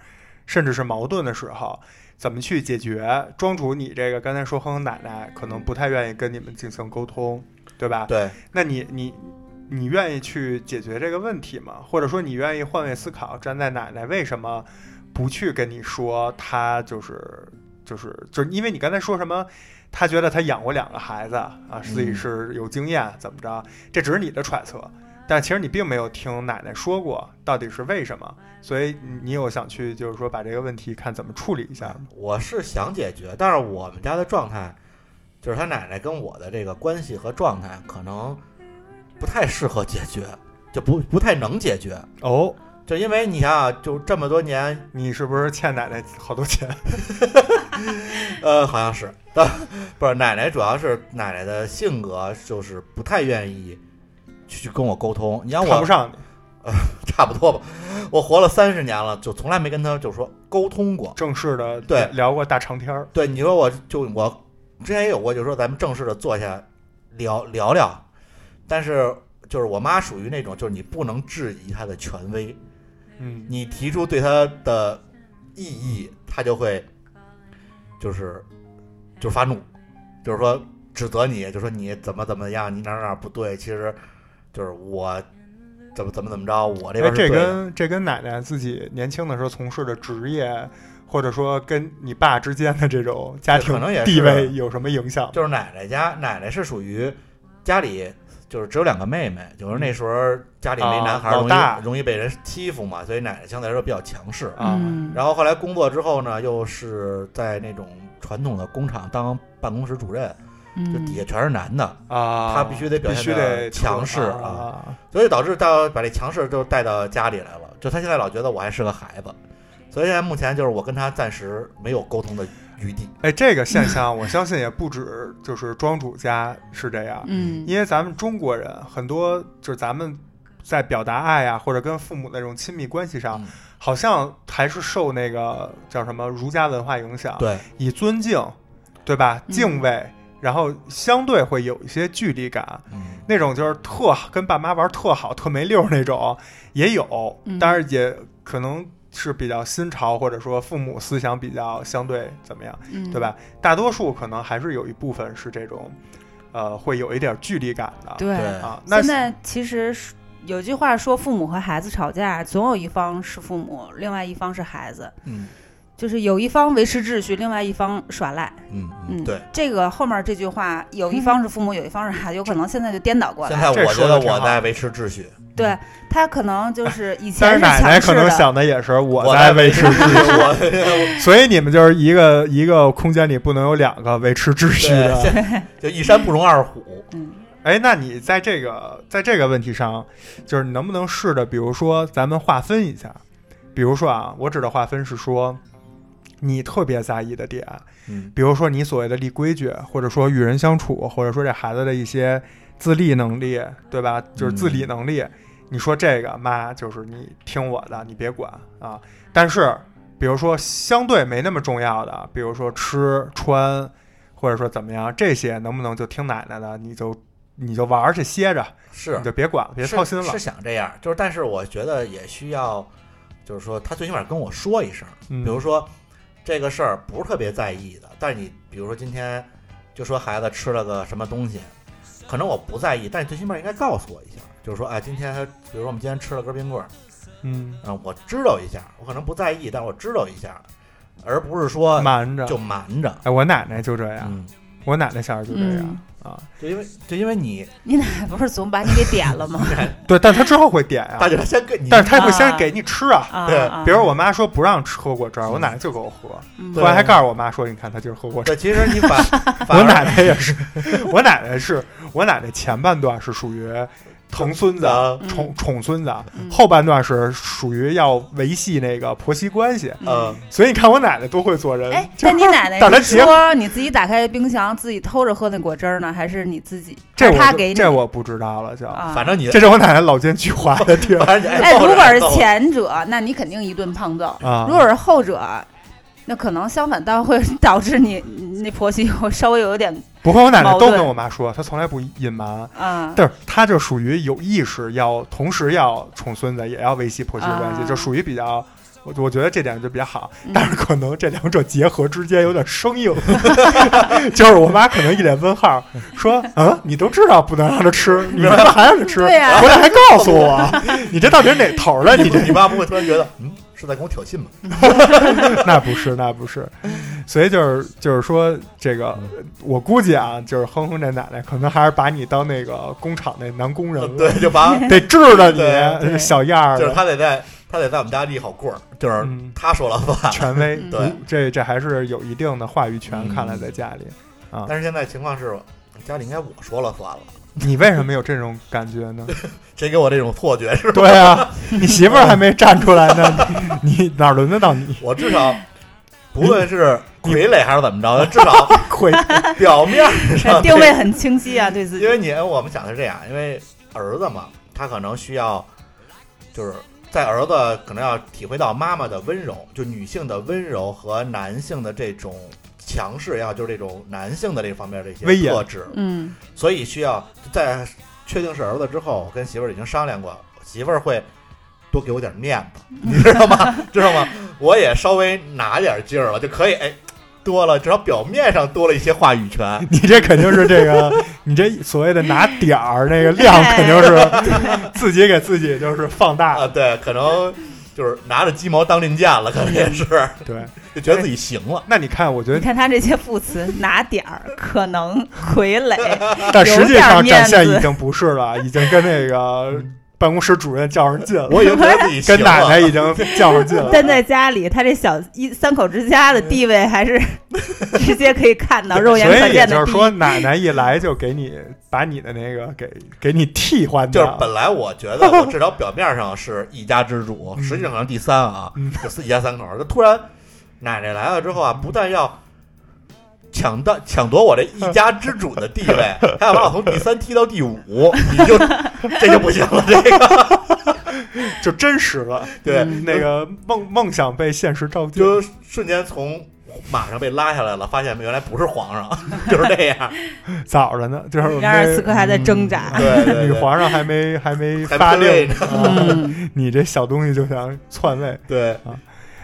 C: 甚至是矛盾的时候，怎么去解决？庄主，你这个刚才说哼哼奶奶可能不太愿意跟你们进行沟通，对吧？
B: 对，
C: 那你你你愿意去解决这个问题吗？或者说你愿意换位思考，站在奶奶为什么不去跟你说她就是就是就是因为你刚才说什么？她觉得她养过两个孩子啊，自
B: 嗯
C: 己是有经验，怎么着？这只是你的揣测，但其实你并没有听奶奶说过到底是为什么，所以你你有想去就是说把这个问题看怎么处理一下吗？
B: 我是想解决，但是我们家的状态，就是他奶奶跟我的这个关系和状态，可能不太适合解决，就不不太能解决。
C: 哦，
B: 就因为你想想，就这么多年，
C: 你是不是欠奶奶好多钱？
B: 啊呃，好像是， 但不是奶奶，主要是奶奶的性格就是不太愿意去跟我沟通。你像
C: 看不
B: 我
C: 上你，
B: 差不多吧，我活了三十年了，就从来没跟她就说沟通过。
C: 正式的
B: 对
C: 聊过大长天儿。
B: 对，你说我就我之前也有过，就是说咱们正式的坐下聊聊聊，但是就是我妈属于那种，就是你不能质疑她的权威，
C: 嗯，
B: 你提出对她的异议，她就会就是就是发怒，就是说指责你，就说你怎么怎么样，你哪儿哪儿不对，其实就是我怎么怎么怎么着，我这
C: 哎，
B: 边是
C: 这
B: 对的。
C: 跟这跟奶奶自己年轻的时候从事的职业，或者说跟你爸之间的这种家
B: 可
C: 庭
B: 能也是
C: 地位有什么影响？
B: 就是奶奶家，奶奶是属于家里就是只有两个妹妹，就是那时候家里没男孩，
C: 啊嗯老
B: 容易、
C: 大
B: 容易被人欺负嘛，所以奶奶相对来说比较强势。
C: 啊
A: 嗯
B: 然后后来工作之后呢，又是在那种传统的工厂当办公室主任，就
C: 嗯
B: 底下全是男的，
C: 啊，
B: 他必须得表现
C: 必须得
B: 得强势
C: 啊，
B: 所以导致到把这强势就带到家里来了。就他现在老觉得我还是个孩子，所以现在目前就是我跟他暂时没有沟通的余地。
C: 哎，这个现象我相信也不止就是庄主家是这样，
A: 嗯
C: 因为咱们中国人很多就是咱们在表达爱呀、或者跟父母的这种亲密关系上，
B: 嗯
C: 好像还是受那个叫什么儒家文化影响，
B: 对，
C: 以尊敬，对吧？
A: 嗯
C: 敬畏，然后相对会有一些距离感，
B: 嗯，
C: 那种就是特跟爸妈玩特好、特没溜儿那种也有
A: 嗯，
C: 当然也可能是比较新潮，或者说父母思想比较相对怎么样，
A: 嗯
C: 对？吧？大多数可能还是有一部分是这种，呃，会有一点距离感的。
A: 对
B: 对
C: 啊，那
A: 现在其实是有句话说，父母和孩子吵架，总有一方是父母，另外一方是孩子，
B: 嗯
A: 就是有一方维持秩序，另外一方耍赖。
B: 嗯
A: 嗯，
B: 对。
A: 这个后面这句话，有一方是父母，有一方是孩子，有可能现在就颠倒过
B: 现
A: 来。
B: 在
C: 这
B: 我觉
C: 说
B: 得
C: 得挺
B: 我
C: 好
B: 在维持秩序，
A: 对他可能就是以 前
C: 但是
A: 是
C: 奶奶
A: 强势
C: 可能
A: 的，
C: 想的也是我
B: 我
C: 在
B: 在
C: 维
B: 维
C: 持
B: 持
C: 秩序，
B: 我
C: 所以你们就是一个一个空间里不能有两个维持秩序的。
B: 就一山不容二虎。
A: 嗯
C: 哎，那你在这个在这个问题上，就是你能不能试着，比如说咱们划分一下，比如说啊，我指的划分是说，你特别在意的点，
B: 嗯
C: 比如说你所谓的立规矩，或者说与人相处，或者说这孩子的一些自立能力，对吧？就是自理
B: 嗯
C: 能力。你说这个妈，就是你听我的，你别管啊。但是比如说相对没那么重要的，比如说吃穿，或者说怎么样，这些能不能就听奶奶的，你就你就玩儿去歇着，
B: 是
C: 你就别管了，别
B: 是
C: 操心了
B: 是。想这样，就是但是我觉得也需要，就是说他最起码跟我说一声，
C: 嗯
B: 比如说这个事儿不是特别在意的，但是你比如说今天就说孩子吃了个什么东西，可能我不在意，但你最起码应该告诉我一下，就是说啊，今天他比如说我们今天吃了根冰棍儿，
C: 嗯，
B: 啊，我知道一下，我可能不在意，但我知道一下，而不是说
C: 瞒着。
B: 呃就瞒着，
C: 哎，我奶奶就这样，
B: 嗯，
C: 我奶奶小时候就这样
A: 嗯、
C: 啊。
B: 就因为就因为你，
A: 你奶奶不是总把你给点了 吗？
C: 对，但她之后会点啊呀、
B: 大姐先跟你，
C: 但是她也会先
A: 啊
C: 给你吃啊。
A: 啊，
B: 对
A: 啊
C: 比如我妈说不让吃喝果汁儿，我奶奶就给我喝，
A: 嗯
C: 后来还告诉我妈说，你看她就是 喝果汁儿。
B: 对，其实你 反反
C: 我
B: 而
C: 奶奶也是， 我奶奶是我奶奶前半段是属于疼孙子、
B: 啊
A: 嗯
C: 宠宠孙子，啊
A: 嗯
C: 后半段是属于要维系那个婆媳关系。
B: 呃。
C: 所以你看我奶奶多会做人，
A: 哎，
C: 就
A: 那你奶奶
C: 等她
A: 是
C: 结
A: 说你自己打开冰箱自己偷着喝那果汁儿呢，还是你自己？
C: 这
A: 还是
C: 我
A: 他
C: 就
A: 给你？
C: 这我不知道了就，
A: 啊，
B: 反正你
C: 这是我奶奶老奸巨猾的地儿
B: 反正你
A: 哎，如
B: 抱着
A: 果是
B: 揍
A: 前者，那你肯定一顿胖揍；
C: 啊
A: 如。果是后者，那可能相反倒会 导致你那婆媳有稍微有点
C: 不过我奶奶
A: 矛
C: 都
A: 盾
C: 跟我妈说，她从来不隐瞒。
A: 啊。
C: 但是她就属于有意识要同时要宠孙子，也要维系婆媳关系，
A: 啊
C: 就属于比较，我我觉得这点就比较好。
A: 嗯
C: 但是可能这两者结合之间有点生硬， 就是我妈可能一脸问号，说：“嗯，你都知道不能让她吃，你他妈还让她吃？
A: 对啊呀
C: 回来还告诉我， 你这到底是哪头儿的？你
B: 你
C: 这
B: 你妈不会突然觉得，嗯，是在跟我挑 衅吗？
C: 那不是，那不是。所以就是就是说，这个我估计啊，就是哼哼这奶奶可能还是把你当那个工厂那男工人了，
B: 对，就 把
C: 得治着
B: 对
C: 你小样儿
B: 就是
C: 的。
B: 他得在他得在我们家立好棍儿，就是
C: 嗯，
B: 他说了算。
C: 权威，
A: 嗯
B: 对
C: 这这还是有一定的话语权。
B: 嗯
C: 看来在家里，
B: 但是现在情况是，家里应该我说了算了，
C: 你为什么有这种感觉呢？
B: 谁给我这种错觉？ 是吧
C: 对啊，你媳妇儿还没站出来 呢，你你哪轮得到你？
B: 我至少不论是傀儡还是怎么着，至少
C: 亏
B: 表面上
A: 呃 定位，很清晰啊，对自己
B: 因为你我们想的是这样，因为儿子嘛，他可能需要就是。在儿子可能要体会到妈妈的温柔，就女性的温柔和男性的这种强势也好，就是这种男性的这方面的一些
C: 威严
B: 特质，
A: 嗯
B: 所以需要在确定是儿子之后，我跟媳妇儿已经商量过，媳妇儿会多给我点面子， 你知道吗？知道吗？我也稍微拿点劲儿了，就可以哎，多了至少表面上多了一些话语权。
C: 你这肯定是这个，你这所谓的拿点儿那个量，肯定是 自己给自己就是放大
B: 啊，
C: 了。
B: 对，可能就是拿着鸡毛当令箭了，可能也 是
C: 对，
B: 就觉得自己行 了。
C: 那你看，我觉
A: 你
C: 得，
A: 看他这些副词，拿点儿、可能、傀儡，
C: 但实际上
A: 有点面
C: 展
A: 子
C: 现已经不是了，已经跟那个办公室主任较上劲了，
B: 嗯我已经觉得自己行
C: 跟
B: 了，
C: 奶奶已经较上劲了。
A: 但在家里，他这小一三口之家的地位还是直接可以看到、肉眼
C: 所
A: 可
C: 以也
A: 见
C: 就
A: 的
C: 是
A: 低。
C: 说，奶奶一来就给你把你的那个给给你替 换
B: 就是
C: 掉，
B: 本来我觉得我至少表面上是一家之主，
C: 嗯
B: 实际上可能第三啊
C: 嗯，
B: 就是一家三口儿。就突然奶奶来了之后啊，不但要抢到抢夺我这一家之主的地位， 还要把我从第三踢到第五，你就这就不行了。这个
C: 就真实 了。
B: 对，
A: 嗯
C: 那个梦梦想被现实照进，
B: 就瞬间从马上被拉下来了，发现原来不是皇上， 就是这样。
C: 早着呢，就是我们
A: 然而
C: 这
A: 此刻还在挣扎
C: 嗯
B: 对对 对
C: 女皇上还没还没
B: 还
C: 发
B: 对
C: 令，
B: 呢，
C: 啊
A: 嗯，
C: 你这小东西就想篡位，
B: 对，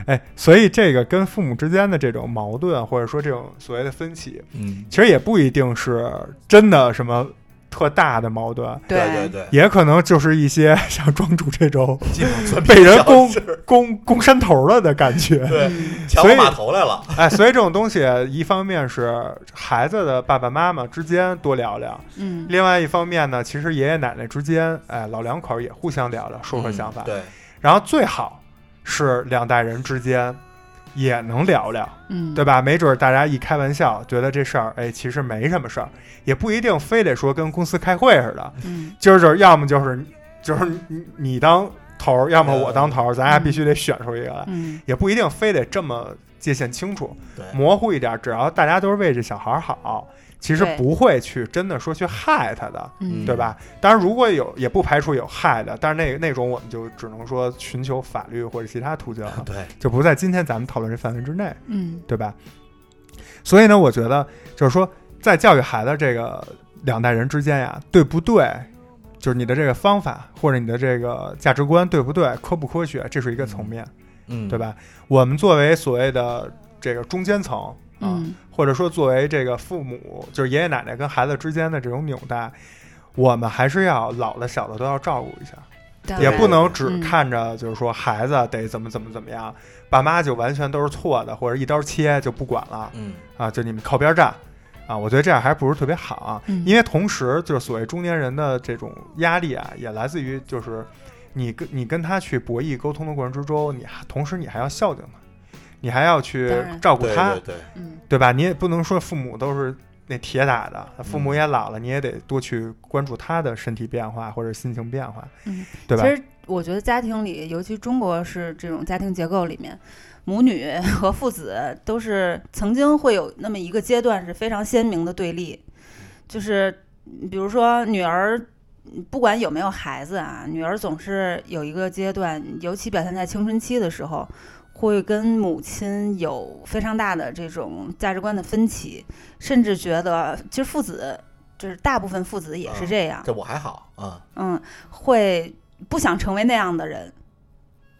C: 哎，所以这个跟父母之间的这种矛盾，或者说这种所谓的分歧，
B: 嗯，
C: 其实也不一定是真的什么特大的矛盾，
B: 对对对，
C: 也可能就是一些 像庄主这种
B: 基本算
C: 被人
B: 小
C: 攻
B: 事
C: 攻攻山头了的感觉。
B: 对
A: 嗯
B: 抢
C: 所
B: 我
C: 以
B: 码头来了，
C: 哎，所以这种东西，一方面是孩子的爸爸妈妈之间多聊聊，
A: 嗯
C: 另外一方面呢，其实爷爷奶奶之间，哎，老两口也互相聊聊，说说想法。
B: 嗯对。
C: 然后最好是两代人之间也能聊聊，
A: 嗯，
C: 对吧？没准儿大家一开玩笑，觉得这事儿，哎，其实没什么事儿，也不一定非得说跟公司开会似的，
A: 嗯，
C: 就是要么就是就是你你当头儿，要么我当头儿，咱俩
A: 嗯
C: 必须得选出一个来，
A: 嗯
C: 也不一定非得这么界限清楚，
B: 对
C: 模糊一点，只要大家都是为这小孩儿好，其实
A: 对
C: 不会去真的说去害他的，
A: 嗯，
C: 对吧？当然，如果有也不排除有害的，但是那那种我们就只能说寻求法律或者其他途径了，
B: 啊 对，
C: 就不在今天咱们讨论这范围之内，
A: 嗯
C: 对吧？所以呢，我觉得就是说，在教育孩子这个两代人之间呀，对不对？就是你的这个方法或者你的这个价值观对不对，科不科学，这是一个层面，
B: 嗯，
C: 对？吧？我们作为所谓的这个中间层啊，
A: 嗯
C: 或者说作为这个父母，就是爷爷奶奶跟孩子之间的这种纽带，我们还是要老的小的都要照顾一下，
A: 当
C: 啊也
A: 然
C: 不能只
A: 嗯
C: 看着就是说孩子得怎么怎么怎么样，爸妈就完全都是错的，或者一刀切就不管了
B: 嗯，
C: 啊，就你们靠边站。啊，我觉得这样还不是特别好啊、
A: 嗯
C: 因为同时就是所谓中年人的这种压力啊，也来自于就是你跟你跟他去博弈沟通的过程之中，你还同时你还要孝敬他，你还要去
A: 当然
C: 照顾
B: 对
C: 他，
B: 对对，
A: 嗯
C: 对吧？你也不能说父母都是那铁打的，父
B: 嗯
C: 母也老了，你也得多去关注他的身体变化或者心情变化，
A: 嗯
C: 对吧
A: 其？实我觉得家庭里，尤其中国是这种家庭结构里面，母女 和父子都是曾经会有那么一个阶段是非常鲜明的对立，就是嗯比如说女儿。嗯不管有没有孩子啊，女儿总是有一个阶段，尤其表现在青春期的时候，会跟母亲有非常大的这种价值观的分歧，甚至觉得其实父子就是大部分父子也是
B: 啊
A: 这样，
B: 这我还好啊，
A: 嗯，会不想成为那样的人，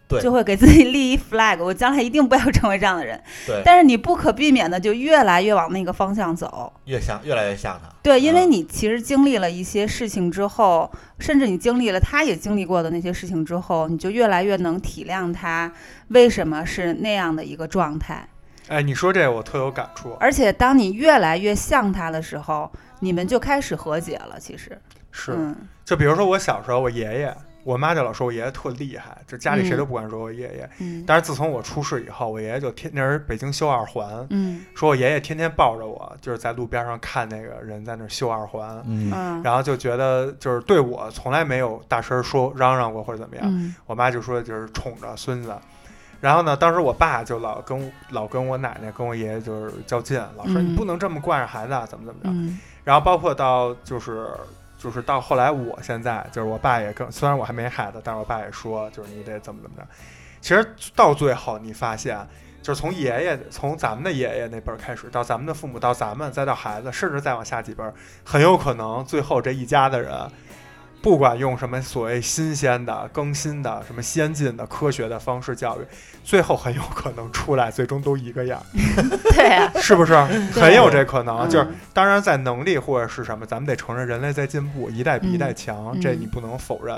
B: 对
A: 就会给自己立一 flag，我将来一定不要成为这样的人。
B: 对，
A: 但是你不可避免的就越来越往那个方向走，
B: 越像越来越像他，
A: 对，因为
B: 嗯
A: 你其实经历了一些事情之后，甚至你经历了他也经历过的那些事情之后，你就越来越能体谅他为什么是那样的一个状态。
C: 哎，你说这我特有感触，
A: 而且当你越来越像他的时候，你们就开始和解了。其实，
C: 是，
A: 嗯
C: 就比如说我小时候，我爷爷，我妈就老说我爷爷特厉害，就家里谁都不敢说我爷爷。
A: 嗯
C: 但是自从我出世以后，我爷爷就天那人北京修二环，
A: 嗯
C: 说我爷爷天天抱着我，就是在路边上看那个人在那儿修二环，
B: 嗯
A: 嗯
C: 然后就觉得就是对我从来没有大声说嚷嚷过或者怎么样。
A: 嗯
C: 我妈就说就是宠着孙子。然后呢，当时我爸就老跟老跟我奶奶跟我爷爷就是较劲，老说
A: 嗯
C: 你不能这么惯着孩子，啊，怎么怎么着。
A: 嗯
C: 然后包括到就是就是到后来，我现在就是我爸也跟，虽然我还没孩子，但是我爸也说就是你得怎么怎么着。其实到最后你发现，就是从爷爷从咱们的爷爷那辈儿开始，到咱们的父母，到咱们，再到孩子，甚至再往下几辈儿，很有可能最后这一家的人。不管用什么所谓新鲜的、更新的、什么先进的、科学的方式教育，最后很有可能出来，最终都一个样儿，
A: 对啊，
C: 是不是？很有这可能，
A: 嗯
C: 啊就是当然，在能力或者是什么，咱们得承认人类在进步，一代比一代强，
A: 嗯
C: 这你不能否认。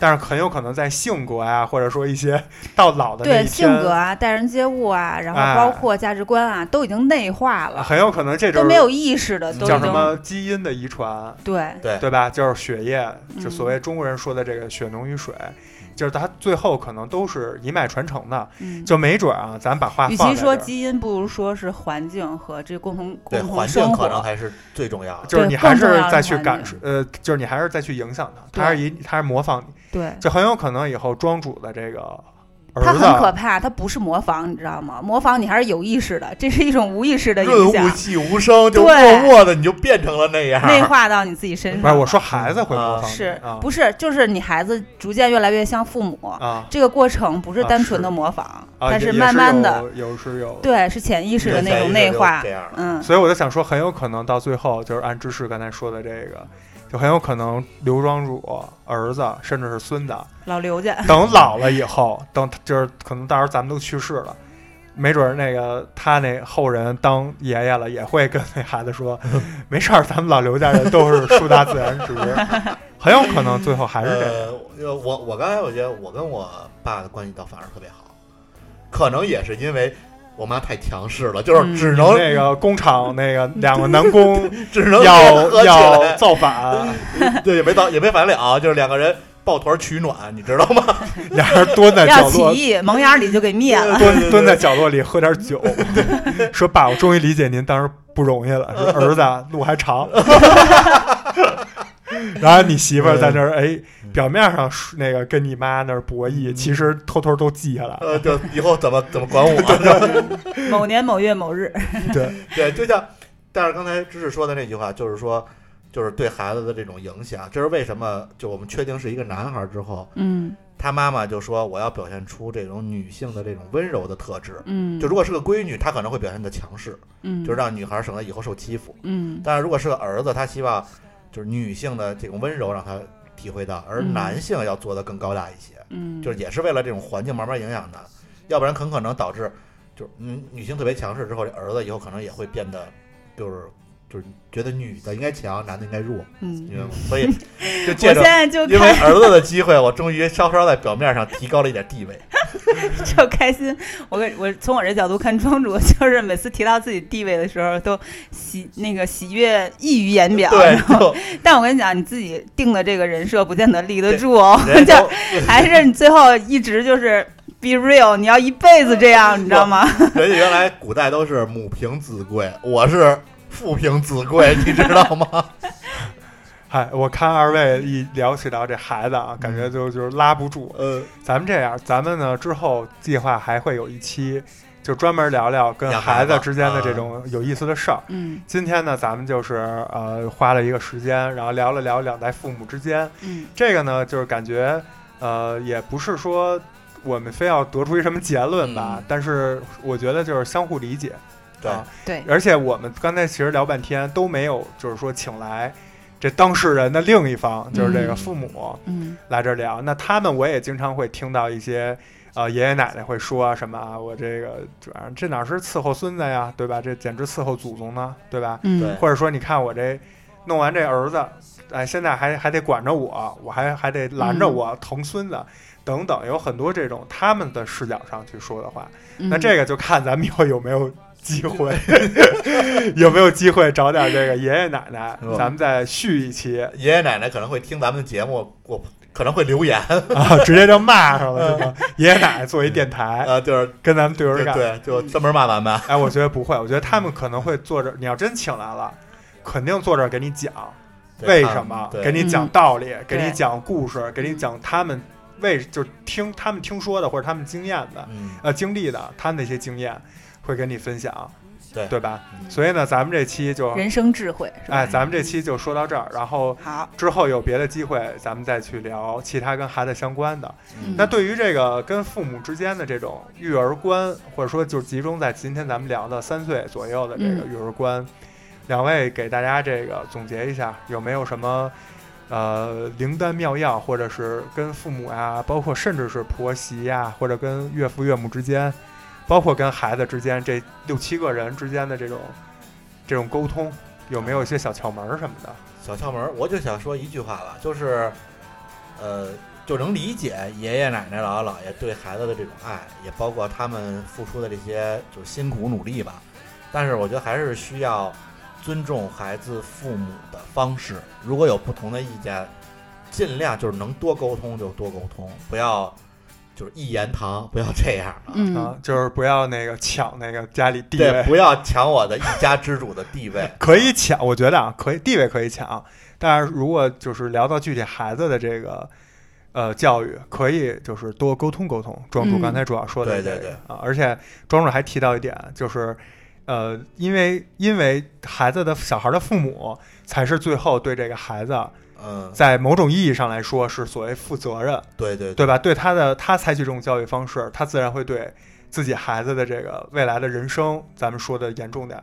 C: 但是很有可能在性格啊，或者说一些到老的那
A: 对
C: 一天，
A: 性格啊、待人接物啊，然后
C: 哎
A: 包括价值观啊，都已经内化了，
C: 很有可能这就
A: 都
C: 是嗯
A: 没有意识的，都已
C: 叫
A: 经
C: 什么基因的遗传，
A: 对，
B: 对
C: 对吧？就是血液，
A: 嗯
C: 就所谓中国人说的这个血浓于水，就是它最后可能都是一脉传承的。
A: 嗯。
C: 就没准啊，咱把话
A: 与
C: 放
A: 其
C: 在
A: 说
C: 这儿
A: 基因，不如说是环境和这共同
B: 对，
A: 共同
B: 环境
A: 生
B: 可能
A: 活。
B: 还是最重要的，
C: 就是你还是
A: 对更重要的
C: 再去
A: 环
C: 感
A: 境
C: 呃，就是你还是再去影响他，他
A: 对
C: 是一他是模仿你。
A: 对，
C: 就很有可能以后庄主的这个儿
A: 它很可
C: 子，
A: 怕，它不是模仿，你知道吗？模仿你还是有意识的，这是一种无意识的
B: 润
A: 影
B: 物
A: 响，
B: 细无声，就默
A: 对
B: 默的你就变成了那样。
A: 内化到你自己身
C: 不是
A: 上。
C: 我说孩子会模仿
A: 嗯
C: 你，
A: 是
C: 啊
A: 不是？就是你孩子逐渐越来越像父母，
C: 啊
A: 这个过程不是
C: 啊
A: 单
C: 是
A: 纯的模仿，
C: 啊，
A: 但
C: 也也是
A: 慢慢的，
C: 有有是有。
A: 对，是潜意识的那种内化
B: 这。样了，
A: 嗯，
C: 所以我就想说，很有可能到最后就是按芝士刚才说的这个，就很有可能刘庄主儿子甚至是孙子，
A: 老刘家，
B: 哎
C: 等老了以后，等就是可能到时候咱们都去世了。没准儿那个他那后人当爷爷了，也会跟那孩子说：“没事儿，咱们老刘家人都是树大自然直。” 很有可能最后还是这样。
B: 呃，我我我刚才我觉得我跟我爸的关系倒反而特别好，可能也是因为我妈太强势了，就是
A: 嗯
B: 只能、
C: 那个工厂那个两个男工
B: 只 能联合
C: 要
B: 起
C: 要
B: 来，
C: 造反，
A: 啊
B: 对，也没到也没反了，就是两个人抱团取暖，你知道吗？
C: 俩人蹲在角
A: 要起
C: 落，
A: 义，萌芽里就给灭了。
C: 蹲蹲在角落里喝点酒， 说爸，我终于理解您当时不容易了，说儿子啊路还长。 然后你媳妇儿在那儿，哎，表面上是那个跟你妈那儿博弈，其实偷偷都记下来了。
B: 呃，就以后怎么怎么管我，
A: 某年某月某日，
C: 对，
B: 对，就像但是刚才知识说的那句话，就是说，就是对孩子的这种影响，这是为什么？就我们确定是一个男孩之后，
A: 嗯
B: 他妈妈就说我要表现出这种女性的这种温柔的特质。
A: 嗯，
B: 就如果是个闺女，她可能会表现的强势，
A: 嗯
B: 就是让女孩省得以后受欺负。
A: 嗯
B: 但是如果是个儿子，他希望就是女性的这种温柔让他体会到，而
A: 嗯
B: 男性要做的更高大一些，
A: 嗯，
B: 就是也是为了这种环境慢慢影响的，要不然很可能导致就是嗯女性特别强势之后，这儿子以后可能也会变得就是就是觉得女的应该强，男的应该弱，
A: 嗯，
B: 你明白吗？所以 就
A: 我
B: 借
A: 现
B: 着。
A: 在就
B: 因为
A: 开
B: 儿子的机会，我终于稍稍在表面上提高了一点 地位。
A: 就开心。我跟我从我这角度看，庄主就是每次提到自己地位的时候，都喜那个喜悦溢于言表。
B: 对， 就
A: 但我跟你讲，你自己定的这个人设不见得立得
B: 对
A: 住哦，
B: 人
A: 就
B: 家都
A: 还是你最后一直就是 be real，你要一辈子这样，你知道吗？
B: 人家原来古代都是母凭子贵，我是父凭子贵，你知道 吗？
C: 嗨，我看二位一聊起到这孩子啊，感觉
B: 嗯
C: 就就是拉不住。
A: 嗯
B: 呃，
C: 咱们这样，咱们呢之后计划还会有一期，就专门聊聊跟
B: 养
C: 孩
B: 孩子
C: 子之间的
B: 啊
C: 这种有意思的事儿。
A: 嗯
C: 今天呢，咱们就是呃花了一个时间，然后聊了聊两代父母之间
A: 嗯
C: 这个呢，就是感觉呃也不是说我们非要得出一什么结论吧，
A: 嗯
C: 但是我觉得就是相互理解。
B: 对
C: 啊
A: 对
C: 而且我们刚才其实聊半天都没有，就是说请来这当事人的另一方，就是这个
A: 嗯
C: 父母
A: 嗯
C: 来这儿聊。那他们我也经常会听到一些。呃，爷爷奶奶会说啊什么啊？我这个主要这哪是伺候孙子呀，对吧？这简直伺候祖宗呢，对吧？
A: 嗯
B: 对
C: 或者说你看我这弄完这儿子，哎，现在还还得管着我，我还还得拦
B: 嗯
C: 着我疼孙子，等等，有很多这种他们的视角上去说的话。
A: 嗯，
C: 那这个就看咱们以后有没有机会， 有没有机会找点这个爷爷奶奶
B: 是吧，
C: 咱们再续 一期
B: 爷爷奶奶可能会听咱们的节目，我可能会留言，
C: 啊，直接就骂上了是吗？爷爷奶奶作为电
A: 哎
C: 台
B: 呃，就是
C: 跟咱们对着
B: 对
C: 干，
B: 对，就专门骂咱们。
C: 哎，我觉得不会，我觉得他们可能会坐着。你要真请来了，肯定坐这儿给你讲
B: 对
C: 为
B: 看
C: 什么，
B: 对
C: 给你
A: 嗯
C: 讲道理，给
A: 对
C: 你讲故事，给你
A: 嗯
C: 讲他们为就是听他们听说的或者他们经验的
B: 嗯，
C: 呃经历的，他们那些经验会跟你分享，
B: 对
C: 对吧？
B: 嗯
C: 所以呢，咱们这期
B: 啊
C: 就
A: 人生智慧是吧？
C: 哎，咱们这期就说到这儿，然后。
A: 好，
C: 之后有别的机会，咱们再去聊其他跟孩子相关的。
A: 嗯
C: 那对于这个跟父母之间的这种育儿观，或者说就是集中在今天咱们聊的三岁左右的这个育儿观，两位给大家这个总结一下，有没有什么呃灵丹妙药，或者是跟父母啊，包括甚至是婆媳呀、或者跟岳父岳母之间，包括跟孩子之间这六七个人之间的这种这种沟通，有没有一些小窍门儿什么的？
B: 小窍门儿，我就想说一句话了，就是，呃，就能理解爷爷奶奶、姥姥姥爷对孩子的这种爱，也包括他们付出的这些就是辛苦努力吧。但是我觉得还是需要尊重孩子父母的方式，如果有不同的意见，尽量就是能多沟通就多沟通，不要就是一言堂，不要这样啊。
C: 啊
A: 嗯，
C: 就是不要那个抢那个家里地
B: 对，
C: 位，。
B: 不要抢我的一家之主的地位
C: 可以抢，我觉得啊，可以地位可以抢，但是如果就是聊到具体孩子的这个呃教育，可以就是多沟通沟通。庄主
A: 嗯
C: 刚才主要说的
B: 对
C: 这个、
B: 对对
C: 啊，而且庄主还提到一点，就是呃，因为因为孩子的小孩的父母才是最后对这个孩子
B: 嗯，
C: 在某种意义上来说是所谓负责任，
B: 对对对
C: 对吧？对他的他采取这种教育方式，他自然会对自己孩子的这个未来的人生，咱们说的严重点儿，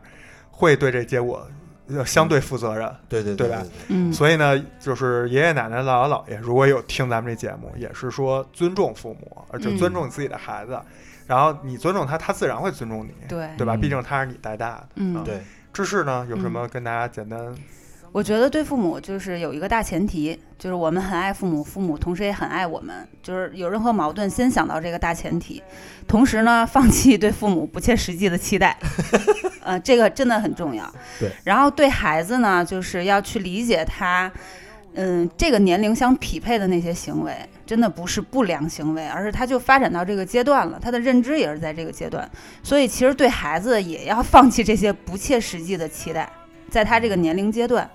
C: 会对这结果呃相对负责任。
B: 对对
C: 对吧
B: 对，
A: 嗯，
C: 所以呢，就是爷爷奶奶、姥姥姥爷，如果有听咱们这节目，也是说尊重父母，而且
A: 嗯
C: 尊重自己的孩子，然后你尊重他，他自然会尊重你，
A: 对
C: 对吧？
B: 嗯
C: 毕竟他是你带大的。
A: 嗯
C: 啊
B: 对，
C: 芝士呢，有什么跟大家简单？
A: 我觉得对父母就是有一个大前提，就是我们很爱父母，父母同时也很爱我们。就是有任何矛盾，先想到这个大前提，同时呢，放弃对父母不切实际的期待，呃，这个真的很重要。
B: 对，
A: 然后对孩子呢，就是要去理解他，嗯，这个年龄相匹配的那些行为，真的不是不良行为，而是他就发展到这个阶段了，他的认知也是在这个阶段，所以其实对孩子也要放弃这些不切实际的期待。在他这个年龄阶段，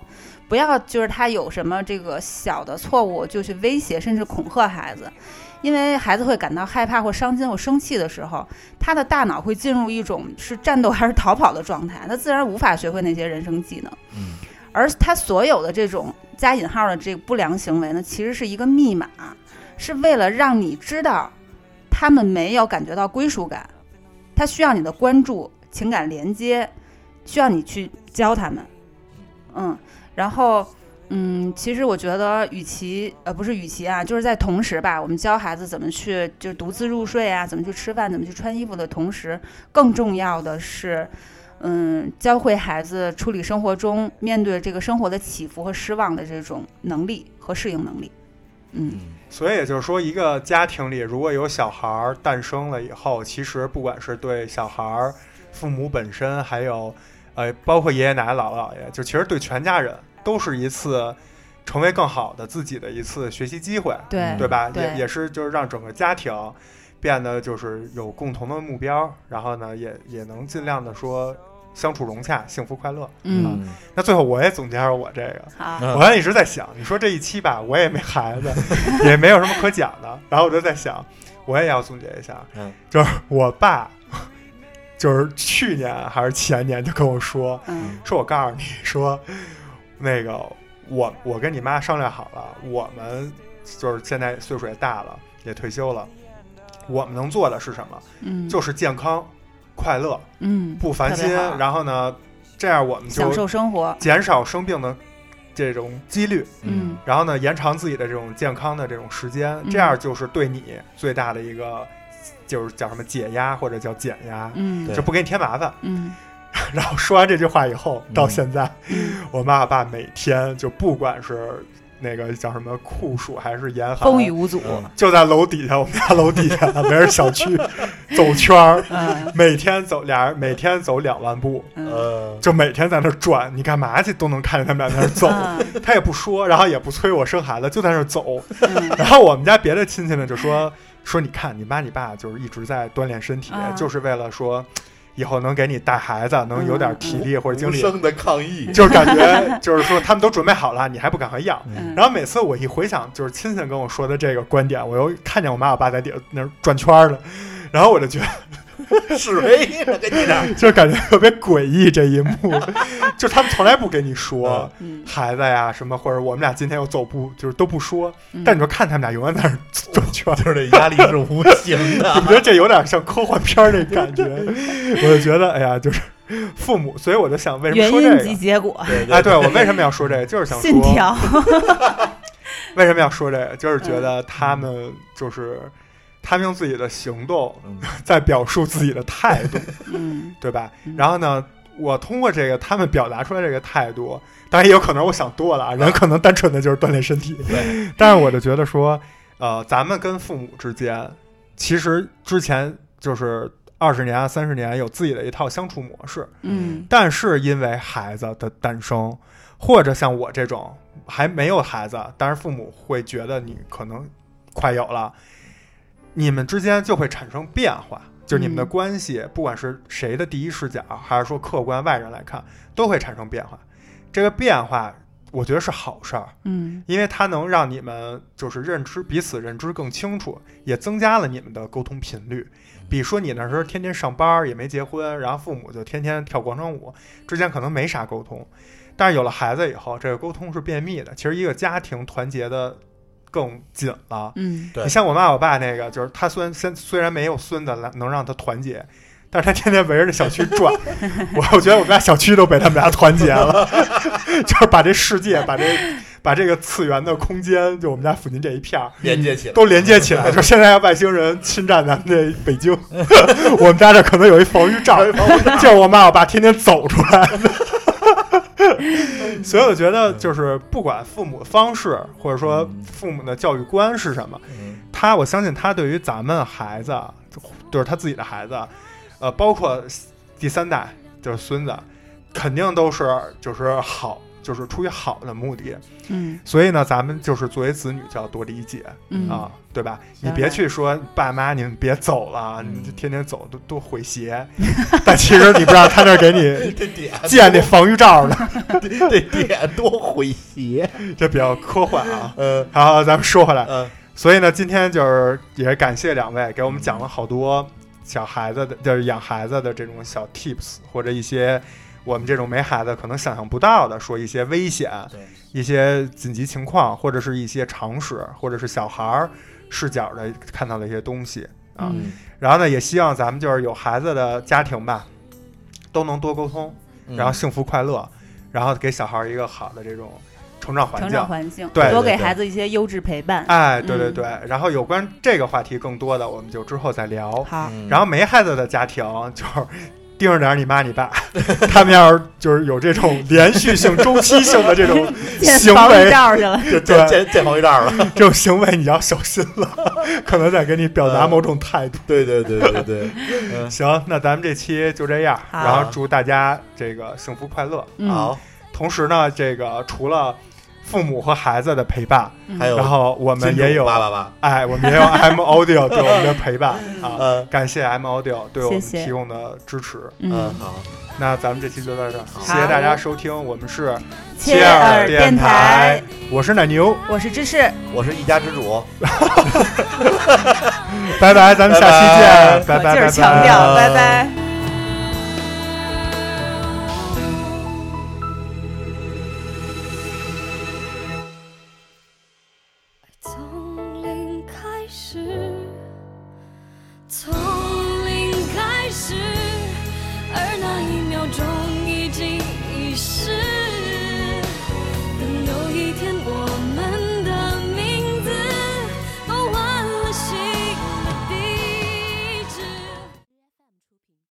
A: 不要就是他有什么这个小的错误就去威胁甚至恐吓孩子，因为孩子会感到害怕或伤心或生气的时候，他的大脑会进入一种是战斗还是逃跑的状态，他自然无法学会那些人生技能。
B: 嗯，
A: 而他所有的这种加引号的这个不良行为呢，其实是一个密码，是为了让你知道他们没有感觉到归属感，他需要你的关注、情感连接，需要你去教他们。嗯，然后嗯，其实我觉得，与其呃不是与其啊，就是在同时吧，我们教孩子怎么去就是独自入睡啊，怎么去吃饭，怎么去穿衣服的同时，更重要的是。嗯，教会孩子处理生活中面对这个生活的起伏和失望的这种能力和适应能力。嗯，
B: 嗯
C: 所以也就是说，一个家庭里如果有小孩儿诞生了以后，其实不管是对小孩儿、父母本身，还有呃，包括爷爷奶奶、姥姥姥爷，就其实对全家人都是一次成为更好的自己的一次学习机会，
A: 对
C: 对吧？
A: 对
C: 也也是就是让整个家庭变得就是有共同的目标，然后呢，也也能尽量的说相处融洽、幸福快乐。
A: 嗯，
C: 那最后我也总结一下我这个，
A: 好，
B: 嗯
C: 我刚才一直在想，你说这一期吧，我也没 孩子，也没有什么可讲的，然后我就在想，我也要总结一下，
B: 嗯
C: 就是我爸，就是去年还是前年就跟我说，
A: 嗯
C: 说我告诉你说，那个我我跟你妈商量好了，我们就是现在岁数也大了，也退休了，我们能做的是什么？
A: 嗯，
C: 就是健康、快乐、
A: 嗯，
C: 不烦心
A: 特别好，
C: 然后呢，这样我们
A: 享
C: 就
A: 受生活。
C: 减少生病的这种几率。
A: 嗯
C: 然后呢，延长自己的这种健康的这种时间，这样就是对你最大的一个，就是叫什么解压或者叫减压，
A: 嗯
B: 对
C: 就不给你添麻烦。
A: 嗯
C: 然后说完这句话以后，
B: 嗯
C: 到现在，
A: 嗯，
C: 我妈我爸每天就不管是那个叫什么酷暑还是严寒，
A: 风雨无阻。
B: 嗯
C: 就在楼底下，我们家楼底下没人小区走圈儿，
A: 嗯
C: 每天走俩人每天走两万步。
A: 嗯
B: 呃，
C: 就每天在那儿转，你干嘛去都能看见他们俩在那儿走，
A: 嗯
C: 他也不说，然后也不催我生孩子，就在那儿走，
A: 嗯
C: 然后我们家别的亲戚呢就说说你看你妈你爸就是一直在锻炼身体，
A: 啊
C: 就是为了说以后能给你带孩子，能有点体力或者精
B: 无
A: 嗯
C: 力，
B: 声的抗 议，
C: 就是感觉就是说他们都准备好了，你还不赶快要。
A: 嗯
C: 然后每次我一回想，就是亲戚跟我说的这个观点，我又看见我妈我爸在底下那儿转圈儿了，然后我就觉得
B: 示威了，跟你这
C: 就是感觉特别诡异这一 幕，就是他们从来不跟你说
B: 嗯
A: 嗯
C: 孩子呀什么，或者我们俩今天又走步，就是都不说，
A: 嗯，
C: 但你就看他们俩永远在那儿转圈 儿。
B: 就是这压力是无形的
C: 你，觉得这有点像科幻片儿那感觉？我就觉得，哎呀，就是父母，所以我就想，为什么
A: 原
C: 说这
A: 因及
C: 个？
A: 结果，
B: 对
C: 哎，对，我为什么要说这个？就是想
A: 信
C: 说，
A: 条。 嗯
C: 为什么要说这个？就是觉得他们就是他们用自己的行动
B: 嗯
C: 在表述自己的态度，
A: 嗯
C: 对吧
A: 嗯？
C: 然后呢，我通过这个他们表达出来这个态度，当然也有可能我想多了啊，人可能单纯的就是锻炼身体，
B: 对，
C: 但是我就觉得说，呃，咱们跟父母之间，其实之前就是二十年啊、三十年有自己的一套相处模式，
A: 嗯
C: 但是因为孩子的诞生，或者像我这种还没有孩子，但是父母会觉得你可能快有了，你们之间就会产生变化。就是你们的
A: 嗯
C: 关系，不管是谁的第一视角，还是说客观外人来看，都会产生变化。这个变化，我觉得是好事儿，
A: 嗯
C: 因为它能让你们就是认知彼此认知更清楚，也增加了你们的沟通频率。比如说你那时候天天上班儿也没结婚，然后父母就天天跳广场舞，之间可能没啥沟通，但是有了孩子以后，这个沟通是便秘的。其实一个家庭团结的更紧了。
A: 嗯
B: 对
C: 你像我妈我爸那个，就是他虽然虽虽然没有孙子来能让他团结，但是他天天围着这小区转，我我觉得我们家小区都被他们俩团结了， 就是把这世界把这把这个次元的空间，就我们家附近这一片儿。
B: 连接起来，
C: 都连接起 来，就现在外星人侵占咱们这北京， 我们家这可能有一防御罩，就是我妈我爸天天走出 来的。所以我觉得，就是不管父母方式，或者说
B: 嗯
C: 父母的教育观是什么，
B: 嗯
C: 他我相信他对于咱们孩子，就是他自己的孩子，呃，包括第三代就是孙子，肯定都是就是好就是出于好的目的。
A: 嗯
C: 所以呢，咱们就是作为子女就要多理解
A: 嗯
C: 啊，对吧？你
A: 当
C: 别
A: 然
C: 去说爸妈，你们别走了，你们就
B: 嗯
C: 天天走都都毁鞋， 但其实你不知道他那儿 给你
B: 这点
C: 建那防御罩呢，
B: 这点多诙谐，
C: 这比较科幻啊。
B: 呃
C: 然后咱们说回来，
B: 呃，
C: 所以呢，今天就是也感谢两位给我们讲了好多小孩子的，就是养孩子的这种小 tips，或者一些我们这种没孩子可能想象不到的，说一些危险、
B: 对，
C: 一些紧急情况，或者是一些常识，或者是小孩儿视角的看到的一些东西啊。
A: 嗯
C: 然后呢，也希望咱们就是有孩子的家庭吧，都能多沟通，
B: 嗯
C: 然后幸福快乐，然后给小孩儿一个好的这种成长环
A: 成
C: 境
A: 长。环境，
C: 对
A: 多
B: 对
A: 给
B: 对
A: 孩子一些优质陪伴。
C: 哎，对对
A: 嗯
C: 对，然后有关这个话题更多的，我们就之后再聊。
A: 好，
B: 嗯
C: 然后没孩子的家庭就是盯着点儿你妈你 爸，他们要是就是有这种连续性、周期性的这种
A: 见
C: 行
A: 防
C: 为
A: 御，罩去 了。
B: 就见见见防御罩了，
C: 这种行为你要小心了，可能在给你表达某种态度。
B: 对对对对对，嗯
C: 行，那咱们这期就这样，
A: 好
C: 然后祝大家这个幸福快乐。
A: 嗯，
B: 好，
C: 同时呢，这个除了父母和孩子的陪伴，
A: 嗯
B: 还有
C: 然后我们
B: 金
C: 也
B: 主
C: 有
B: 八八八，
C: 哎，我们也有 M Audio 对我们的陪 伴啊。
B: 呃
C: 感谢 M Audio 对我们
A: 谢谢
C: 提供的支持。
B: 嗯
A: 嗯，
B: 好，
C: 那咱们这期就到这儿，谢谢大家收听。我们是
A: 切
C: 尔
A: 尔电
C: 台
A: 台，，
C: 我是奶牛，
A: 我是芝士，
B: 我是一家之主，
C: 拜拜，咱们下期见，
A: 我
C: 拜拜，
A: 就
C: 拜
A: 是强
C: 拜
A: 调，拜拜。